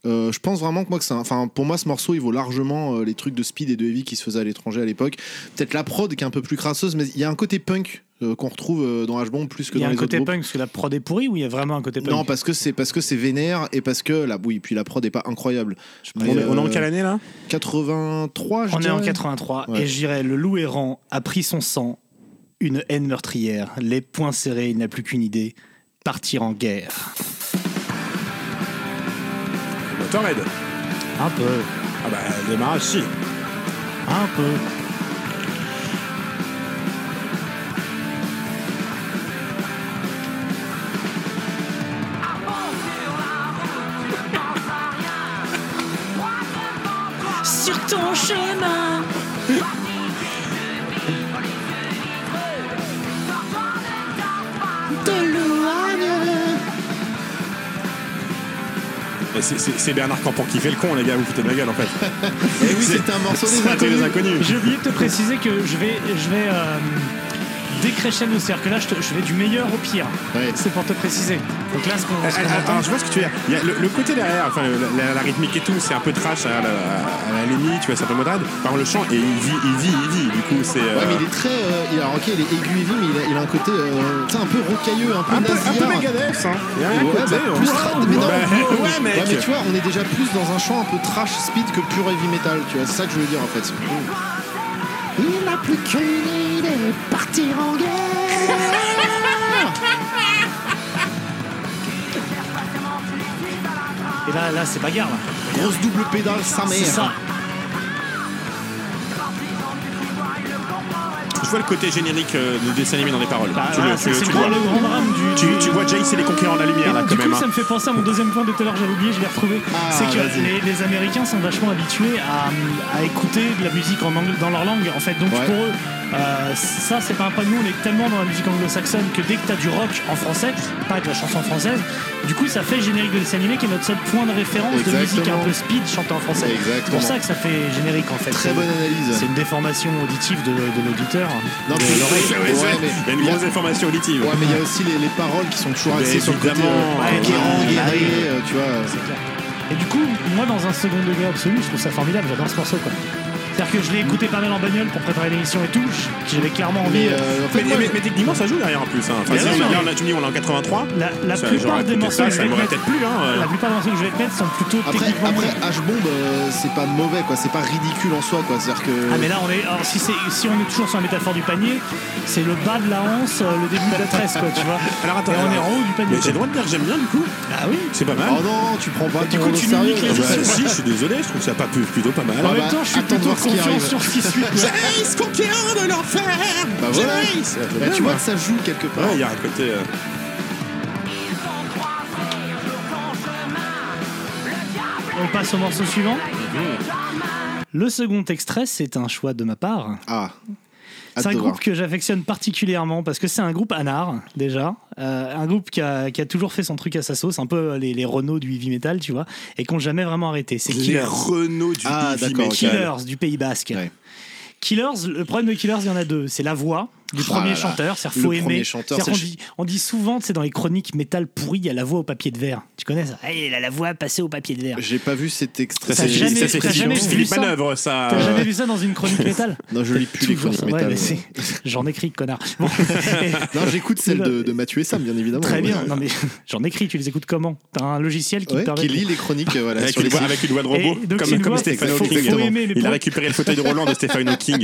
Speaker 3: Euh, je pense vraiment que moi que c'est un- enfin pour moi ce morceau il vaut largement euh, les trucs de speed et de heavy qui se faisaient à l'étranger à l'époque peut-être la prod qui est un peu plus crasseuse mais il y a un côté punk euh, qu'on retrouve euh, dans H-Bomb plus que
Speaker 1: Il y a
Speaker 3: dans
Speaker 1: un
Speaker 3: les
Speaker 1: côté
Speaker 3: autres
Speaker 1: punk
Speaker 3: groupes.
Speaker 1: parce que la prod est pourrie ou il y a vraiment un côté punk
Speaker 3: non parce que c'est parce que c'est vénère et parce que là oui puis la prod est pas incroyable Mais,
Speaker 2: on, est, on est en
Speaker 3: euh,
Speaker 2: quelle année là
Speaker 3: 83 je
Speaker 1: On est en
Speaker 3: dirais.
Speaker 1: 83
Speaker 3: Ouais.
Speaker 1: et je dirais le loup errant a pris son sang, une haine meurtrière, les poings serrés, il n'a plus qu'une idée partir en guerre.
Speaker 2: Motorhead.
Speaker 1: Un peu,
Speaker 2: Ah bah démarrage si.
Speaker 1: un peu.
Speaker 6: sur ton chemin. De l'ouagne.
Speaker 2: Mais c'est- C'est c'est Bernard Campan qui fait le con les gars, vous foutez de la gueule en fait.
Speaker 3: Eh oui c'était un morceau des
Speaker 2: C'est raté les
Speaker 3: inconnus
Speaker 2: inconnus.
Speaker 1: J'ai oublié de te préciser que je vais, je vais euh, décrescendo, c'est-à-dire que là, je, te- je vais du meilleur au pire.
Speaker 3: Ouais.
Speaker 1: C'est pour te préciser. Donc là, ce qu'on
Speaker 2: Ah,
Speaker 1: ce
Speaker 2: ah,
Speaker 1: qu'on
Speaker 2: ah,
Speaker 1: entend-
Speaker 2: Alors, je vois ce que tu veux dire. Il y a le, le côté derrière, enfin, la, la- la rythmique et tout, c'est un peu trash à la, à la limite, tu vois, c'est un peu moderne. Par le chant, et il vit, il vit, il vit. Du coup, c'est. euh,
Speaker 3: Ouais, mais il est très. euh, il a, ok, il est aigu et vif, mais il a, il a un côté. euh, tu sais, un peu rocailleux, un peu
Speaker 2: un peu, un peu
Speaker 3: nasillard.
Speaker 2: Megadeth, hein. Il y a un
Speaker 3: Ouais,
Speaker 2: côté.
Speaker 3: bah,
Speaker 2: hein.
Speaker 3: plus trad, mais non,
Speaker 2: Bah,
Speaker 3: mais-
Speaker 2: ouais, mec.
Speaker 3: Ouais, mais tu vois, on est déjà plus dans un champ un peu trash speed que pur heavy metal, tu vois, c'est ça que je veux dire en fait.
Speaker 6: Il n'a plus qu'une idée, partir en guerre.
Speaker 1: Et là, là c'est bagarre. Là.
Speaker 3: Grosse double pédale, sa mère.
Speaker 1: C'est ça.
Speaker 3: euh,
Speaker 2: Je vois le côté générique euh, du dessin animé dans les paroles.
Speaker 1: Bah,
Speaker 2: Tu
Speaker 1: voilà,
Speaker 2: le-
Speaker 1: c'est
Speaker 2: tu le-
Speaker 1: c'est
Speaker 2: tu
Speaker 1: le,
Speaker 2: le vois.
Speaker 1: grand- le grand drame du.
Speaker 2: Tu, tu vois Jace et les conquérants de la lumière là
Speaker 1: du
Speaker 2: quand
Speaker 1: coup,
Speaker 2: même. hein.
Speaker 1: ça me fait penser à mon deuxième point de tout à l'heure, j'avais oublié, je l'ai retrouvé.
Speaker 3: Ah,
Speaker 1: c'est que
Speaker 3: vas-y.
Speaker 1: les, les Américains sont vachement habitués à, à écouter de la musique en anglais- dans leur langue. En fait, donc
Speaker 3: Ouais.
Speaker 1: pour eux, euh, ça, c'est pas un panneau. On est tellement dans la musique anglo-saxonne que dès que t'as du rock en français, pas de la chanson française, du coup, ça fait générique de dessin animé qui est notre seul point de référence de musique
Speaker 3: Exactement.
Speaker 1: un peu speed chantée en français. C'est
Speaker 3: Exactement.
Speaker 1: pour ça que ça fait générique en fait.
Speaker 3: Très
Speaker 1: C'est-
Speaker 3: bonne analyse.
Speaker 1: C'est une déformation auditive de, de l'auditeur.
Speaker 3: Non,
Speaker 1: De
Speaker 3: mais-
Speaker 1: l'oreille.
Speaker 2: hein. Ouais, ouais,
Speaker 3: Ouais,
Speaker 2: ouais.
Speaker 3: mais-
Speaker 2: Il y a une grosse information auditive.
Speaker 3: Ouais, mais il y a aussi les, les paroles qui sont toujours
Speaker 2: Mais
Speaker 3: axées sur le côté.
Speaker 2: évidemment,
Speaker 3: euh,
Speaker 1: ouais,
Speaker 3: conquérant,
Speaker 1: ouais,
Speaker 3: guerrier,
Speaker 1: ouais.
Speaker 3: euh, tu vois.
Speaker 1: C'est clair. Et du coup, moi, dans un second degré absolu, je trouve ça formidable. J'adore ce morceau. Quoi. C'est-à-dire que je l'ai écouté pas mal en bagnole pour préparer l'émission et tout. je- J'avais clairement envie.
Speaker 3: Mais, euh, en fait,
Speaker 2: Mais,
Speaker 3: moi,
Speaker 2: mais- mais techniquement, ça joue derrière en plus. hein. Enfin,
Speaker 1: Bien
Speaker 2: si on
Speaker 1: sûr.
Speaker 2: a- là, on a, tu me dis, on est en 83.
Speaker 1: La, la
Speaker 2: Ça,
Speaker 1: plupart
Speaker 2: j'aurais
Speaker 1: des
Speaker 2: écouté
Speaker 1: morceaux
Speaker 2: ça,
Speaker 1: que je
Speaker 2: ça
Speaker 1: vais te
Speaker 2: m'aurait
Speaker 1: mettre-
Speaker 2: peut-être plu, hein.
Speaker 1: la plupart des morceaux que je vais te mettre sont plutôt
Speaker 3: Après,
Speaker 1: techniquement.
Speaker 3: après H-Bomb, euh, c'est pas mauvais, quoi. C'est pas ridicule en soi, quoi. C'est-à-dire que.
Speaker 1: Ah mais là on est alors si c'est si on est toujours sur la métaphore du panier, c'est le bas de la hanse, euh, le début de la tresse quoi, tu vois.
Speaker 2: Alors attends,
Speaker 1: Et on
Speaker 2: alors-
Speaker 1: est en haut du
Speaker 2: Mais
Speaker 1: panier.
Speaker 2: j'ai le droit de dire que j'aime bien du coup.
Speaker 1: Ah oui.
Speaker 2: C'est pas mal.
Speaker 3: Oh non, tu prends pas
Speaker 1: Du coup,
Speaker 3: ton rôle au
Speaker 1: tu
Speaker 3: sérieux.
Speaker 1: niques les
Speaker 3: Ah
Speaker 2: Bah,
Speaker 3: bah,
Speaker 2: si, je suis désolé, je trouve ça pas plus, plutôt pas mal.
Speaker 1: en
Speaker 3: bah,
Speaker 1: même temps, je suis
Speaker 3: attends de
Speaker 1: plutôt
Speaker 3: voir ce qui
Speaker 1: confiant
Speaker 3: arrive.
Speaker 1: sur ce qui suit. quoi.
Speaker 2: Jace, conquérant de l'enfer
Speaker 3: bah voilà.
Speaker 2: Jace
Speaker 3: Bah,
Speaker 2: Bien,
Speaker 3: tu vois
Speaker 2: moi.
Speaker 3: que ça joue quelque part.
Speaker 2: Ouais, il y a un côté. euh,
Speaker 1: On passe au morceau suivant.
Speaker 2: Bah,
Speaker 1: Le second extrait, c'est un choix de ma part.
Speaker 3: Ah.
Speaker 1: C'est
Speaker 3: Hâte
Speaker 1: un
Speaker 3: de
Speaker 1: groupe
Speaker 3: voir.
Speaker 1: que j'affectionne particulièrement parce que c'est un groupe anard déjà, Euh, un groupe qui a, qui a toujours fait son truc à sa sauce, un peu euh, les, les Renault du heavy metal, tu vois, et qui n'ont jamais vraiment arrêté. C'est
Speaker 2: Les
Speaker 1: Killers.
Speaker 2: Renault du
Speaker 3: Ah,
Speaker 2: heavy
Speaker 3: d'accord,
Speaker 2: metal.
Speaker 1: Killers du Pays Basque.
Speaker 3: Ouais.
Speaker 1: Killers, le problème de Killers, il y en a deux. C'est la voix du
Speaker 3: Ah
Speaker 1: premier
Speaker 3: là là.
Speaker 1: chanteur, c'est
Speaker 3: Le
Speaker 1: faut
Speaker 3: premier
Speaker 1: aimer.
Speaker 3: chanteur,
Speaker 1: C'est-à-dire
Speaker 3: c'est
Speaker 1: qu'on
Speaker 3: le
Speaker 1: dit, on dit souvent, c'est dans les chroniques métal pourri, il y a la voix au papier de verre. Tu connais ça Ah, Il a la voix passée au papier de verre.
Speaker 3: J'ai pas vu cet extrait.
Speaker 2: Ça,
Speaker 1: T'as
Speaker 2: c'est
Speaker 1: jamais-
Speaker 2: ça,
Speaker 1: t'as
Speaker 2: c'est
Speaker 1: jamais
Speaker 2: Philippe,
Speaker 1: vu
Speaker 2: Philippe
Speaker 1: ça
Speaker 2: Manœuvre, ça.
Speaker 1: T'as
Speaker 2: euh,
Speaker 1: jamais vu ça dans une chronique métal
Speaker 3: Non, je lis Ah. plus les
Speaker 1: Toujours.
Speaker 3: chroniques
Speaker 1: Ouais,
Speaker 3: métal.
Speaker 1: mais c'est- J'en écris, connard. Bon.
Speaker 3: Non, j'écoute celle de, de Mathieu et Sam, bien évidemment.
Speaker 1: Très bien.
Speaker 3: Ah Ouais.
Speaker 1: Non mais j'en écris. Tu les écoutes comment T'as un logiciel qui te
Speaker 3: Ouais,
Speaker 1: permet.
Speaker 3: qui lit les chroniques euh, voilà,
Speaker 2: Avec
Speaker 3: sur
Speaker 2: une,
Speaker 3: les
Speaker 2: voix,
Speaker 3: sites.
Speaker 2: avec une voix de robot,
Speaker 1: Et donc, c'est
Speaker 2: comme,
Speaker 1: une
Speaker 2: comme
Speaker 1: voix-
Speaker 2: Stephen
Speaker 1: Exactement.
Speaker 2: Hawking.
Speaker 1: Faut aimer les
Speaker 2: Il a
Speaker 1: points.
Speaker 2: récupéré le fauteuil de Roland de Stephen Hawking.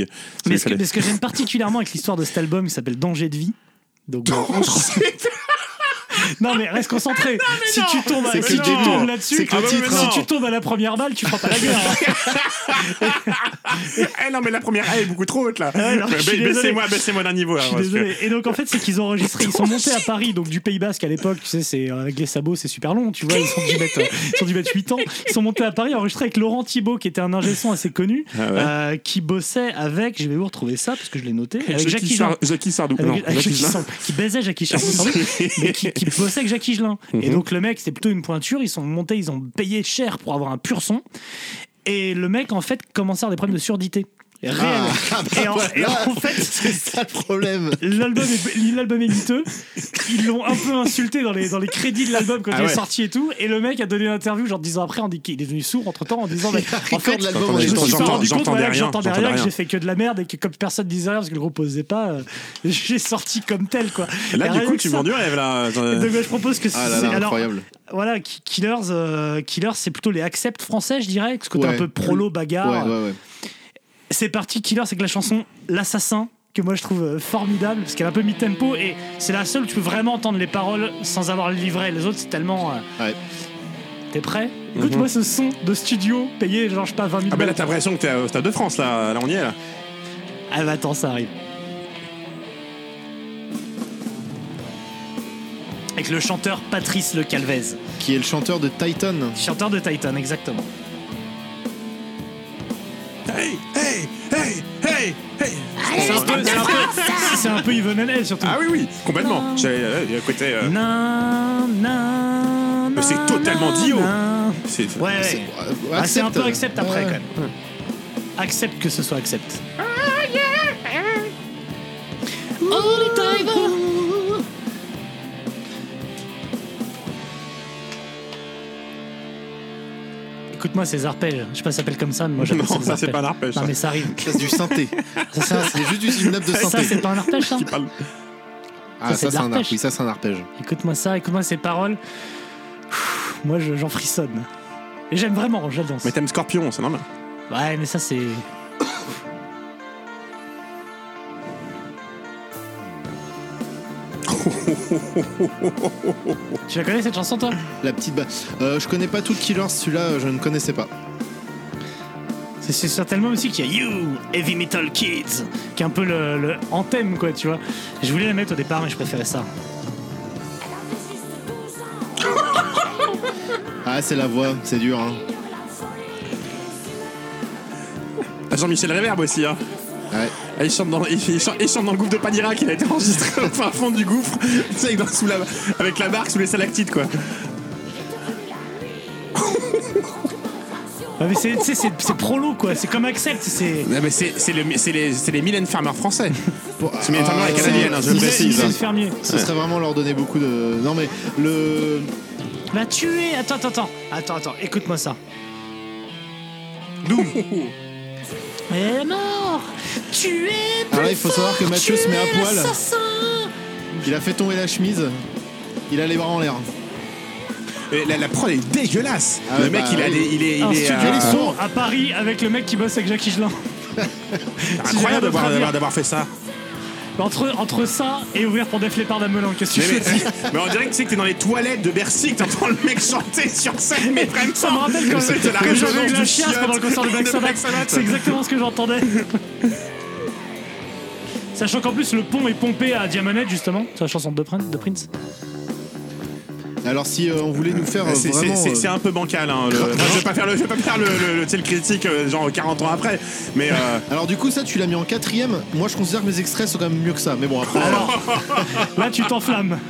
Speaker 1: Mais
Speaker 2: C'est
Speaker 1: ce, que, mais ce que j'aime particulièrement avec l'histoire de cet album qui s'appelle Danger de vie. Donc, bon. non mais reste concentré. si tu tombes,
Speaker 3: C'est
Speaker 1: si
Speaker 3: que
Speaker 1: tu
Speaker 3: le
Speaker 1: tombes
Speaker 3: titre.
Speaker 1: là-dessus, bah,
Speaker 3: C'est que
Speaker 2: Ah,
Speaker 3: le
Speaker 2: mais
Speaker 3: titre. hein.
Speaker 2: non.
Speaker 1: si tu tombes à la première balle, tu feras pas la guerre. hein.
Speaker 2: Eh non, mais la première, elle est beaucoup trop haute là.
Speaker 1: Ouais, non, je suis
Speaker 2: Ba-
Speaker 1: désolé.
Speaker 2: Baissez-moi baissez-moi d'un niveau.
Speaker 1: Je
Speaker 2: là,
Speaker 1: suis
Speaker 2: parce que-
Speaker 1: désolé. Et donc en fait, c'est qu'ils ont enregistré. Ils sont montés à Paris, donc du Pays Basque à l'époque. Tu sais, c'est euh, avec les sabots, c'est super long. Tu vois, ils sont dû mettre, euh, ils ont dû mettre 8 ans. Ils sont montés à Paris, enregistrés avec Laurent Thibault, qui était un ingé son assez connu,
Speaker 2: Ah ouais.
Speaker 1: euh, qui bossait avec. Je vais vous retrouver ça parce que je l'ai noté. Avec Jackie
Speaker 2: Jackie
Speaker 1: Jean.
Speaker 2: Sar- Jackie Sardou.
Speaker 1: avec-
Speaker 2: Non,
Speaker 1: avec
Speaker 2: Jackie
Speaker 1: Jackie
Speaker 2: Sardou.
Speaker 1: Chan, qui baisait Jackie Chan, sans doute, mais qui, qui bossait avec Jackie Gelin. Et
Speaker 2: Mhm.
Speaker 1: donc le mec, c'était plutôt une pointure. Ils sont montés, ils ont payé cher pour avoir un pur son. Et le mec, en fait, commençait à avoir des problèmes de surdité. Réel. et, en, et en fait,
Speaker 3: C'est ça le problème.
Speaker 1: L'album est, l'album est miteux. Ils l'ont un peu insulté dans les, dans les crédits de l'album quand
Speaker 2: Ah
Speaker 1: il
Speaker 2: ouais.
Speaker 1: est sorti et tout. Et le mec a donné une interview, genre 10 ans après, on dit qu'il est devenu sourd entre temps en disant mais, En
Speaker 3: Record
Speaker 1: fait,
Speaker 3: de l'album
Speaker 2: Attends,
Speaker 3: en
Speaker 1: je me
Speaker 3: étant
Speaker 1: suis pas
Speaker 2: J'entends-
Speaker 1: rendu compte
Speaker 2: j'entendais
Speaker 1: voilà, que
Speaker 2: rien,
Speaker 1: j'entendais
Speaker 2: j'entendais
Speaker 1: rien, que
Speaker 2: rien.
Speaker 1: j'ai fait que de la merde et que comme personne disait rien parce que le groupe osait pas, euh, j'ai sorti comme tel quoi. Et
Speaker 2: Là, du
Speaker 1: rien
Speaker 2: coup,
Speaker 1: que
Speaker 2: tu euh,
Speaker 1: ça.
Speaker 2: vends du rêve là.
Speaker 1: Et Donc, je propose que
Speaker 3: Ah là là,
Speaker 1: alors,
Speaker 3: incroyable.
Speaker 1: voilà, Ki- Killers, euh, Killers, c'est plutôt les acceptes français, je dirais, parce que t'es
Speaker 3: Ouais.
Speaker 1: un peu prolo bagarre.
Speaker 3: Ouais, ouais, ouais.
Speaker 1: euh,
Speaker 3: Ouais.
Speaker 1: euh, t'es prêt écoute-moi ce son de studio payé genre je sais pas 20 000
Speaker 2: Ah, ben là,
Speaker 1: balles
Speaker 2: t'as l'impression que t'es au Stade de France là. Là, on y est là.
Speaker 1: ah bah attends ça arrive avec le chanteur Patrice Le Calvez
Speaker 3: Qui est le chanteur de Titan.
Speaker 1: chanteur de Titan exactement
Speaker 2: Hey, hey, hey, hey, hey.
Speaker 1: c'est un peu c'est un
Speaker 6: Ah,
Speaker 1: peu- c'est un peu Yvonne Halley, surtout
Speaker 2: Ah oui, oui, complètement. J'avais, euh, Il y a un côté. euh,
Speaker 1: Nan, nan,
Speaker 2: Mais c'est
Speaker 1: nan,
Speaker 2: totalement
Speaker 1: nan,
Speaker 2: Dio.
Speaker 1: nan.
Speaker 2: c'est-
Speaker 1: Ouais, ouais.
Speaker 3: C'est- euh,
Speaker 1: Ah, c'est un peu accepte après
Speaker 3: Ouais. Hum.
Speaker 1: quand même. Accepte que ce soit accepte. Écoute-moi ces arpèges. Je sais pas si ça s'appelle comme ça, mais moi j'appelle
Speaker 2: Non,
Speaker 1: des
Speaker 2: ça, c'est
Speaker 1: arpèges.
Speaker 2: pas un arpège,
Speaker 1: Non,
Speaker 2: ça.
Speaker 1: mais ça arrive.
Speaker 3: Ça, C'est du synthé.
Speaker 1: Ça,
Speaker 3: Ça, c'est juste du synapse de
Speaker 1: ça,
Speaker 3: synthé.
Speaker 1: c'est pas un arpège ça
Speaker 2: Qui parle.
Speaker 3: ah,
Speaker 1: c'est
Speaker 3: ça,
Speaker 1: de
Speaker 3: c'est un arpège.
Speaker 1: l'arpège.
Speaker 3: Oui, ça, c'est un arpège.
Speaker 1: Écoute-moi ça, écoute-moi ces paroles. Pfff, Moi je- j'en frissonne. Et j'aime vraiment, je la danse.
Speaker 2: Mais t'aimes Scorpion, c'est normal.
Speaker 1: Ouais, mais ça c'est. tu la connais cette chanson toi
Speaker 3: La petite. ba- Euh, je connais pas tout Killers, celui-là, euh, je ne connaissais pas.
Speaker 1: C'est c'est certainement aussi qu'il y a You, Heavy Metal Kids, qui est un peu le, le anthème quoi, tu vois. Je voulais la mettre au départ, mais je préférais ça.
Speaker 3: Ah, c'est la voix, c'est dur. Hein.
Speaker 2: Ah, Jean-Michel Réverb aussi, hein.
Speaker 3: Ouais.
Speaker 2: Ah, il, chante dans, il, il chante, il chante dans le gouffre de Panira qu'il a été enregistré au fin fond du gouffre, tu sais, avec, dans- sous la, avec la barque sous les salactites, quoi.
Speaker 1: Ouais, mais c'est tu sais, c'est- c'est prolo quoi, c'est comme Accept, c'est.
Speaker 2: Non, mais c'est c'est le, c'est les, c'est les Mylène Farmer français. C'est Mylène Farmer
Speaker 3: Ah,
Speaker 2: est
Speaker 3: c'est-
Speaker 2: canadienne, hein, je
Speaker 3: c'est-
Speaker 2: le
Speaker 1: C'est
Speaker 2: précise.
Speaker 1: le
Speaker 2: hein.
Speaker 1: fermier.
Speaker 3: Ce serait vraiment leur donner beaucoup de. Non, mais le.
Speaker 1: La tuer
Speaker 2: Oh,
Speaker 1: Attends, attends, attends, attends, attends, écoute-moi ça.
Speaker 6: est mort. Tu es
Speaker 3: Ah ouais, il faut savoir que Mathieu se met à poil.
Speaker 6: l'assassin.
Speaker 3: Il a fait tomber la chemise. Il a les bras en l'air.
Speaker 2: Et Euh, la, la prod est dégueulasse.
Speaker 3: Ah
Speaker 2: le
Speaker 3: ouais,
Speaker 2: mec,
Speaker 3: bah
Speaker 2: il, a
Speaker 3: oui.
Speaker 2: des- il est, il
Speaker 1: Un
Speaker 2: est,
Speaker 1: studio
Speaker 2: euh,
Speaker 1: Lisso à Paris avec le mec qui bosse avec Jacques Higelin. Traduire.
Speaker 2: incroyable d'avoir- d'avoir d'avoir fait ça.
Speaker 1: Entre, entre ça et ouvrir pour Def Leppard à Melun, qu'est-ce que
Speaker 2: Mais,
Speaker 1: tu fais
Speaker 2: mais- mais on dirait que tu sais que t'es dans les toilettes de Bercy, que t'entends le mec chanter sur scène, mais vraiment.
Speaker 1: Ça me rappelle quand,
Speaker 2: C'est la
Speaker 1: quand j'avais eu
Speaker 2: résonance
Speaker 1: la
Speaker 2: du
Speaker 1: chiasse
Speaker 2: chiotte
Speaker 1: pendant le concert de Black Sabbath.
Speaker 2: Sabbath.
Speaker 1: C'est exactement ce que j'entendais. Sachant qu'en plus le pont est pompé à Diamonhead justement, sur la chanson de Prince. De Prince.
Speaker 3: Alors si euh, on voulait nous faire euh,
Speaker 2: Bah, C'est- C'est
Speaker 3: vraiment.
Speaker 2: c'est-
Speaker 3: euh,
Speaker 2: c'est un peu bancal. Hein, le- Moi, je vais pas faire le, je vais pas faire le, le- le- tu sais, le critique euh, genre 40 ans après. Mais euh,
Speaker 3: Alors du coup ça tu l'as mis en quatrième. Moi je considère que mes extraits sont quand même mieux que ça. Mais bon après.
Speaker 1: Alors, là tu t'enflammes.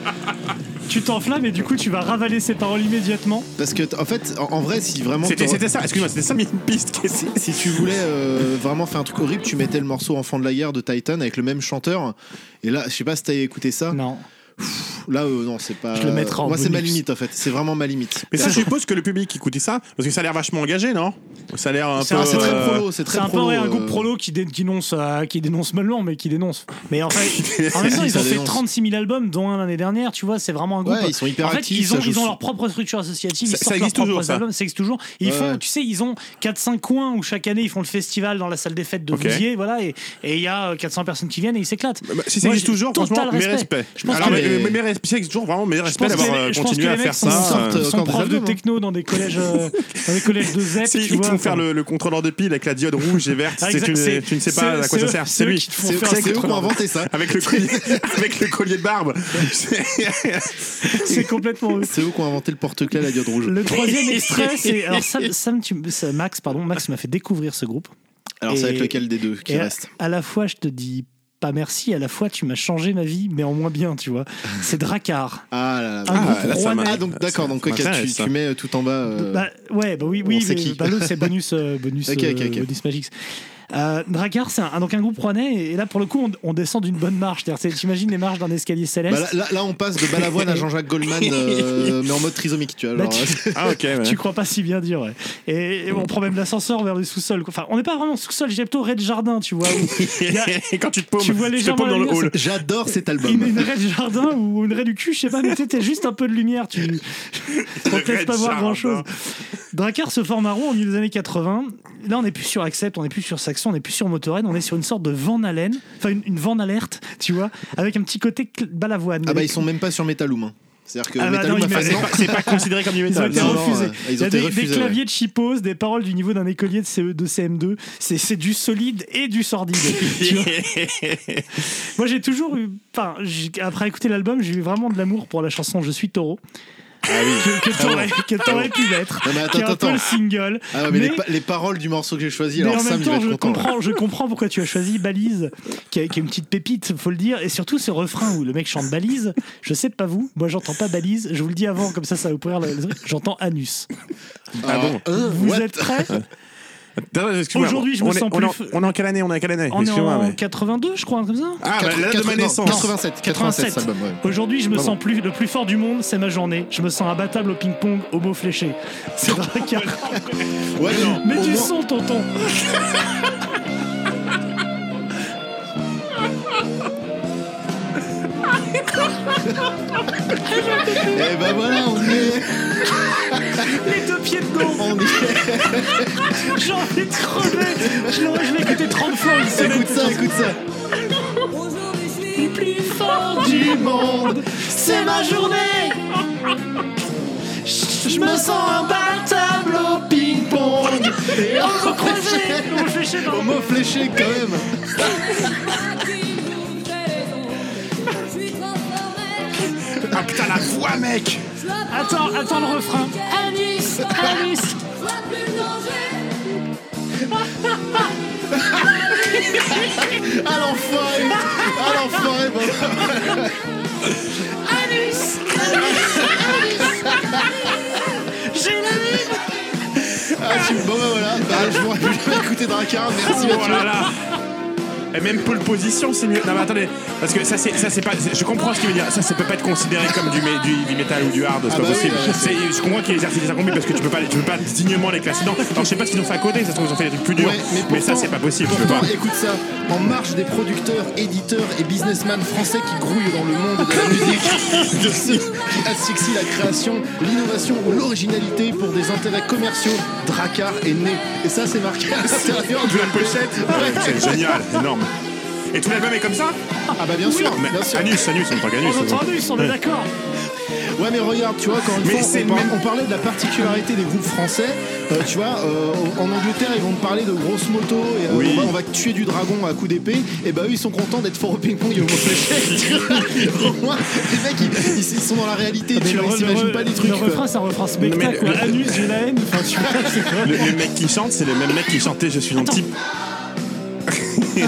Speaker 1: Tu t'enflammes et du coup tu vas ravaler ces paroles immédiatement.
Speaker 3: Parce que t- en fait en, en vrai si vraiment.
Speaker 2: c'était
Speaker 3: t'aurais-
Speaker 2: c'était ça. Excuse-moi, c'était ça mais une piste. qu'est-ce que c'est
Speaker 3: Si tu voulais euh, vraiment faire un truc horrible, tu mettais le morceau Enfant de la guerre de Titan avec le même chanteur. Et là, je sais pas si t'as écouté ça.
Speaker 1: Non.
Speaker 3: Là, euh, non, c'est pas.
Speaker 1: Je le mettrai en
Speaker 3: Moi, c'est ma
Speaker 1: bonus.
Speaker 3: limite en fait. C'est vraiment ma limite.
Speaker 2: Mais ça, je suppose que le public écoutait ça parce que ça a l'air vachement engagé, non Ça a l'air un
Speaker 1: C'est
Speaker 2: peu.
Speaker 1: un-
Speaker 3: C'est très
Speaker 2: euh,
Speaker 3: prolo, c'est très
Speaker 1: C'est un peu
Speaker 3: prolo,
Speaker 1: ouais, un
Speaker 3: euh,
Speaker 1: groupe prolo qui, dé- qui, dénonce, euh, qui dénonce Melun, mais qui dénonce. Mais en fait, en même temps, ils
Speaker 3: Ça
Speaker 1: ont fait
Speaker 3: dénonce.
Speaker 1: 36 000 albums, dont un l'année dernière, tu vois, c'est vraiment un groupe.
Speaker 3: Ouais, ils sont hyper
Speaker 1: en fait,
Speaker 3: actifs,
Speaker 1: ils ont,
Speaker 3: ça joue
Speaker 1: ils ont
Speaker 3: sous-
Speaker 1: leur propre structure associative,
Speaker 2: Ça-
Speaker 1: ils
Speaker 2: ça
Speaker 1: sortent leurs
Speaker 2: existe toujours,
Speaker 1: propres
Speaker 2: ça.
Speaker 1: albums, ça existe toujours. Et ils
Speaker 3: Ouais,
Speaker 1: font,
Speaker 3: ouais.
Speaker 1: tu sais, ils ont 4-5 coins où chaque année ils font le festival dans la salle des fêtes de
Speaker 2: Ok.
Speaker 1: Vouziers, voilà, et et il y a euh, 400 personnes qui viennent et ils s'éclatent.
Speaker 2: Bah, si ça
Speaker 1: Moi,
Speaker 2: existe
Speaker 1: j'ai
Speaker 2: toujours,
Speaker 1: total
Speaker 2: franchement, mes
Speaker 1: respect.
Speaker 2: respects.
Speaker 1: Je pense
Speaker 2: Alors,
Speaker 1: que
Speaker 2: mais-
Speaker 3: les-
Speaker 2: mais mes respects, c'est toujours vraiment mes
Speaker 1: Je pense
Speaker 2: respects
Speaker 1: que
Speaker 2: d'avoir
Speaker 1: les-
Speaker 2: euh,
Speaker 1: je pense
Speaker 2: continué
Speaker 1: que
Speaker 2: à
Speaker 1: les
Speaker 2: faire
Speaker 1: mecs sont,
Speaker 2: ça.
Speaker 1: sont-
Speaker 2: euh,
Speaker 3: euh,
Speaker 1: sont
Speaker 3: quand
Speaker 1: profs
Speaker 3: des
Speaker 1: de
Speaker 3: albums, hein.
Speaker 1: techno dans des collèges, euh, dans des collèges de ZEP.
Speaker 2: Si
Speaker 1: tu
Speaker 2: ils te
Speaker 1: vois,
Speaker 2: font faire
Speaker 1: enfin.
Speaker 2: le, le contrôleur de pile avec la diode rouge et verte,
Speaker 1: Ah,
Speaker 2: euh, c'est- tu,
Speaker 1: exact,
Speaker 2: ne-
Speaker 1: c'est-
Speaker 2: tu ne sais pas
Speaker 1: c'est-
Speaker 2: à quoi
Speaker 1: c'est
Speaker 2: ça
Speaker 1: eux-
Speaker 2: sert.
Speaker 1: c'est
Speaker 2: C'est
Speaker 1: eux
Speaker 2: lui.
Speaker 1: qui te font
Speaker 3: C'est
Speaker 1: faire
Speaker 3: c'est eux qui ont
Speaker 1: contrôleur.
Speaker 3: inventé ça.
Speaker 2: Avec le, collier, avec le collier de barbe.
Speaker 1: C'est complètement eux.
Speaker 3: C'est eux qui ont inventé le porte-clés à la diode rouge.
Speaker 1: Le troisième extrait, c'est. Alors, Sam, Sam, tu- ça- Max, pardon, Max m'a fait découvrir ce groupe.
Speaker 3: Alors, ça va
Speaker 1: Et-
Speaker 3: être lequel des deux qui
Speaker 1: et à-
Speaker 3: reste
Speaker 1: À, la fois, je te dis pas merci, à la fois, tu m'as changé ma vie, mais en moins bien, tu vois. C'est Drakkar.
Speaker 3: Ah là là.
Speaker 1: Un groupe
Speaker 2: là, ça
Speaker 1: rouennais.
Speaker 2: m'a-
Speaker 3: Ah, donc d'accord, donc ok,
Speaker 2: m'intéresse,
Speaker 3: tu,
Speaker 2: ça.
Speaker 3: tu mets euh, tout en bas. euh,
Speaker 1: Bah, ouais, bah oui,
Speaker 3: on
Speaker 1: oui, mais
Speaker 3: sait qui.
Speaker 1: bah, l'autre, c'est bonus, euh, bonus,
Speaker 3: Ok, ok,
Speaker 1: euh,
Speaker 3: ok.
Speaker 1: bonus Magix. Euh, Drakkar, c'est un, donc un groupe rouennais, et là, pour le coup, on, on descend d'une bonne marche. C'est-à-dire, c'est- T'imagines les marches d'un escalier céleste
Speaker 3: bah, là, là- là, on passe de Balavoine à Jean-Jacques Goldman, euh, mais en mode trisomique, tu vois.
Speaker 1: Là,
Speaker 3: genre,
Speaker 1: Bah,
Speaker 3: euh,
Speaker 1: tu-
Speaker 2: Ah, ok. ouais.
Speaker 1: Tu crois pas si bien dire, ouais. Et, et on prend même l'ascenseur vers le sous-sol. quoi. Enfin, on n'est pas vraiment sous-sol, j'ai plutôt raid jardin, tu vois. où- y a-
Speaker 2: Et quand tu te paumes,
Speaker 1: Tu
Speaker 2: tu,
Speaker 1: vois
Speaker 2: te
Speaker 1: légèrement
Speaker 2: paumes dans le
Speaker 1: la lumière,
Speaker 2: hall.
Speaker 3: J'adore cet
Speaker 1: une,
Speaker 3: album.
Speaker 1: une raie du jardin ou une raie du cul, je sais pas, mais t'étais juste un peu de lumière, tu. On te laisse
Speaker 2: raie
Speaker 1: pas
Speaker 2: du
Speaker 1: voir
Speaker 2: jardin.
Speaker 1: grand chose. Drakkar se forme à Rouen au milieu des années 80. Là, on n'est plus sur Accept, on n'est plus sur Saxon, on n'est plus sur Motorhead, on est sur une sorte de Van Halen, enfin une, une Van Alert, tu vois, avec un petit côté cl- balavoine.
Speaker 3: Ah bah, ils sont même pas sur Metaloom. hein. C'est-à-dire que
Speaker 1: Ah bah,
Speaker 3: Metaloom
Speaker 1: non,
Speaker 3: a fait
Speaker 1: ils-
Speaker 2: C'est pas- C'est pas considéré comme du
Speaker 1: Ils ont
Speaker 2: métal.
Speaker 1: été
Speaker 3: Non, non,
Speaker 1: refusés.
Speaker 3: euh, ils
Speaker 1: Il y
Speaker 3: ont
Speaker 1: a
Speaker 3: été
Speaker 1: des, des
Speaker 3: refusés,
Speaker 1: claviers de chipose, des paroles du niveau d'un écolier de CE2, CM2. C'est c'est du solide et du sordide. tu vois. Moi, j'ai toujours eu. Enfin, j'ai- après écouter l'album, j'ai eu vraiment de l'amour pour la chanson Je suis taureau.
Speaker 3: Ah
Speaker 1: que que t'aurais- que t'aurais pu mettre.
Speaker 3: Non, mais attends,
Speaker 1: qui est un peu
Speaker 3: attends,
Speaker 1: le
Speaker 3: attends.
Speaker 1: single.
Speaker 3: Ah ouais, mais,
Speaker 1: mais
Speaker 3: les, pa- les paroles du morceau que j'ai choisi,
Speaker 1: mais
Speaker 3: alors
Speaker 1: en
Speaker 3: Sam
Speaker 1: même
Speaker 3: il va
Speaker 1: temps,
Speaker 3: être
Speaker 1: je
Speaker 3: content.
Speaker 1: comprends, je comprends pourquoi tu as choisi Balise, qui est, qui est une petite pépite, faut le dire, et surtout ce refrain où le mec chante Balise. Je sais pas vous, moi j'entends pas Balise, je vous le dis avant, comme ça ça va ouvrir le le truc. J'entends Anus.
Speaker 2: Ah bon
Speaker 3: Euh,
Speaker 1: Vous
Speaker 3: what
Speaker 1: êtes prêts
Speaker 2: Non, non, excuse-moi,
Speaker 1: Aujourd'hui, je me
Speaker 2: on est-
Speaker 1: sens
Speaker 2: on est en-
Speaker 1: plus-
Speaker 2: On est en quelle année On est en quelle année
Speaker 1: On est
Speaker 2: Excuse-moi,
Speaker 1: en
Speaker 2: mais-
Speaker 1: 82, je crois, un truc comme ça.
Speaker 2: Ah, bah, la date de ma
Speaker 3: Quatre- non,
Speaker 2: naissance.
Speaker 3: 87, 87, cet album, ouais.
Speaker 1: Aujourd'hui, je me sens plus le plus fort du monde, c'est ma journée. Je me sens abattable au ping-pong, au mot fléché. C'est Drakkar.
Speaker 3: Ouais, non,
Speaker 1: Mais
Speaker 3: au
Speaker 1: du
Speaker 3: moins-
Speaker 1: son, tonton.
Speaker 3: Eh ben voilà, on y est.
Speaker 1: Les deux pieds dedans.
Speaker 3: On y est.
Speaker 1: J'ai envie de crever. Je l'aurais- je l'ai écouté 30 fois une semaine.
Speaker 3: Écoute ça, écoute ça.
Speaker 1: Plus fort du monde, c'est ma journée. Je me sens imbattable au ping-pong. Et au mot fléché. Au mot fléché, pardon.
Speaker 3: Au mot fléché, quand même.
Speaker 2: Ah putain, la voix, mec
Speaker 1: Attends, attends le refrain. Anus, anus.
Speaker 3: À l'enfoiré. À l'enfoiré. bon.
Speaker 1: J'ai la vie.
Speaker 3: Ah, tu- Bon, bah voilà. Bah, je vous rappelle, je vais écouter Drakkar. Merci,
Speaker 2: Oh
Speaker 3: Mathieu.
Speaker 2: là là Et même pole position, c'est mieux. Non, mais attendez, parce que ça, c'est, ça, c'est pas. c'est- Je comprends ce qu'il veut dire. Ça, ça peut pas être considéré comme du, mé- du, du métal ou du hard, c'est
Speaker 3: Ah
Speaker 2: pas
Speaker 3: bah oui,
Speaker 2: possible.
Speaker 3: ouais.
Speaker 2: C'est- je comprends qu'il y ait les artistes incompris parce que tu peux pas, tu peux pas dignement les classer dedans. Alors, je sais pas ce qu'ils ont fait à côté, ça se trouve, ils ont fait des trucs plus durs.
Speaker 3: Ouais,
Speaker 2: mais, ça,
Speaker 3: pourtant-
Speaker 2: c'est pas possible, je peux
Speaker 3: pourtant,
Speaker 2: pas.
Speaker 3: écoute ça, en marge des producteurs, éditeurs et businessmen français qui grouillent dans le monde de la musique, qui qui asphyxient la création, l'innovation ou l'originalité pour des intérêts commerciaux, Dracar est né. Et ça, c'est marqué à l'intérieur
Speaker 2: De la pochette, Ouais,
Speaker 3: Ouais.
Speaker 2: c'est génial, énorme. Et tout l'album est comme ça
Speaker 3: Ah bah bien sûr,
Speaker 2: Mais
Speaker 3: bien sûr.
Speaker 2: Anus, Anus, on parle qu'Anus.
Speaker 1: On entendu, on est d'accord.
Speaker 3: Ouais, mais regarde, tu vois, quand une
Speaker 2: Mais
Speaker 3: fois,
Speaker 2: c'est
Speaker 3: on, par-
Speaker 2: même-
Speaker 3: on parlait de la particularité des groupes français, euh, tu vois, euh, en Angleterre, ils vont te parler de grosses motos et euh,
Speaker 2: Oui.
Speaker 3: on, va, on va tuer du dragon à coup d'épée, et bah eux, ils sont contents d'être forts au ping-pong et au fléchette. Au moins, les mecs, ils, ils sont dans la réalité,
Speaker 1: Ah, Mais
Speaker 3: tu
Speaker 1: le
Speaker 3: vois, ils
Speaker 1: re- le
Speaker 3: s'imaginent
Speaker 1: re-
Speaker 3: pas les trucs. euh,
Speaker 1: Le
Speaker 3: quoi.
Speaker 1: refrain, c'est un refrain
Speaker 2: Non, mais
Speaker 1: spectacle.
Speaker 2: le-
Speaker 1: quoi. Anus, j'ai la haine. Enfin, tu vois, c'est quoi
Speaker 2: Le, le mec qui chante, c'est le même mec qui chantait Je suis gentil.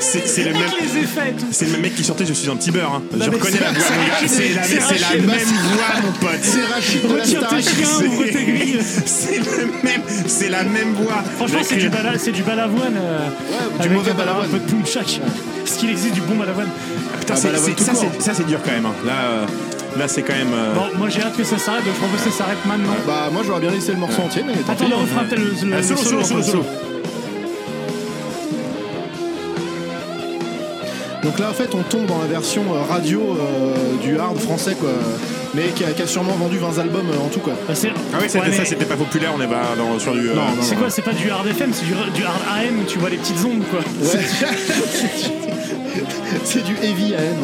Speaker 2: c'est c'est le même.
Speaker 1: Avec les effets et tout.
Speaker 2: C'est le même mec qui chantait Je suis un petit beurre. hein. Je
Speaker 1: mais
Speaker 2: reconnais
Speaker 1: c'est-
Speaker 2: la voix, mon gars. C'est la,
Speaker 1: c'est
Speaker 2: c'est la
Speaker 1: Rachid.
Speaker 2: même voix, mon pote.
Speaker 3: C'est Rachid de la
Speaker 1: Retire tes
Speaker 3: Starac.
Speaker 1: chiens, ouvre tes grilles.
Speaker 2: C'est le même, c'est la même voix.
Speaker 1: Franchement, c'est du,
Speaker 2: euh,
Speaker 1: bala- c'est du balavoine. euh,
Speaker 3: du
Speaker 1: avec
Speaker 3: mauvais
Speaker 1: un-
Speaker 3: balavoine.
Speaker 1: Un peu de punchak. Parce qu'il existe du bon balavoine.
Speaker 2: Putain,
Speaker 3: Ah,
Speaker 2: c'est-
Speaker 3: bah, la voix
Speaker 2: c'est-
Speaker 3: tout
Speaker 2: ça,
Speaker 3: court.
Speaker 2: c'est- ça, c'est dur quand même. hein. Là, euh, là, c'est quand même. euh,
Speaker 1: Bon, moi j'ai hâte que ça s'arrête, donc je propose que ça s'arrête maintenant.
Speaker 3: Bah, moi, j'aurais bien laissé le morceau entier, mais tant
Speaker 1: Attends,
Speaker 3: pis. hein.
Speaker 1: le refrain, peut-être le, le-
Speaker 2: Ah,
Speaker 1: le
Speaker 2: solo, solo, solo,
Speaker 1: enfin,
Speaker 2: solo.
Speaker 3: Donc là, en fait, on tombe dans la version euh, radio euh, du hard français, quoi. Mais qui a, qui a sûrement vendu 20 albums euh, en tout, quoi.
Speaker 1: Bah, c'est-
Speaker 2: Ah oui, c'était-
Speaker 1: Ouais, mais
Speaker 2: ça, c'était pas populaire. On est pas dans, sur du. euh,
Speaker 3: Non, non.
Speaker 1: C'est quoi C'est pas du hard FM, c'est du, du hard AM où tu vois les petites ondes quoi.
Speaker 3: Ouais. C'est du heavy hein. AM.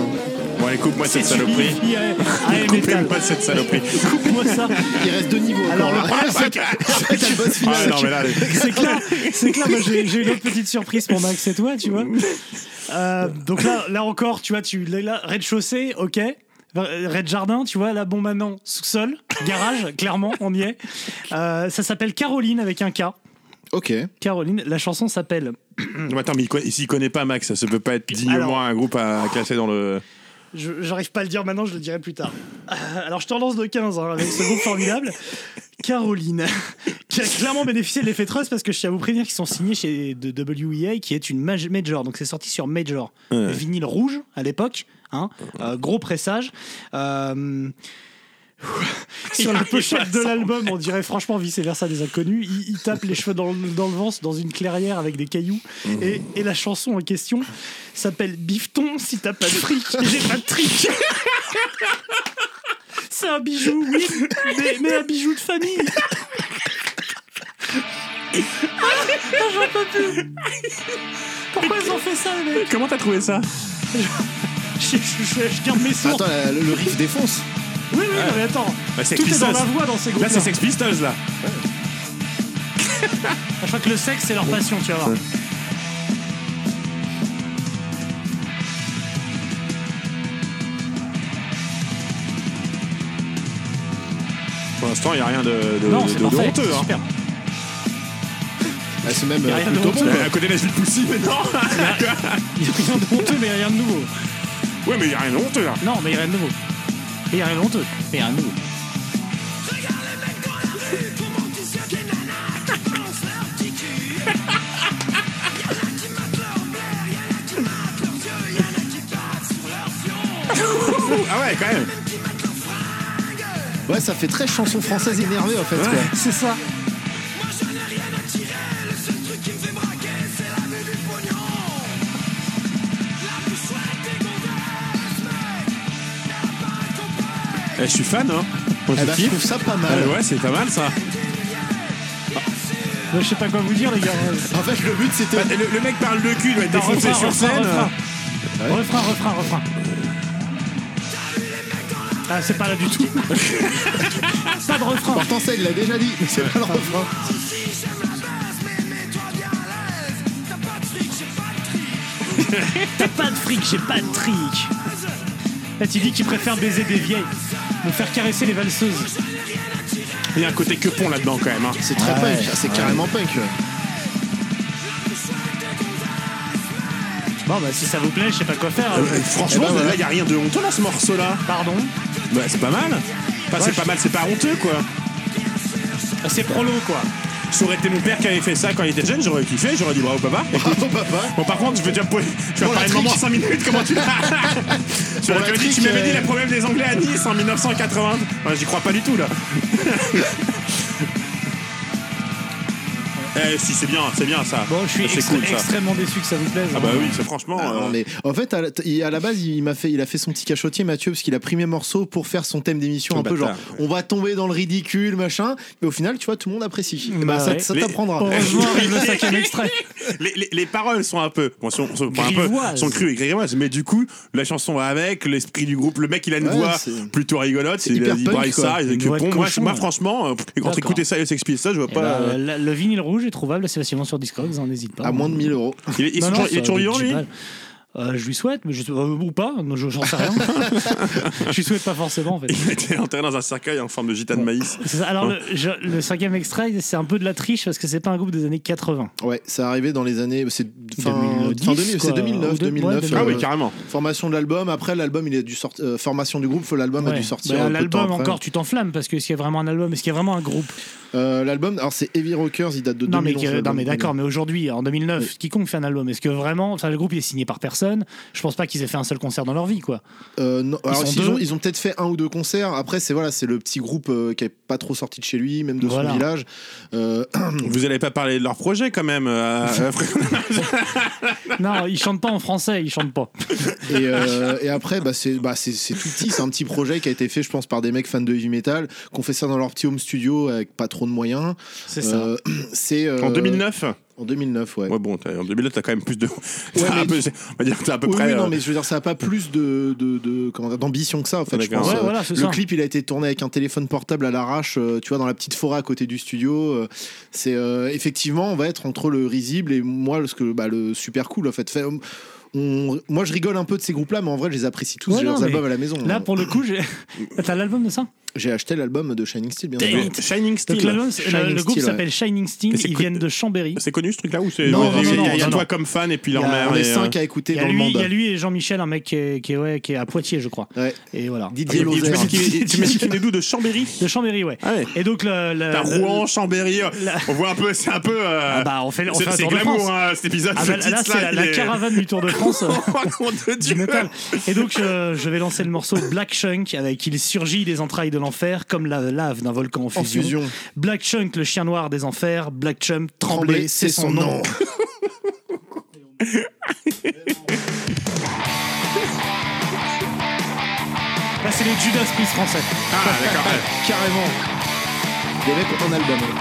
Speaker 2: Bon, allez, coupe-moi cette
Speaker 1: du
Speaker 2: saloperie.
Speaker 1: hi-fi AM, AM metal.
Speaker 2: Coupez-moi cette saloperie.
Speaker 1: Coupe-moi ça.
Speaker 3: Il reste deux niveaux.
Speaker 1: Alors,
Speaker 3: encore,
Speaker 1: le
Speaker 3: là.
Speaker 2: Ah,
Speaker 3: Cet album final.
Speaker 2: Ah, non, mais là, allez.
Speaker 1: C'est clair, c'est clair. Moi, j'ai j'ai une autre petite surprise pour Max et toi, tu vois. Euh, donc là, là encore, tu vois, tu là, rez-de-chaussée, ok. Euh, Rez-de-jardin, tu vois, là, bon, maintenant, sous-sol, garage, clairement, on y est. Euh, ça s'appelle Caroline avec un K.
Speaker 3: Ok.
Speaker 1: Caroline, la chanson s'appelle
Speaker 2: Non, mais attends, mais il conna- s'il connaît pas Max, ça peut pas être dignement
Speaker 1: Alors.
Speaker 2: un groupe à à classer dans le.
Speaker 1: Je- J'arrive pas à le dire maintenant, je le dirai plus tard. Euh, Alors je t'en lance de 15 hein, avec ce groupe formidable. Caroline, qui a clairement bénéficié de l'effet Trust parce que je tiens à vous prévenir qu'ils sont signés chez de WEA qui est une maj- Major. Donc c'est sorti sur Major. Vinyle rouge à l'époque, hein, euh, gros pressage. Euh, sur la pochette de l'album, on dirait franchement vice versa des inconnus. Il, il tape les cheveux dans le, dans le ventre dans une clairière avec des cailloux.
Speaker 2: Mhm.
Speaker 1: Et, et la chanson en question s'appelle Bifton si t'as pas de fric. J'ai pas de fric. C'est un bijou, oui, mais, mais un bijou de famille. Ah, j'en peux plus. Pourquoi ils ont fait ça, mec
Speaker 2: Comment t'as trouvé ça
Speaker 1: je, je- je- je garde mes sources.
Speaker 3: Attends, la- le, le riff défonce.
Speaker 1: Oui, oui, non, mais attends.
Speaker 2: Bah, Sex
Speaker 1: Tout est dans
Speaker 2: Pistols.
Speaker 1: la voix dans ces
Speaker 2: Là,
Speaker 1: groupes-là.
Speaker 2: c'est Sex Pistols, là.
Speaker 1: Je crois que le sexe, c'est leur passion, tu vas voir.
Speaker 2: Pour l'instant, il n'y a rien de, de,
Speaker 1: Non,
Speaker 2: de-
Speaker 1: c'est
Speaker 2: de
Speaker 1: parfait.
Speaker 2: honteux.
Speaker 1: c'est
Speaker 2: Hein.
Speaker 1: super.
Speaker 3: Ah, c'est même
Speaker 1: Y a
Speaker 3: euh,
Speaker 1: rien de
Speaker 3: plutôt bon.
Speaker 1: honteux.
Speaker 2: Euh, À côté de la suite poussée, mais non
Speaker 1: Il y a rien de honteux, mais il y a rien de nouveau.
Speaker 2: Ouais, mais il n'y a rien de honteux, là.
Speaker 1: Non, mais il y a rien de nouveau. Mais il y a rien de honteux. Mais il y a rien de nouveau.
Speaker 2: Ah ouais, quand même.
Speaker 3: Ouais, ça fait très chanson française énervée, en fait. quoi.
Speaker 1: C'est ça.
Speaker 2: Eh, je suis fan, hein. Moi,
Speaker 3: Eh
Speaker 2: je
Speaker 3: bah, je
Speaker 2: kiffe.
Speaker 3: trouve ça pas
Speaker 2: Ah,
Speaker 3: mal.
Speaker 2: ouais, c'est pas mal, ça.
Speaker 1: Je sais pas quoi vous dire, les gars.
Speaker 3: En fait, le but, c'était...
Speaker 2: Bah, Le, le mec parle de cul, il doit être
Speaker 1: Non,
Speaker 2: défoncé sur scène. euh,
Speaker 1: Refrain, refrain, refrain. refrain. Ah, c'est pas là du tout. pas de refrain.
Speaker 3: Pourtant, ça, il l'a déjà dit, mais c'est pas le refrain.
Speaker 1: T'as pas de fric, j'ai pas de trick. Là, tu dis qu'il préfère baiser des vieilles, me faire caresser les valseuses.
Speaker 2: Il y a un côté que pont là-dedans, quand même. Hein.
Speaker 3: C'est très punk, c'est carrément punk. ouais.
Speaker 1: Bon, bah, si ça vous plaît, je sais pas quoi faire.
Speaker 2: Euh, franchement,
Speaker 3: Eh ben, voilà.
Speaker 2: là, il n'y a rien de honteux, là, ce morceau-là.
Speaker 1: Pardon.
Speaker 2: Bah, c'est pas mal. Enfin, c'est pas mal, c'est pas honteux, quoi.
Speaker 1: Ah, C'est prolo, quoi.
Speaker 2: Ça aurait été mon père qui avait fait ça quand il était jeune, j'aurais kiffé, j'aurais dit bravo papa.
Speaker 3: Bravo, papa.
Speaker 2: Bon, par contre, je veux déjà me poser. Tu vas
Speaker 3: Bon,
Speaker 2: parler de maman en
Speaker 3: Patrick.
Speaker 2: 5 minutes, comment tu l'as Tu m'avais
Speaker 3: Patrick,
Speaker 2: dit, tu m'avais dit
Speaker 3: euh,
Speaker 2: les problèmes des Anglais à Nice en 1980. Ouais, J'y crois pas du tout, là. Eh, si, c'est bien, c'est bien ça.
Speaker 1: Bon, je suis
Speaker 2: Ah, C'est
Speaker 1: extré-
Speaker 2: cool ça.
Speaker 1: extrêmement déçu que ça vous plaise.
Speaker 2: Ah, bah
Speaker 1: hein.
Speaker 2: oui, c'est franchement.
Speaker 3: Ah,
Speaker 2: euh,
Speaker 3: non, mais en fait, à la, il- à la base, il m'a fait, il a fait son petit cachotier, Mathieu, parce qu'il a pris mes morceaux pour faire son thème d'émission,
Speaker 2: Le
Speaker 3: un peu genre,
Speaker 2: bâtard, ouais.
Speaker 3: on va tomber dans le ridicule, machin. Mais au final, tu vois, tout le monde apprécie.
Speaker 1: Bah
Speaker 3: Bah, ça
Speaker 1: ouais.
Speaker 3: ça
Speaker 2: Les-
Speaker 3: t'apprendra.
Speaker 1: Heureusement, arrive le cinquième extrait.
Speaker 2: les, les- les paroles sont un peu. Bon, sont, sont- pas un peu
Speaker 1: Grivoises.
Speaker 2: sont crues et grivoises, mais du coup, la chanson va avec, l'esprit du groupe, le mec, il a une
Speaker 3: Ouais,
Speaker 2: voix
Speaker 3: c'est-
Speaker 2: plutôt rigolote,
Speaker 3: C'est
Speaker 2: il,
Speaker 3: hyper
Speaker 2: il
Speaker 3: punk,
Speaker 2: braille
Speaker 3: quoi.
Speaker 2: ça. il-
Speaker 1: Une
Speaker 2: que
Speaker 1: voix de
Speaker 2: bon, moi,
Speaker 1: cochon,
Speaker 2: moi,
Speaker 1: ouais.
Speaker 2: franchement, euh, quand
Speaker 1: D'accord.
Speaker 2: écouter ça et les Sex Pistols, je vois
Speaker 1: Eh
Speaker 2: pas.
Speaker 1: bah,
Speaker 2: euh,
Speaker 1: la- le vinyle rouge est trouvable assez facilement sur Discogs, hein, n'hésite pas.
Speaker 3: À moins de 1000 euros.
Speaker 2: Il est, il est
Speaker 1: Non,
Speaker 2: toujours,
Speaker 1: non,
Speaker 2: il est
Speaker 1: ça,
Speaker 2: toujours
Speaker 1: le
Speaker 2: vivant, lui
Speaker 1: digital. Euh, Je lui souhaite, mais je sais- euh, ou pas, non, je- j'en sais rien. je lui souhaite pas forcément en fait.
Speaker 2: Il a été enterré dans un cercueil en forme de gitane maïs.
Speaker 1: C'est ça.
Speaker 3: Hein
Speaker 1: Alors, le, je- le cinquième extrait, c'est un peu de la triche parce que c'est pas un groupe des années 80.
Speaker 3: Ouais, ça arrivé dans les années. C'est fin,
Speaker 1: 2010,
Speaker 3: fin 2000, c'est
Speaker 1: quoi.
Speaker 3: 2009,
Speaker 1: Ou deux- ouais,
Speaker 3: 2009.
Speaker 2: Ah oui,
Speaker 3: euh,
Speaker 2: carrément.
Speaker 3: Formation de l'album. Après, l'album, il est dû sortir. euh, formation du groupe, l'album a
Speaker 1: Ouais.
Speaker 3: dû sortir.
Speaker 1: Bah,
Speaker 3: un peu de
Speaker 1: L'album
Speaker 3: temps après.
Speaker 1: encore, tu t'enflammes parce que est-ce qu'il y a vraiment un album Est-ce qu'il y a vraiment un groupe
Speaker 3: Euh, l'album, alors c'est Heavy Rockers, il date de
Speaker 1: Non mais,
Speaker 3: 2011.
Speaker 1: que- non,
Speaker 3: l'album.
Speaker 1: mais d'accord, mais aujourd'hui, en 2009, quiconque fait un album, est-ce que vraiment, enfin le groupe il est signé par personne Je pense pas qu'ils aient fait un seul concert dans leur vie quoi.
Speaker 3: Euh, non, alors,
Speaker 1: sont
Speaker 3: si, ils,
Speaker 1: deux.
Speaker 3: ont, ils ont peut-être fait un ou deux concerts. Après, c'est voilà, c'est le petit groupe euh, qui est pas trop sorti de chez lui, même de
Speaker 1: Voilà.
Speaker 3: son village. Euh,
Speaker 2: Vous n'allez pas parler de leur projet quand même. euh, euh,
Speaker 1: non, ils chantent pas en français, ils chantent pas.
Speaker 3: et, euh, et après, bah, c'est bah, c'est- c'est tout petit. C'est un petit projet qui a été fait, je pense, par des mecs fans de heavy metal, qui ont fait ça dans leur petit home studio avec pas trop de moyens.
Speaker 1: C'est
Speaker 3: Euh, C'est euh,
Speaker 2: en 2009
Speaker 3: En 2009, ouais.
Speaker 2: Ouais, bon, t'as- en 2009, t'as quand même plus de. t'as
Speaker 3: Ouais,
Speaker 2: un
Speaker 3: mais-
Speaker 2: peu- on va dire que t'as à peu
Speaker 3: Oui,
Speaker 2: près.
Speaker 3: oui, non,
Speaker 2: euh,
Speaker 3: mais je veux dire, ça n'a pas plus de, de, de- comment dire, d'ambition que ça, en fait. Je
Speaker 2: D'accord.
Speaker 3: pense.
Speaker 1: Ouais,
Speaker 3: Euh,
Speaker 1: voilà, c'est
Speaker 3: le
Speaker 1: ça.
Speaker 3: clip, il a été tourné avec un téléphone portable à l'arrache, euh, tu vois, dans la petite forêt à côté du studio. Euh, C'est euh, effectivement, on va être entre le risible et moi, ce que, bah, le super cool, en fait. Fait, on- on- moi, je rigole un peu de ces groupes-là, mais en vrai, je les apprécie tous.
Speaker 1: Ouais,
Speaker 3: J'ai
Speaker 1: non,
Speaker 3: leurs
Speaker 1: mais
Speaker 3: albums à la maison.
Speaker 1: Là pour le coup, j'ai- t'as l'album de ça
Speaker 3: J'ai acheté l'album de Shining Steel, bien sûr.
Speaker 2: mais- Shining
Speaker 1: Donc,
Speaker 2: Steel.
Speaker 1: l'album, c'est- le, le
Speaker 3: Shining
Speaker 1: groupe
Speaker 3: Steel, ouais.
Speaker 1: s'appelle Shining Steel,
Speaker 2: Mais c'est
Speaker 1: ils
Speaker 2: que-
Speaker 1: viennent de Chambéry.
Speaker 2: C'est connu ce truc-là ou c'est.
Speaker 3: Non,
Speaker 2: ouais,
Speaker 3: non,
Speaker 2: il y a-
Speaker 3: non,
Speaker 2: il y a
Speaker 1: non,
Speaker 2: toi
Speaker 1: non.
Speaker 2: comme fan et puis
Speaker 3: Il y
Speaker 2: leur
Speaker 3: a-
Speaker 2: mère.
Speaker 3: on est
Speaker 2: et, euh,
Speaker 3: cinq à écouter
Speaker 1: Il y, a
Speaker 3: dans le
Speaker 1: lui, il y a
Speaker 3: monde.
Speaker 1: lui et Jean-Michel, un mec qui est, qui est- ouais, qui est à Poitiers, je
Speaker 2: Euh,
Speaker 1: crois.
Speaker 3: Ouais.
Speaker 2: Ah,
Speaker 1: Et voilà.
Speaker 3: Didier
Speaker 2: Tu m'as dit
Speaker 3: Lozère.
Speaker 2: qu'il- tu m'as dit qu'il est d'où De Chambéry
Speaker 1: De Chambéry, ouais.
Speaker 2: Ah ouais.
Speaker 1: Et donc, le, le-
Speaker 2: T'as
Speaker 1: le-
Speaker 2: Rouen, Chambéry. euh, On voit un peu, c'est un peu. euh,
Speaker 1: Ah bah, on fait, on
Speaker 2: c'est
Speaker 1: fait un
Speaker 2: c'est
Speaker 1: tour de
Speaker 2: glamour
Speaker 1: France.
Speaker 2: hein, cet épisode.
Speaker 1: Ah
Speaker 2: ce
Speaker 1: bah, là,
Speaker 2: titre-là,
Speaker 1: c'est la,
Speaker 2: il
Speaker 1: la
Speaker 2: est-
Speaker 1: caravane du Tour de France. euh,
Speaker 2: Oh mon
Speaker 1: du
Speaker 2: dieu.
Speaker 1: métal. Et donc, euh, je vais lancer le morceau Black Chunk avec Il surgit des entrailles de l'enfer comme la lave d'un volcan en
Speaker 3: En
Speaker 1: fusion.
Speaker 3: fusion.
Speaker 1: Black Chunk, le chien noir des enfers. Black Chunk,
Speaker 3: Tremblay,
Speaker 1: trembler, c'est son nom. Là, c'est les Judas Priest français.
Speaker 2: Ah, d'accord. ouais.
Speaker 3: Carrément. Des mecs en album.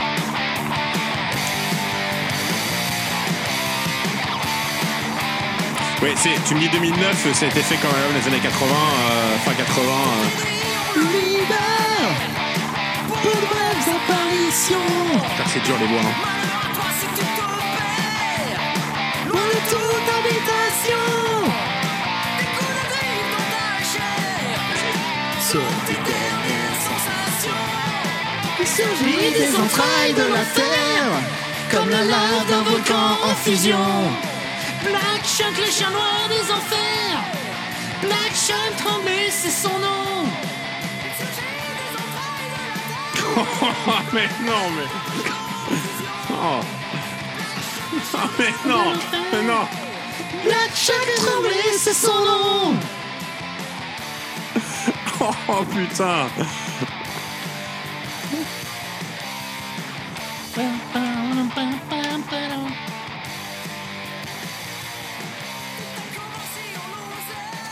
Speaker 2: Oui, c'est, tu me dis 2009, ça a été fait quand même les années 80, euh, fin 80. euh. Putain, c'est dur les voix. hein.
Speaker 6: Surgit des entrailles de la terre, comme la lave d'un volcan en fusion. Black Shark, le chien noir des enfers. Black Shark tremblé, c'est son nom.
Speaker 2: Oh, mais non, mais. Oh. Oh, mais non, mais non.
Speaker 6: Black Shark tremblé, c'est son nom.
Speaker 2: Oh, oh, putain.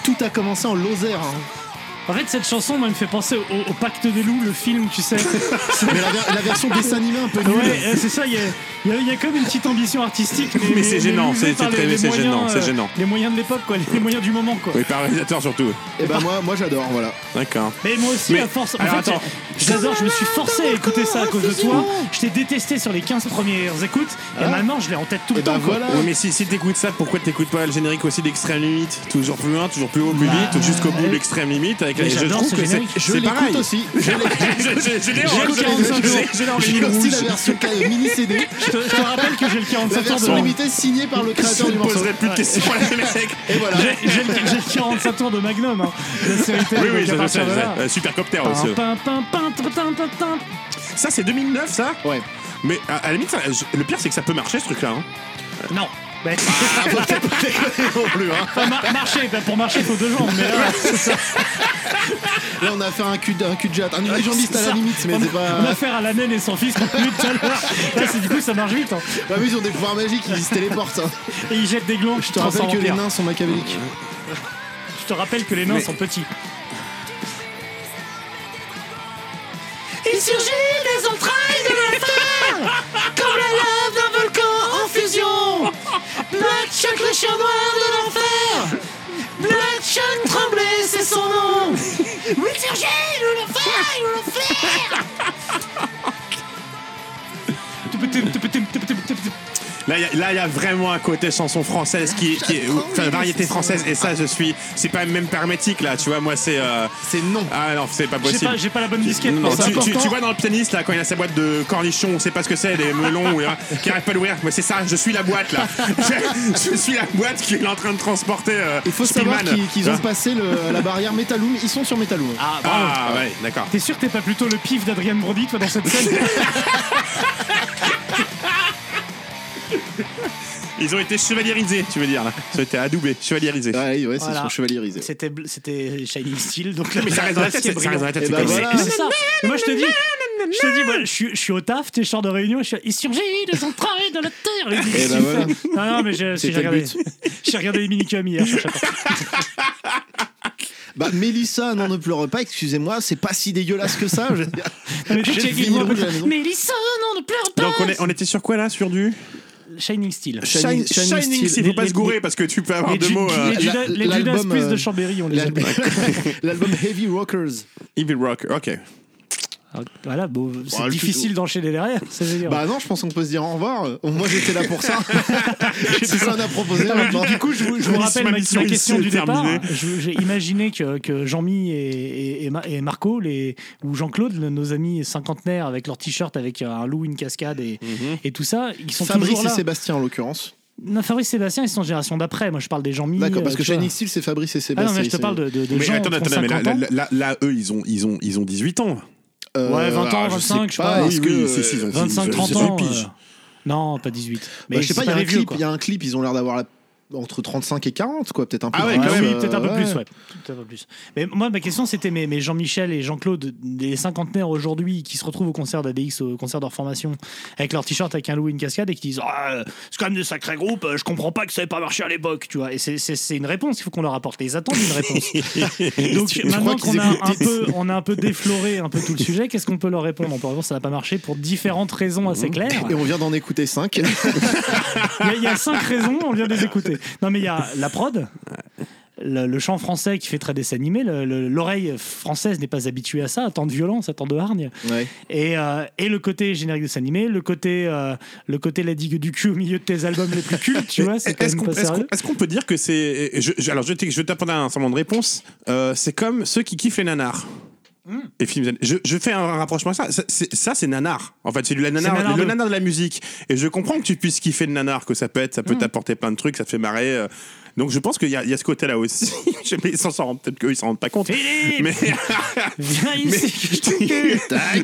Speaker 3: Tout a commencé en Lozère. hein.
Speaker 1: En fait, cette chanson, moi, elle me fait penser au, au Pacte des loups, le film, tu sais.
Speaker 3: Mais la, ver- la version dessin animé un peu nulle.
Speaker 1: Ouais, euh, c'est ça, il y a, il y a- il y a comme une petite ambition artistique.
Speaker 2: Mais c'est gênant,
Speaker 1: levée
Speaker 2: c'est-
Speaker 1: par les-
Speaker 2: c'est très-
Speaker 1: les
Speaker 2: c'est
Speaker 1: moyens,
Speaker 2: gênant, c'est
Speaker 1: euh,
Speaker 2: gênant.
Speaker 1: Les moyens de l'époque, quoi, les, les moyens du moment, quoi.
Speaker 2: Oui, par réalisateur surtout.
Speaker 3: Et ben moi, moi j'adore, voilà.
Speaker 2: D'accord.
Speaker 1: Mais moi aussi,
Speaker 2: Mais-
Speaker 1: à force. En
Speaker 2: alors,
Speaker 1: fait,
Speaker 2: attends.
Speaker 1: je- j'adore, je me suis forcé à écouter ça à cause de toi. Je t'ai détesté sur les 15 premières écoutes, et
Speaker 2: Hein
Speaker 3: Ah.
Speaker 1: maintenant, je l'ai en tête tout le
Speaker 2: Eh
Speaker 3: Et
Speaker 1: temps,
Speaker 3: ben
Speaker 1: quoi.
Speaker 3: voilà.
Speaker 2: Oui, mais si, si t'écoutes ça, pourquoi t'écoutes pas le générique aussi d'Extrême Limite Toujours plus loin, toujours plus haut, plus vite, jusqu'au bout de l'Extrême Limite. Avec
Speaker 1: Mais
Speaker 2: la- je
Speaker 1: j'adore
Speaker 2: trouve
Speaker 1: ce
Speaker 2: que c'est,
Speaker 1: générique.
Speaker 3: Je
Speaker 2: c'est
Speaker 3: l'écoute
Speaker 2: pareil.
Speaker 3: aussi.
Speaker 2: Je l'ai- je- je l'ai en-
Speaker 1: J'ai le
Speaker 2: je l'ai-
Speaker 1: 45
Speaker 2: je l'ai-
Speaker 1: jours.
Speaker 2: je l'ai en
Speaker 3: J'ai
Speaker 2: ligne
Speaker 3: aussi
Speaker 2: rouge.
Speaker 3: la version ca- mini CD,
Speaker 1: Je te, je te rappelle que j'ai le
Speaker 3: la
Speaker 1: 45 tours de
Speaker 3: version
Speaker 1: Magnum.
Speaker 3: limitée signée par le
Speaker 2: Je
Speaker 3: créateur du
Speaker 2: ne
Speaker 3: morceau.
Speaker 2: poserai plus de questions à la mec.
Speaker 3: Et voilà.
Speaker 1: J'ai j'ai le j'ai le 45 tours de Magnum, hein. La série télé,
Speaker 2: Oui, oui,
Speaker 1: donc à
Speaker 2: ça, ça,
Speaker 1: partir
Speaker 2: ça,
Speaker 1: de là.
Speaker 2: ça, euh, Supercopter aussi.
Speaker 1: Pin, pin, pin, pin, pin, pin, pin, pin.
Speaker 2: Ça, c'est 2009, ça
Speaker 3: Ouais.
Speaker 2: Mais à, à la limite, ça- je- le pire, c'est que ça peut marcher ce truc-là. hein.
Speaker 1: Non. Ben,
Speaker 3: non plus, hein.
Speaker 1: enfin, mar- marcher, ben, pour marcher, il faut deux jambes. Mais là, c'est ça.
Speaker 3: Là, on a fait un cul de, un cul de jatte, un unijambiste à la
Speaker 1: Ça,
Speaker 3: limite, mais
Speaker 1: on,
Speaker 3: c'est
Speaker 1: on a
Speaker 3: pas.
Speaker 1: fait à la naine et son fils qu'on a eu tout à l'heure. Là, c'est- Du coup, ça marche vite. hein.
Speaker 3: Bah oui, ils ont des pouvoirs magiques, ils se téléportent. hein.
Speaker 1: Et ils jettent des glands.
Speaker 3: Je te rappelle que les nains sont machiavéliques.
Speaker 1: Je te rappelle que les nains sont petits.
Speaker 6: Il surgit des entrailles de l'enfer Comme la lave d'un volcan en fusion Black Chuck, le chien noir de l'enfer Black Chuck Tremblay, c'est son nom Il surgit de l'enfer, de l'enfer
Speaker 2: Là, il y a- là, il y a vraiment un côté chanson française qui, qui est- enfin, variété française. Et ça, je suis, c'est pas même pas hermétique là. Tu vois, moi, c'est. euh,
Speaker 3: C'est non.
Speaker 2: Ah non, c'est pas
Speaker 1: J'ai
Speaker 2: possible.
Speaker 1: pas, j'ai pas la bonne disquette.
Speaker 2: Non, non,
Speaker 1: pour ça.
Speaker 2: tu, tu-
Speaker 3: important.
Speaker 2: tu vois dans le pianiste là quand il a sa boîte de cornichons, on sait pas ce que c'est, des melons ou hein, qui arrive pas à l'ouvrir. Mais c'est ça, je suis la boîte là. Je, je suis la boîte qu'il est en train de transporter. euh,
Speaker 3: Il faut savoir
Speaker 2: Spielman.
Speaker 3: qu'ils qu'ils ont
Speaker 2: Tu vois
Speaker 3: passé le- la barrière Metaloom, ils sont sur Metaloom.
Speaker 1: Ah, bravo.
Speaker 2: Ah ouais, d'accord.
Speaker 1: T'es sûr que t'es pas plutôt le pif d'Adrien Brody, toi, dans cette scène
Speaker 2: Ils ont été chevaliérisés, tu veux dire là. Ils ont été adoubés, chevaliérisés.
Speaker 3: Ouais, ouais, c'est
Speaker 1: Voilà.
Speaker 3: son chevaliérisé.
Speaker 1: C'était, bl- c'était Shining Steel, donc là,
Speaker 2: Mais ça reste dans Ah, la tête,
Speaker 1: c'est
Speaker 2: ça reste dans la tête.
Speaker 3: Et
Speaker 2: c'est
Speaker 3: bah
Speaker 2: comme-
Speaker 3: voilà.
Speaker 1: Mais c'est ça. Mais Moi, je te dis, je te dis, moi, je suis, je suis au taf, tu sais, je sors de réunion, je suis, il surgit de son travail de la terre. Il dit,
Speaker 3: Eh ben voilà.
Speaker 1: Non, non, mais j'ai, j'ai
Speaker 3: C'était le
Speaker 1: regardé,
Speaker 3: but.
Speaker 1: j'ai regardé les minicums hier. je cherchais pas.
Speaker 3: Bah, Mélissa, non, ne pleure pas, excusez-moi, c'est pas si dégueulasse que ça. je-
Speaker 1: Non, mais tu
Speaker 3: J'ai
Speaker 1: sais
Speaker 3: le
Speaker 1: qu'il
Speaker 3: vinyle
Speaker 1: voit-
Speaker 3: rouge à la maison.
Speaker 6: Mélissa, non, ne pleure pas
Speaker 2: Donc on, est- on était sur quoi là Sur du
Speaker 1: Shining Steel.
Speaker 2: Shine-
Speaker 3: Shining- Shining
Speaker 2: Shining
Speaker 3: Steel.
Speaker 2: Steel. Faut pas
Speaker 1: Les-
Speaker 2: se gourer parce que tu peux avoir
Speaker 1: Les,
Speaker 2: deux
Speaker 1: Ju-
Speaker 2: mots. euh,
Speaker 1: les Judas-
Speaker 3: la-
Speaker 1: les Judas
Speaker 3: hein. l'album,
Speaker 1: Priest
Speaker 3: euh,
Speaker 1: de Chambéry, on les
Speaker 3: L'album
Speaker 1: appelle.
Speaker 3: l'album Heavy Rockers.
Speaker 2: Evil Rock, ok.
Speaker 1: Alors, Ah, Voilà, bon, c'est
Speaker 3: Bah, le
Speaker 1: difficile d'enchaîner derrière. C'est génial.
Speaker 3: Bah non, je pense qu'on peut se dire au revoir. Euh, Moi j'étais là pour ça. c'est ça qu'on a proposé maintenant. Du coup, je vous.
Speaker 1: je vous
Speaker 2: Ma
Speaker 1: rappelle ma,
Speaker 2: mission
Speaker 1: ma question
Speaker 2: ici
Speaker 1: du
Speaker 2: est
Speaker 1: départ.
Speaker 2: terminée.
Speaker 1: Je- J'ai imaginé que, que Jean-Mi et, et- et Ma- et Marco, les, ou Jean-Claude, le- nos amis cinquantenaires avec leur t-shirt avec euh, un loup, une cascade et, et tout ça, ils sont
Speaker 3: Mhm. Fabrice
Speaker 1: toujours
Speaker 3: et
Speaker 1: là.
Speaker 3: Sébastien en l'occurrence.
Speaker 1: Non, Fabrice et Sébastien, ils sont génération d'après. Moi, je parle des Jean-Mi.
Speaker 3: D'accord, parce
Speaker 1: euh,
Speaker 3: que
Speaker 1: tu vois.
Speaker 3: Shining Steel bah, c'est Fabrice et
Speaker 1: Ah
Speaker 3: Sébastien.
Speaker 1: non, mais je te parle de, de, de
Speaker 2: Mais
Speaker 1: gens
Speaker 2: attends,
Speaker 1: qui ont
Speaker 2: attends, mais là,
Speaker 1: 50 ans.
Speaker 2: là, là, là, eux, ils ont, ils ont, ils ont 18 ans.
Speaker 3: Euh,
Speaker 1: Ouais, 20 ans,
Speaker 3: alors,
Speaker 1: 25, je sais
Speaker 3: sais
Speaker 1: pas.
Speaker 3: Est-ce
Speaker 2: Oui, oui,
Speaker 3: que
Speaker 2: si, si, ils ont- ils ont-
Speaker 1: 25,
Speaker 2: ils ont
Speaker 1: 30
Speaker 2: 18
Speaker 1: ans.
Speaker 2: piges.
Speaker 1: euh, Non, pas 18. Mais
Speaker 3: Bah, je sais pas, il y, a
Speaker 1: pas
Speaker 3: un
Speaker 1: les vieux,
Speaker 3: clip,
Speaker 1: quoi.
Speaker 3: il y a un clip, ils ont l'air d'avoir la- entre 35 et 40, quoi, peut-être un peu.
Speaker 2: Ah ouais,
Speaker 1: Ah
Speaker 3: plus,
Speaker 2: quand
Speaker 1: oui,
Speaker 2: même,
Speaker 3: euh,
Speaker 1: peut-être un peu
Speaker 3: ouais.
Speaker 1: plus, ouais. Peut-être un peu plus. Mais moi, ma question, c'était mes, mes Jean-Michel et Jean-Claude, des cinquantenaires aujourd'hui, qui se retrouvent au concert d'ADX, au concert de leur formation, avec leur t-shirt avec un loup et une cascade, et qui disent Ah, euh, C'est quand même des sacrés groupes, euh, je comprends pas que ça n'ait pas marché à l'époque, tu vois. Et c'est- c'est c'est une réponse qu'il faut qu'on leur apporte. Et ils attendent une réponse. Donc maintenant
Speaker 3: crois
Speaker 1: qu'on
Speaker 3: qu'ils
Speaker 1: a un
Speaker 3: écoutaient-
Speaker 1: peu, on a un peu défloré un peu tout le sujet, qu'est-ce qu'on peut leur répondre On peut leur dire Ça n'a pas marché pour différentes raisons
Speaker 2: Mmh.
Speaker 1: assez claires.
Speaker 3: Et on vient d'en écouter 5.
Speaker 1: Il y a- il y, a cinq raisons, on vient de les écouter. Non, mais il y a la prod. Le, le chant français qui fait très dessin animé, le- le- l'oreille française n'est pas habituée à ça, à tant de violence, à tant de hargne.
Speaker 3: ouais.
Speaker 1: Et, euh, et le côté générique de dessin animé, le côté, euh, le côté la digue du cul au milieu de tes albums les plus cultes, tu vois, c'est quand
Speaker 2: Est-ce
Speaker 1: même
Speaker 2: qu'on
Speaker 1: pas
Speaker 2: est-ce qu'on-
Speaker 1: sérieux.
Speaker 2: est-ce qu'on peut dire que c'est. je- je- alors, je, t'ai- je t'apprendrai un certain nombre de réponses. Euh, c'est comme ceux qui kiffent les nanars. Et films, je, je fais un rapprochement à ça. Ça, c'est- ça, c'est nanar. En fait, c'est du- la nanar,
Speaker 1: C'est nanar
Speaker 2: le
Speaker 1: de-
Speaker 2: nanar de la musique. Et je comprends que tu puisses kiffer le nanar, que ça pète, ça peut t'apporter plein de trucs, ça te fait marrer. euh. Donc, je pense qu'il y, a- il y a ce côté-là aussi. Je- mais ils s'en s'en rendent peut-être qu'eux, ils s'en rendent pas compte.
Speaker 1: Philippe,
Speaker 2: Mais.
Speaker 1: viens
Speaker 2: mais
Speaker 1: ici.
Speaker 2: Ta gueule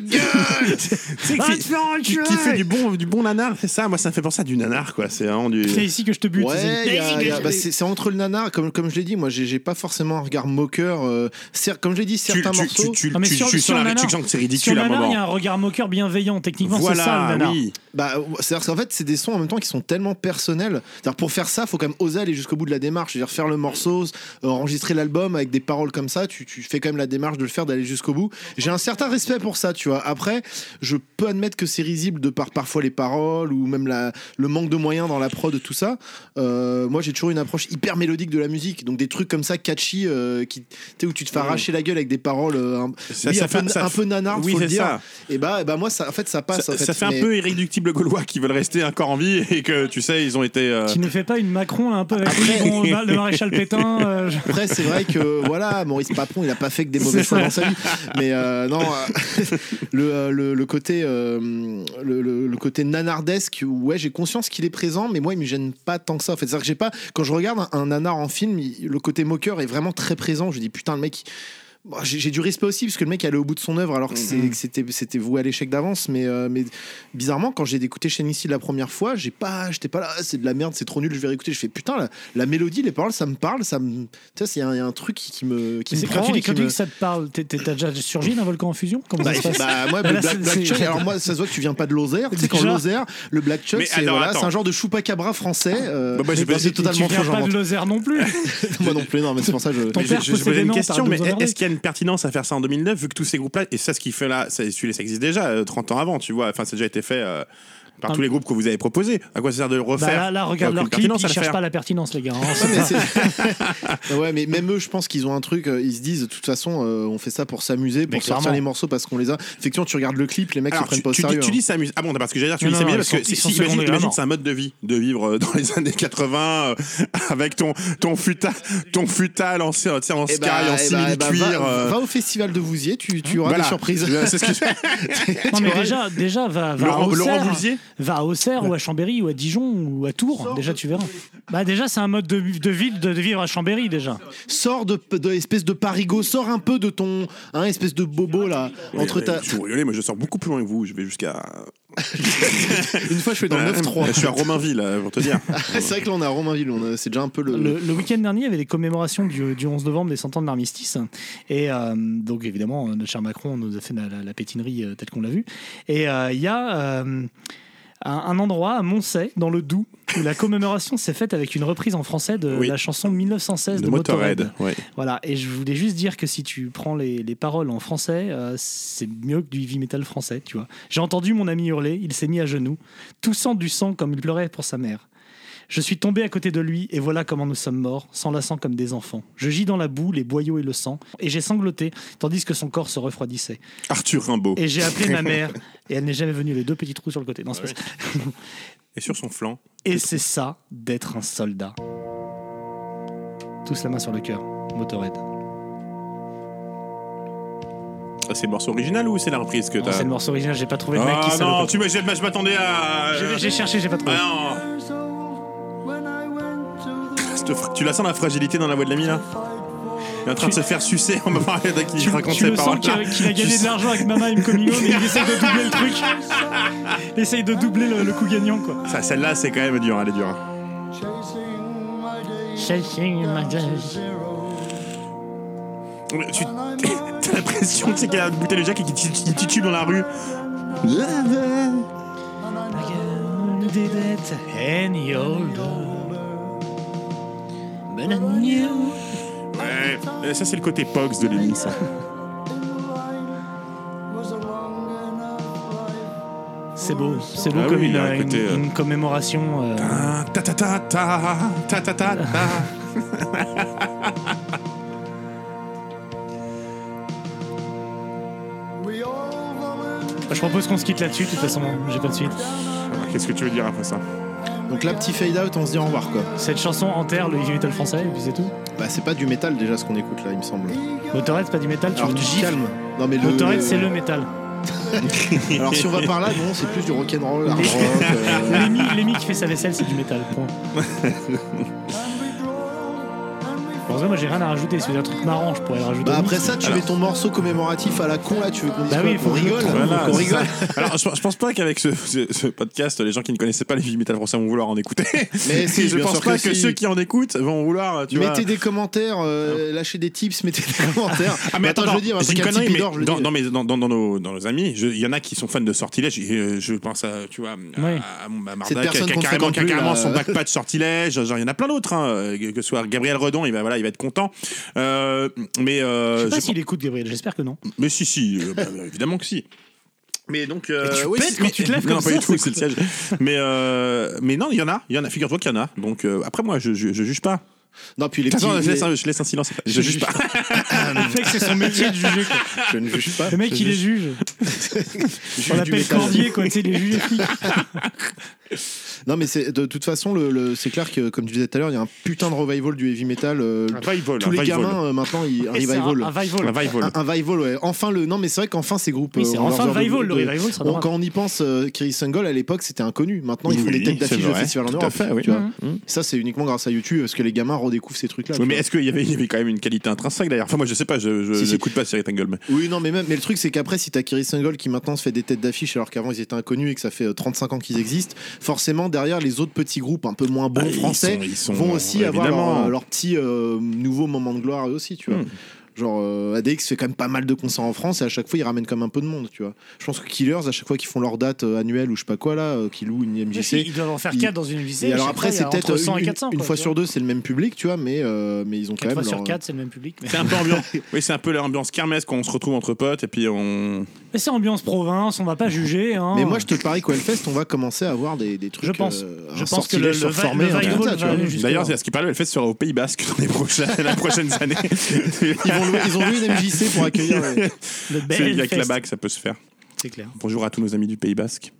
Speaker 1: Va te
Speaker 2: Tu sais que c'est-
Speaker 1: faire
Speaker 2: qui,
Speaker 1: enculer.
Speaker 2: qui fait du bon, du bon nanar, c'est ça. Moi, ça me fait penser à du nanar, quoi. C'est vraiment du.
Speaker 1: C'est ici que je te bute.
Speaker 3: Ouais,
Speaker 1: c'est-
Speaker 3: y a- y a- bah, c'est c'est entre le nanar, comme, comme je l'ai dit, moi j'ai j'ai pas forcément un regard moqueur. euh, cer- comme je l'ai dit,
Speaker 2: tu,
Speaker 3: certains
Speaker 2: tu-
Speaker 3: morceaux.
Speaker 2: tu- tu-
Speaker 1: Non, Ah, mais
Speaker 2: tu-
Speaker 1: sur-
Speaker 2: tu
Speaker 1: sur
Speaker 2: sens la-
Speaker 1: Nanar-
Speaker 2: tu sens que c'est
Speaker 1: Sur
Speaker 2: ridicule à
Speaker 1: le
Speaker 2: un
Speaker 1: nanar, il y
Speaker 2: moment.
Speaker 1: a un regard moqueur bienveillant. Techniquement, c'est ça le
Speaker 2: Voilà,
Speaker 1: nanar.
Speaker 2: oui.
Speaker 3: Bah, c'est-à-dire qu'en fait, c'est des sons en même temps qui sont tellement personnels. C'est-à-dire pour faire ça, faut quand même oser aller jusqu'au bout de la démarche. C'est-à-dire faire le morceau, s- euh, enregistrer l'album avec des paroles comme ça, tu, tu fais quand même la démarche de le faire, d'aller jusqu'au bout. J'ai un certain respect pour ça, tu vois. Après, je peux admettre que c'est risible de par parfois les paroles ou même la, le manque de moyens dans la prod, tout ça. Euh, moi, j'ai toujours une approche hyper mélodique de la musique, donc des trucs comme ça catchy, euh, qui, tu sais, où tu te fais arracher la gueule avec des paroles euh, un,
Speaker 2: Mm. Ça-
Speaker 3: oui,
Speaker 2: ça
Speaker 3: un
Speaker 2: fait-
Speaker 3: peu,
Speaker 2: ça-
Speaker 3: un peu nanardes,
Speaker 2: oui,
Speaker 3: faut le
Speaker 2: c'est
Speaker 3: dire.
Speaker 2: ça.
Speaker 3: Et bah, et bah, moi, ça, en fait, ça passe.
Speaker 2: Ça,
Speaker 3: en fait,
Speaker 2: ça fait un
Speaker 3: mais-
Speaker 2: peu irréductible gaulois qui veulent rester encore en vie et que tu sais ils ont été euh,
Speaker 1: Qui ne fait pas une Macron là, un peu avec oui, bon, le maréchal Pétain. euh, je-
Speaker 3: Après, c'est vrai que voilà, Maurice Papon, il a pas fait que des mauvais choix dans sa vie. Mais euh, non, euh, le, euh, le, le côté euh, le, le- le côté nanardesque, ouais, j'ai conscience qu'il est présent, mais moi, il me gêne pas tant que ça. En fait, c'est-à-dire que j'ai pas quand je regarde un, un nanar en film, il- le côté moqueur est vraiment très présent. Je dis putain, le mec. bon, Bah, j'ai j'ai du respect aussi parce que le mec allait au bout de son œuvre alors que c'est-
Speaker 1: Mhm.
Speaker 3: que c'était c'était voué à l'échec d'avance mais euh, mais bizarrement quand j'ai écouté Shanice la première fois j'ai pas j'étais pas là Ah, c'est de la merde c'est trop nul je vais réécouter je fais putain la, la mélodie les paroles ça me parle ça me tu sais c'est un, il y a un truc qui, qui me qui me
Speaker 1: C'est quand
Speaker 3: prend
Speaker 1: tu
Speaker 3: et
Speaker 1: dis
Speaker 3: qui
Speaker 1: quand tu dis
Speaker 3: me-
Speaker 1: que ça te parle, t'es- t'es- t'as déjà surgi d'un volcan en fusion Comment
Speaker 3: bah,
Speaker 1: ça se passe Ah,
Speaker 3: bah, moi, le
Speaker 1: Là,
Speaker 3: Black,
Speaker 1: c'est-
Speaker 3: Black
Speaker 1: c'est-
Speaker 3: Chuck, alors moi, ça se voit que tu viens pas de Lozère. Tu sais, quand
Speaker 1: Déjà.
Speaker 3: Lozère, le Black Chuck,
Speaker 2: Mais
Speaker 3: c'est
Speaker 2: alors,
Speaker 3: voilà,
Speaker 2: attends.
Speaker 3: c'est un genre de chupacabra français. euh,
Speaker 2: Bah, moi, j'ai
Speaker 3: mais
Speaker 2: pas-
Speaker 3: c'est totalement
Speaker 1: tu
Speaker 3: faux,
Speaker 1: viens
Speaker 3: j'en
Speaker 1: pas de
Speaker 3: rentre.
Speaker 1: Lozère non plus.
Speaker 3: Moi non plus, non, mais c'est pour ça que je.
Speaker 1: Ton
Speaker 2: Mais je-
Speaker 1: père
Speaker 2: je, je
Speaker 1: possédait
Speaker 2: posais une
Speaker 1: non,
Speaker 2: question,
Speaker 1: pardon,
Speaker 2: mais
Speaker 1: vous en avez.
Speaker 2: est-ce qu'il y a une pertinence à faire ça en 2009 vu que tous ces groupes-là et ça, ce qui fait là, ça, celui-là, ça existe déjà euh, 30 ans avant, tu vois. Enfin, c'est déjà été fait euh, par
Speaker 1: Ah.
Speaker 2: tous les groupes que vous avez proposés. À quoi ça sert de le refaire
Speaker 1: Bah là, là,
Speaker 2: Il y a
Speaker 1: regarde
Speaker 2: aucune
Speaker 1: leur clip,
Speaker 2: Ah, pertinence
Speaker 1: ils
Speaker 2: à le
Speaker 1: cherchent
Speaker 2: faire.
Speaker 1: pas la pertinence, les gars. hein, c'est
Speaker 3: Ouais, mais
Speaker 1: ça.
Speaker 3: c'est- ouais, mais même eux, je pense qu'ils ont un truc. euh, Ils se disent, de toute façon, euh, on fait ça pour s'amuser,
Speaker 1: Mais
Speaker 3: pour sortir
Speaker 1: clairement.
Speaker 3: les morceaux parce qu'on les a. Effectivement, tu regardes le clip, les mecs se
Speaker 2: Alors,
Speaker 3: prennent
Speaker 2: tu,
Speaker 3: pas au
Speaker 2: tu dis,
Speaker 3: sérieux. hein.
Speaker 2: tu dis s'amuse. Ah bon, d'accord, parce que j'allais dire, tu
Speaker 1: Non,
Speaker 2: dis
Speaker 1: non,
Speaker 2: s'amuser
Speaker 1: ils
Speaker 2: parce
Speaker 1: sont-
Speaker 2: que
Speaker 1: ils
Speaker 2: si,
Speaker 1: sont
Speaker 2: imagine,
Speaker 1: secondaires,
Speaker 2: imagine
Speaker 1: non.
Speaker 2: c'est un mode de vie, de vivre euh, dans les années 80 euh, avec ton, ton futa, ton futa lancé en, tu sais, en
Speaker 3: Eh
Speaker 2: sky,
Speaker 3: bah,
Speaker 2: en
Speaker 3: eh bah, eh bah,
Speaker 2: simili-cuir.
Speaker 3: va,
Speaker 2: euh,
Speaker 3: va au festival de Vouziers, tu, tu auras
Speaker 2: voilà.
Speaker 3: des surprises.
Speaker 2: Euh, C'est ce que je fais.
Speaker 1: Non, mais
Speaker 3: vois,
Speaker 1: déjà, déjà va, va à
Speaker 2: Laurent,
Speaker 1: Auxerre.
Speaker 2: Laurent Boulzier
Speaker 1: Va à Auxerre ou à Chambéry ou à Dijon ou à Tours, déjà tu verras. Bah déjà c'est un mode de, de ville de, de vivre à Chambéry déjà.
Speaker 3: Sors de, de espèce de parigo, sors un peu de ton hein, espèce de bobo là entre
Speaker 2: Mais,
Speaker 3: ta.
Speaker 2: mais, Je vous rigolez, mais je sors beaucoup plus loin que vous. Je vais jusqu'à. euh,
Speaker 3: Une fois, je suis dans le Ah, 9-3.
Speaker 2: Je suis à Romainville, euh, pour te dire.
Speaker 3: c'est vrai que là on est à Romainville, on a- c'est déjà un peu le.
Speaker 1: Le, le week-end dernier, il y avait des commémorations du, du 11 novembre des 100 ans de l'armistice. Et euh, donc, évidemment, euh, notre cher Macron nous a fait la, la- la pétinerie euh, telle qu'on l'a vue. Et euh, il y a euh, un, un endroit à Moncey, dans le Doubs, où la commémoration s'est faite avec une reprise en français de
Speaker 2: Oui.
Speaker 1: la chanson 1916 de,
Speaker 2: De
Speaker 1: Motorhead.
Speaker 2: Motorhead. Ouais.
Speaker 1: Voilà, et je voulais juste dire que si tu prends les, les paroles en français, euh, c'est mieux que du heavy metal français, tu vois. J'ai entendu mon ami hurler, il s'est mis à genoux, toussant du sang comme il pleurait pour sa mère. Je suis tombé à côté de lui et voilà comment nous sommes morts, s'enlaçant comme des enfants. Je gis dans la boue, les boyaux et le sang, et j'ai sangloté tandis que son corps se refroidissait.
Speaker 2: Arthur Rimbaud.
Speaker 1: Et j'ai appelé ma mère et elle n'est jamais venue, les deux petits trous sur le côté. Non, c'est pas ça.
Speaker 2: Et sur son flanc.
Speaker 1: Et c'est ça d'être un soldat. Tous la main sur le cœur, Motorhead. Oh,
Speaker 2: Ah, C'est le morceau original ou c'est la reprise que
Speaker 3: Ah,
Speaker 1: Non, C'est
Speaker 2: t'as
Speaker 1: le morceau original, j'ai pas trouvé le mec
Speaker 2: Ah
Speaker 1: qui
Speaker 2: non,
Speaker 1: salopait.
Speaker 2: tu m'as- je je m'attendais à. euh,
Speaker 1: J'ai j'ai cherché, j'ai pas trouvé.
Speaker 2: Ah non. Cette fra- Tu la sens la fragilité dans la voix de l'ami là Il est en train de se faire sucer en me parlant d'un qui
Speaker 1: tu,
Speaker 2: raconte
Speaker 1: tu
Speaker 2: ses
Speaker 1: le sens
Speaker 2: paroles.
Speaker 1: qu'il a, qu'il a gagné de l'argent avec Mama et Mkomino, mais il essaye de doubler le truc. Il essaye de doubler le, le coup gagnant, quoi.
Speaker 2: Ça, celle-là, c'est quand même dur, elle est dure. hein. Mais Tu T'as l'impression tu sais, qu'il y a une bouteille de Jack et qu'il tit- il titube dans la rue. Ouais, euh, ça c'est le côté Pogs de l'émi ça.
Speaker 1: C'est beau, c'est beau
Speaker 2: Ah
Speaker 1: comme
Speaker 2: oui,
Speaker 1: une,
Speaker 2: il y a un
Speaker 1: une-
Speaker 2: côté, euh,
Speaker 1: une commémoration. euh,
Speaker 2: Ah, ta ta ta ta ta ta ta ta.
Speaker 1: Je propose qu'on se quitte là-dessus, de toute façon, j'ai pas de suite.
Speaker 2: Qu'est-ce que tu veux dire après ça
Speaker 3: Donc là, petit fade out, on se dit au revoir quoi.
Speaker 1: Cette chanson enterre le heavy metal français, et puis c'est tout.
Speaker 3: Bah, c'est pas du métal déjà ce qu'on écoute là, il me semble.
Speaker 1: Motorhead, c'est pas du métal, tu
Speaker 3: Alors,
Speaker 1: veux du
Speaker 3: du
Speaker 1: gifle.
Speaker 3: calme. Non, mais le.
Speaker 1: Motorhead, c'est le métal.
Speaker 3: Alors, si on va par là, non, c'est plus du rock'n'roll, hard rock. euh,
Speaker 1: Lémi, Lémi qui fait sa vaisselle, c'est du métal. Point. Heureusement, moi j'ai rien à rajouter. Si vous avez un truc marrant, je pourrais le rajouter.
Speaker 3: Bah, après ça, tu mets ton morceau commémoratif à la con là, tu veux qu'on dise
Speaker 1: Bah
Speaker 3: quoi
Speaker 1: oui, faut
Speaker 3: qu'on rigole.
Speaker 1: rigole.
Speaker 2: Voilà,
Speaker 3: qu'on
Speaker 2: c'est
Speaker 3: rigole.
Speaker 2: ça. Alors, je, je pense pas qu'avec ce, ce- ce podcast, les gens qui ne connaissaient pas les vies métal français vont vouloir en écouter.
Speaker 3: Mais si,
Speaker 2: je
Speaker 3: bien
Speaker 2: pense
Speaker 3: sûr
Speaker 2: pas
Speaker 3: que
Speaker 2: que,
Speaker 3: si.
Speaker 2: ceux qui en écoutent vont vouloir. Tu vois.
Speaker 3: mettez des commentaires, euh, lâchez des tips, mettez des commentaires.
Speaker 2: Ah mais
Speaker 3: Bah,
Speaker 2: attends,
Speaker 3: je veux dire, un
Speaker 2: j'ai
Speaker 3: truc
Speaker 2: une
Speaker 3: à
Speaker 2: connerie,
Speaker 3: Tipeee
Speaker 2: mais
Speaker 3: d'or, je le
Speaker 2: dans,
Speaker 3: dis.
Speaker 2: dans mes- dans- dans- dans nos, dans nos amis, je- il y en a qui sont fans de Sortilège. et, euh, je pense à, tu vois, à-
Speaker 1: Ouais.
Speaker 2: à, mon- à Mardak,
Speaker 3: Cette personne
Speaker 2: qui a
Speaker 3: qu'on ne
Speaker 2: carrément,
Speaker 3: fréquente
Speaker 2: qui a
Speaker 3: plus,
Speaker 2: carrément
Speaker 3: là.
Speaker 2: son backpack Sortilège. Genre, il y en a plein d'autres. hein, euh, que que ce soit Gabriel Redon, il va, voilà, il va être content. Euh, mais euh,
Speaker 1: Je sais pas
Speaker 2: je
Speaker 1: s'il écoute Gabriel, j'espère que non.
Speaker 2: mais si, si, euh, bah, évidemment que si. Mais donc, euh,
Speaker 1: tu
Speaker 2: oui,
Speaker 1: pètes
Speaker 2: c'est-
Speaker 1: quand
Speaker 2: mais-
Speaker 1: tu te lèves
Speaker 2: non,
Speaker 1: comme
Speaker 2: pas
Speaker 1: ça,
Speaker 2: du tout, c'est
Speaker 1: c'est
Speaker 2: le siège. Mais, euh, mais non, il y en a, il y en a. Figure-toi qu'il y en a. Donc euh, après, moi, je, je, je juge pas.
Speaker 3: Non, puis les
Speaker 2: De toute façon,
Speaker 3: petits-
Speaker 2: je
Speaker 3: les-
Speaker 2: laisse, un, je laisse un silence. Je juge pas.
Speaker 1: Le mec, c'est son métier de juger. quoi.
Speaker 3: Je ne juge pas.
Speaker 1: Le mec,
Speaker 3: je
Speaker 1: il les
Speaker 3: juge-
Speaker 1: juge.
Speaker 3: je juge
Speaker 1: On
Speaker 3: du
Speaker 1: l'appelle
Speaker 3: métal.
Speaker 1: Cordier, quoi. Tu sais, les juges.
Speaker 3: Non, mais c'est de toute façon, le, le- c'est clair que, comme tu disais tout à l'heure, il y a un putain de revival du heavy metal. euh,
Speaker 2: Revival,
Speaker 3: tous
Speaker 2: un
Speaker 3: les
Speaker 2: revival.
Speaker 3: gamins euh, maintenant, ils, un
Speaker 1: Et c'est un-
Speaker 3: revival.
Speaker 1: un
Speaker 2: Un
Speaker 1: Vival.
Speaker 2: revival.
Speaker 3: Un, un revival, ouais. Enfin le. Non, mais c'est vrai qu'enfin ces groupes.
Speaker 1: Oui, c'est
Speaker 3: euh, ont
Speaker 1: enfin
Speaker 3: leurs
Speaker 1: le
Speaker 3: heures de-
Speaker 1: revival, le
Speaker 3: de-
Speaker 1: revival, ça
Speaker 3: on-
Speaker 1: drame.
Speaker 3: quand on y pense, euh, Chris Singel à l'époque c'était inconnu. Maintenant ils font les
Speaker 2: Oui,
Speaker 3: têtes
Speaker 2: c'est
Speaker 3: d'affiche au
Speaker 2: vrai,
Speaker 3: festival en
Speaker 2: tout à
Speaker 3: Europe.
Speaker 2: fait, oui.
Speaker 3: tu vois.
Speaker 1: Mhm.
Speaker 3: Ça c'est uniquement grâce à YouTube parce que les gamins redécouvrent ces trucs là.
Speaker 2: Oui, mais est-ce qu'il y avait, il y avait quand même une qualité intrinsèque d'ailleurs Enfin, moi je sais pas, je, je
Speaker 3: Si, si.
Speaker 2: n'écoute pas Thierry Tangle, mais.
Speaker 3: Oui, non, mais même, mais le truc, c'est qu'après, si t'as Kiri Single qui maintenant se fait des têtes d'affiche alors qu'avant ils étaient inconnus et que ça fait euh, 35 ans qu'ils existent, forcément derrière les autres petits groupes un peu moins bons
Speaker 2: Ah, ils
Speaker 3: français
Speaker 2: sont- ils sont-
Speaker 3: vont aussi avoir
Speaker 2: évidemment.
Speaker 3: leur, euh, leur petit euh, nouveau moment de gloire eux aussi, tu vois.
Speaker 2: Hmm.
Speaker 3: Genre euh, ADX fait quand même pas mal de concerts en France et à chaque fois ils ramènent comme un peu de monde, tu vois. Je pense que Killers, à chaque fois qu'ils font leur date euh, annuelle ou je sais pas quoi là, euh, qu'ils louent une
Speaker 1: Ils
Speaker 3: MJC,
Speaker 1: ils doivent en faire
Speaker 3: il-
Speaker 1: 4 dans une lycée.
Speaker 3: et alors après, c'est peut-être
Speaker 1: entre 100
Speaker 3: une,
Speaker 1: et 400.
Speaker 3: une
Speaker 1: quoi,
Speaker 3: fois
Speaker 1: tu
Speaker 3: sur
Speaker 1: vois.
Speaker 3: deux, c'est le même public, tu vois, mais, euh, mais ils ont
Speaker 1: Quatre
Speaker 3: quand même.
Speaker 1: fois sur
Speaker 3: leur-
Speaker 1: 4, c'est le même public. mais-
Speaker 2: C'est un peu ambiant. oui, c'est un peu l'ambiance kermesse quand on se retrouve entre potes et puis on.
Speaker 1: Mais c'est ambiance province, on va pas juger. hein.
Speaker 3: Mais moi, je te parie qu'au Hellfest, on va commencer à avoir des, des trucs.
Speaker 1: Je pense.
Speaker 3: euh,
Speaker 1: Je
Speaker 3: un
Speaker 1: pense que le- le
Speaker 3: sortilège sur
Speaker 1: va-
Speaker 3: Formé,
Speaker 1: le
Speaker 3: un truc
Speaker 1: viral
Speaker 3: comme ça,
Speaker 1: va
Speaker 3: tu vois.
Speaker 1: aller jusque-là.
Speaker 2: D'ailleurs, c'est à ce qui parle, elle fait sera au Pays Basque dans les prochaines, les prochaines années.
Speaker 3: Ils, vont louer- ils ont loué une MJC pour accueillir. les-
Speaker 1: le
Speaker 2: C'est
Speaker 1: bel
Speaker 2: avec
Speaker 1: fest,
Speaker 2: là-bas que ça peut se faire.
Speaker 1: C'est clair.
Speaker 2: Bonjour à tous nos amis du Pays Basque.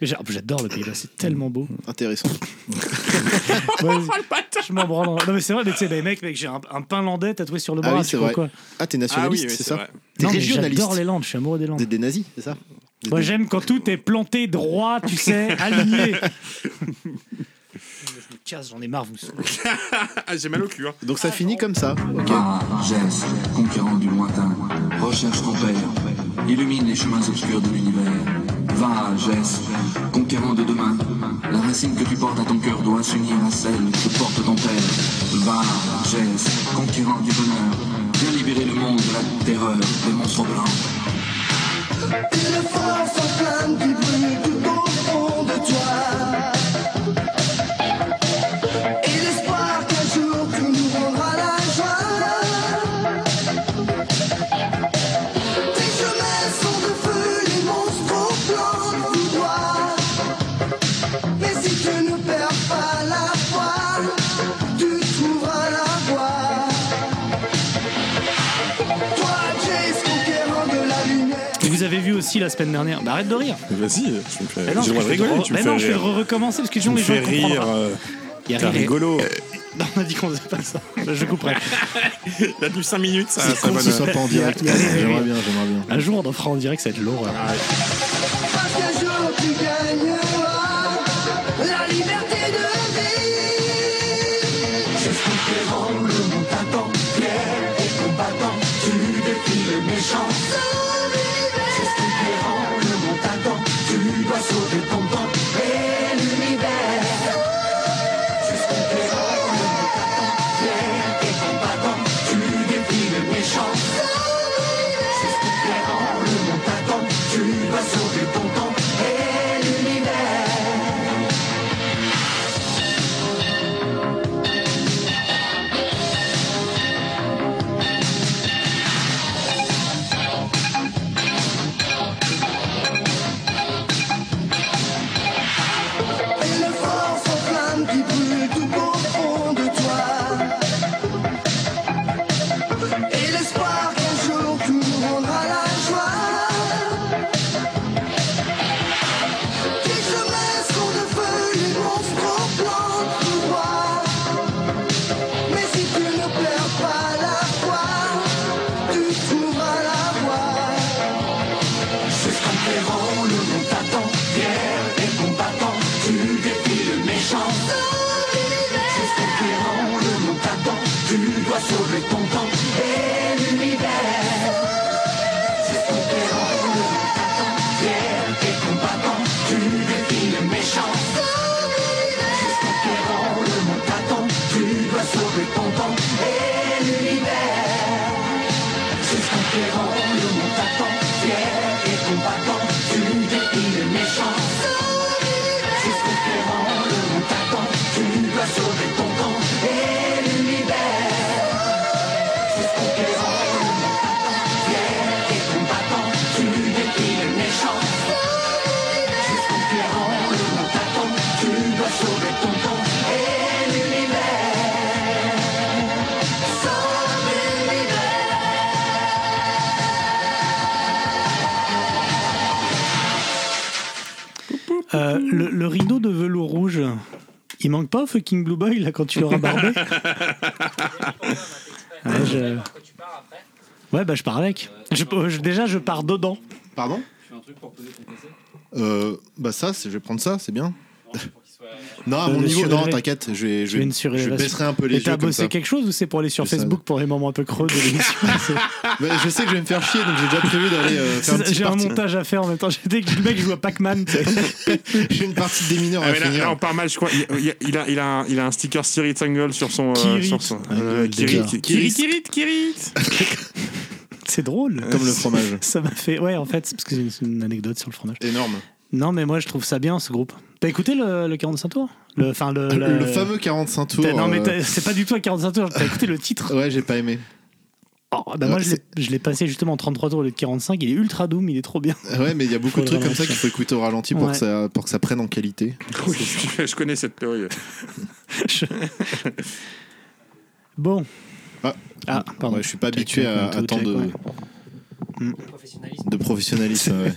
Speaker 1: J'a- J'adore le pays là, c'est tellement beau.
Speaker 3: Intéressant.
Speaker 1: Vas-y. je m'en branle. Non, mais c'est vrai, mais tu sais, les mecs, mec, j'ai un, un pain landais tatoué sur le
Speaker 3: Ah
Speaker 1: bras.
Speaker 3: oui,
Speaker 1: tu
Speaker 3: c'est
Speaker 1: crois
Speaker 3: vrai.
Speaker 1: quoi
Speaker 3: Ah, t'es nationaliste, c'est ça T'es
Speaker 1: Non, mais
Speaker 3: régionaliste.
Speaker 1: j'adore les Landes, je suis amoureux des Landes.
Speaker 3: Vous êtes des nazis, c'est ça
Speaker 1: Moi, j'aime quand tout est planté droit, tu sais, aligné. je me casse, j'en ai marre, vous me saoulez.
Speaker 2: Ah, j'ai mal au cul. hein.
Speaker 3: Donc ça finit comme ça. Ok.
Speaker 7: Ah, geste, conquérant du lointain, recherche ton père, illumine les chemins obscurs de l'univers. Va, geste, conquérant de demain, la racine que tu portes à ton cœur doit s'unir à celle que porte ton père. Va, geste, conquérant du bonheur, viens libérer le monde de la terreur des monstres blancs.
Speaker 8: Une force flamme qui brûle tout au fond de toi Et l'espoir qu'un jour tu nous rendras la joie Tes chemins sont de feu, les monstres au flanc de vouloir Mais si tu ne perds pas la foi, tu trouveras la voie Toi, Jace, conquérant de la lumière
Speaker 1: Et Vous avez vu aussi la semaine dernière. Bah, arrête de rire.
Speaker 2: Mais Euh, Vas-y, tu me fais.
Speaker 1: Bah je
Speaker 2: j'ai le droit de
Speaker 1: vais te
Speaker 2: rigoler,
Speaker 1: re-
Speaker 2: tu me
Speaker 1: bah
Speaker 2: fais
Speaker 1: non, je vais
Speaker 2: rire.
Speaker 1: le recommencer parce que
Speaker 2: Tu
Speaker 1: sinon
Speaker 2: me
Speaker 1: les gens
Speaker 2: fais
Speaker 1: comprendront
Speaker 2: rire.
Speaker 1: pas.
Speaker 2: euh,
Speaker 1: Il y a
Speaker 2: T'es
Speaker 1: rire et-
Speaker 2: rigolo.
Speaker 1: Non, on a dit qu'on faisait pas ça. Je couperai.
Speaker 2: Là, depuis 5 minutes, ça,
Speaker 3: C'est
Speaker 2: ça
Speaker 3: con que
Speaker 2: va.
Speaker 3: ce soit pas en direct.
Speaker 1: Il y a- il y a-
Speaker 3: J'aimerais bien, j'aimerais bien.
Speaker 1: Un jour, on en fera en direct, ça va être l'horreur.
Speaker 8: Parce qu'un jour tu gagneras la liberté de vivre. Et le force en flamme qui brûle tout au fond de toi. Et l'espoir qu'un jour tu nous rendras la joie. Tes chemins sont de feu, les monstres au plan tout droit. Mais si tu ne perds pas la foi, tu trouveras la voie.
Speaker 1: Euh, le, le rideau de velours Il manque pas au fucking Blue Boy là quand tu l'auras barbé. ouais, je... ouais, bah je pars avec. Je- je- déjà, je pars dedans.
Speaker 3: Pardon euh, Bah ça, c'est- je vais prendre ça, c'est bien. Non, à
Speaker 1: Euh,
Speaker 3: mon
Speaker 1: le
Speaker 3: niveau, non,
Speaker 1: surélevé.
Speaker 3: t'inquiète, je vais, je,
Speaker 1: Tu
Speaker 3: vais,
Speaker 1: une
Speaker 3: je
Speaker 1: surélévation.
Speaker 3: baisserai un peu les
Speaker 1: Et t'as
Speaker 3: yeux comme
Speaker 1: bossé
Speaker 3: ça.
Speaker 1: quelque chose ou c'est pour aller sur
Speaker 3: C'est ça.
Speaker 1: Facebook pour les moments un peu creux de l'émission C'est-
Speaker 3: Ouais, je sais que je vais me faire chier, donc j'ai déjà prévu d'aller euh, faire une
Speaker 1: c'est-
Speaker 3: petite
Speaker 1: J'ai un
Speaker 3: partie.
Speaker 1: montage à faire en même temps. Dès que le mec joue à Pac-Man,
Speaker 3: J'ai une partie des mineurs
Speaker 2: Ah,
Speaker 3: à
Speaker 2: mais là,
Speaker 3: finir.
Speaker 2: là, on part mal, je crois. Il, il- il a, il, a, un- il a un sticker Sirit Angle sur son. euh,
Speaker 1: Kirit.
Speaker 2: sur son-
Speaker 3: Ah,
Speaker 2: euh,
Speaker 3: déjà.
Speaker 2: Kirit. Kirit, Kirit, Kirit.
Speaker 1: c'est drôle.
Speaker 3: Comme le fromage.
Speaker 1: Ça m'a fait. Ouais, en fait, c'est parce que c'est une- c'est une anecdote sur le fromage.
Speaker 3: Énorme.
Speaker 1: Non, mais moi je trouve ça bien ce groupe. T'as écouté le, le 45 tours le, enfin, le,
Speaker 3: Le,
Speaker 1: le-
Speaker 3: fameux 45 tours.
Speaker 1: T'as- Non, mais
Speaker 3: euh,
Speaker 1: t'as- c'est pas du tout un 45 tours. T'as écouté le titre
Speaker 3: Ouais, j'ai pas aimé.
Speaker 1: Oh, bah Moi
Speaker 3: Ouais,
Speaker 1: je l'ai- je l'ai passé justement en 33 tours au lieu de 45. Il est ultra doom, il est trop bien.
Speaker 3: Ouais, mais il y a beaucoup de
Speaker 1: Faut le
Speaker 3: trucs comme ça
Speaker 1: ralentir.
Speaker 3: qu'il faut écouter au ralenti pour,
Speaker 1: Ouais.
Speaker 3: que ça, pour que ça prenne en qualité.
Speaker 2: Je je connais cette théorie.
Speaker 1: Je- Bon.
Speaker 3: Ah.
Speaker 1: Ah, pardon.
Speaker 3: Ouais, je suis pas habitué
Speaker 1: Check,
Speaker 3: à,
Speaker 1: check,
Speaker 3: à tant
Speaker 1: check,
Speaker 3: de,
Speaker 1: ouais.
Speaker 3: de professionnalisme. ouais.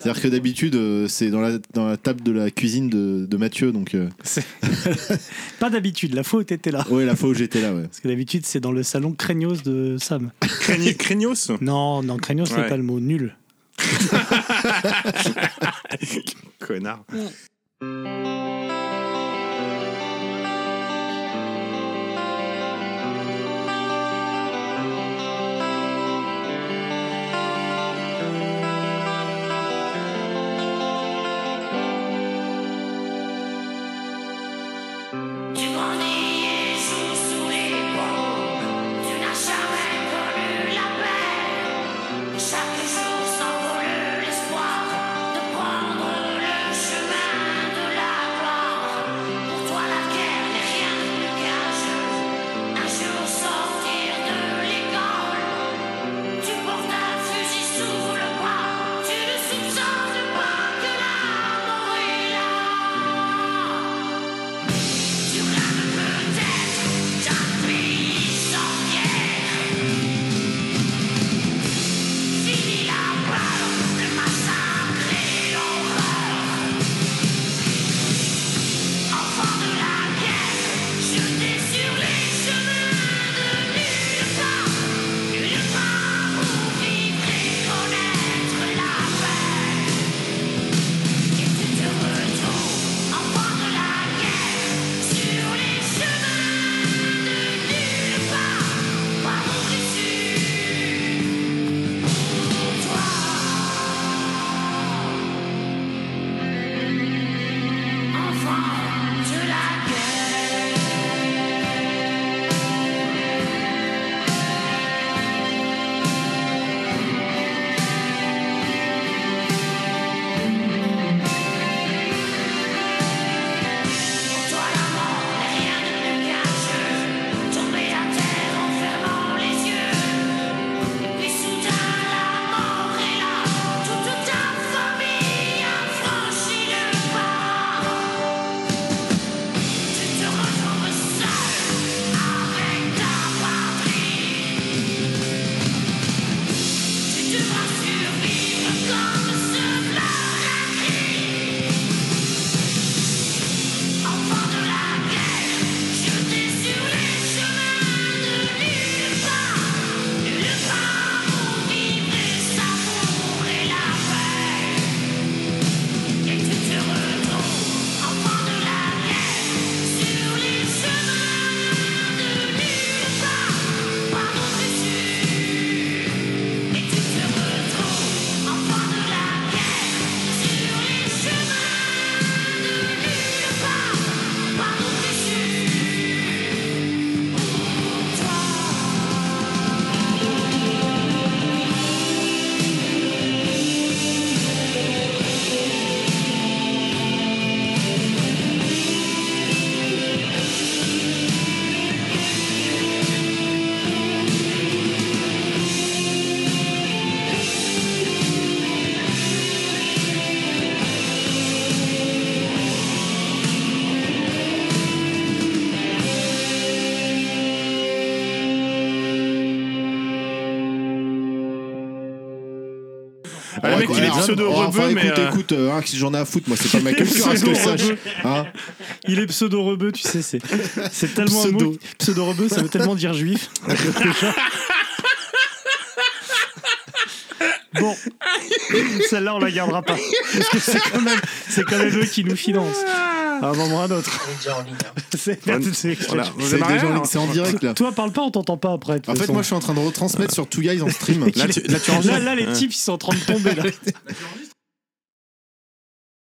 Speaker 3: C'est-à-dire que d'habitude, euh, c'est dans la, dans la table de la cuisine de, de Mathieu, donc euh,
Speaker 1: Pas d'habitude, la fois où t'étais là.
Speaker 3: ouais, la fois où j'étais là, ouais.
Speaker 1: Parce que d'habitude, c'est dans le salon craignos de Sam.
Speaker 2: Craigni- Craignos
Speaker 1: Non, non, craignos
Speaker 2: Ouais.
Speaker 1: n'est pas le mot nul.
Speaker 2: Connard.
Speaker 9: Tu grandis sans sourire, tu n'as jamais connu la paix. Chaque jour s'envole l'espoir de prendre le chemin
Speaker 2: Ah, mec, il est
Speaker 3: Arnold.
Speaker 2: pseudo
Speaker 3: Oh, enfin,
Speaker 2: rebeu, mais,
Speaker 3: Écoute,
Speaker 2: euh,
Speaker 3: écoute, euh, hein, si j'en ai à foutre, moi, c'est pas ma culture, à ce que je sache.
Speaker 1: Pseudo-rebeu.
Speaker 3: Hein
Speaker 1: Il est pseudo-rebeu, tu sais, c'est c'est tellement un
Speaker 3: Pseudo.
Speaker 1: mot. Pseudo-rebeu, ça veut tellement dire juif. bon, celle-là, on la gardera pas. Parce que c'est quand même, c'est quand même eux qui nous financent. À un moment ou à un autre. C'est merde, c'est-
Speaker 2: Voilà. Vous
Speaker 3: C'est
Speaker 2: aimez
Speaker 3: déjà
Speaker 2: rien, hein
Speaker 3: en-
Speaker 2: alors
Speaker 3: c'est en direct, là.
Speaker 1: Toi, parle pas, on t'entend pas après. de
Speaker 3: En
Speaker 1: toute
Speaker 3: fait,
Speaker 1: façon.
Speaker 3: moi, je suis en train de retransmettre sur Two Guys en stream.
Speaker 2: Là, tu, là, tu
Speaker 1: là,
Speaker 2: enregistres.
Speaker 1: là, les types, ils sont en train de tomber. Là.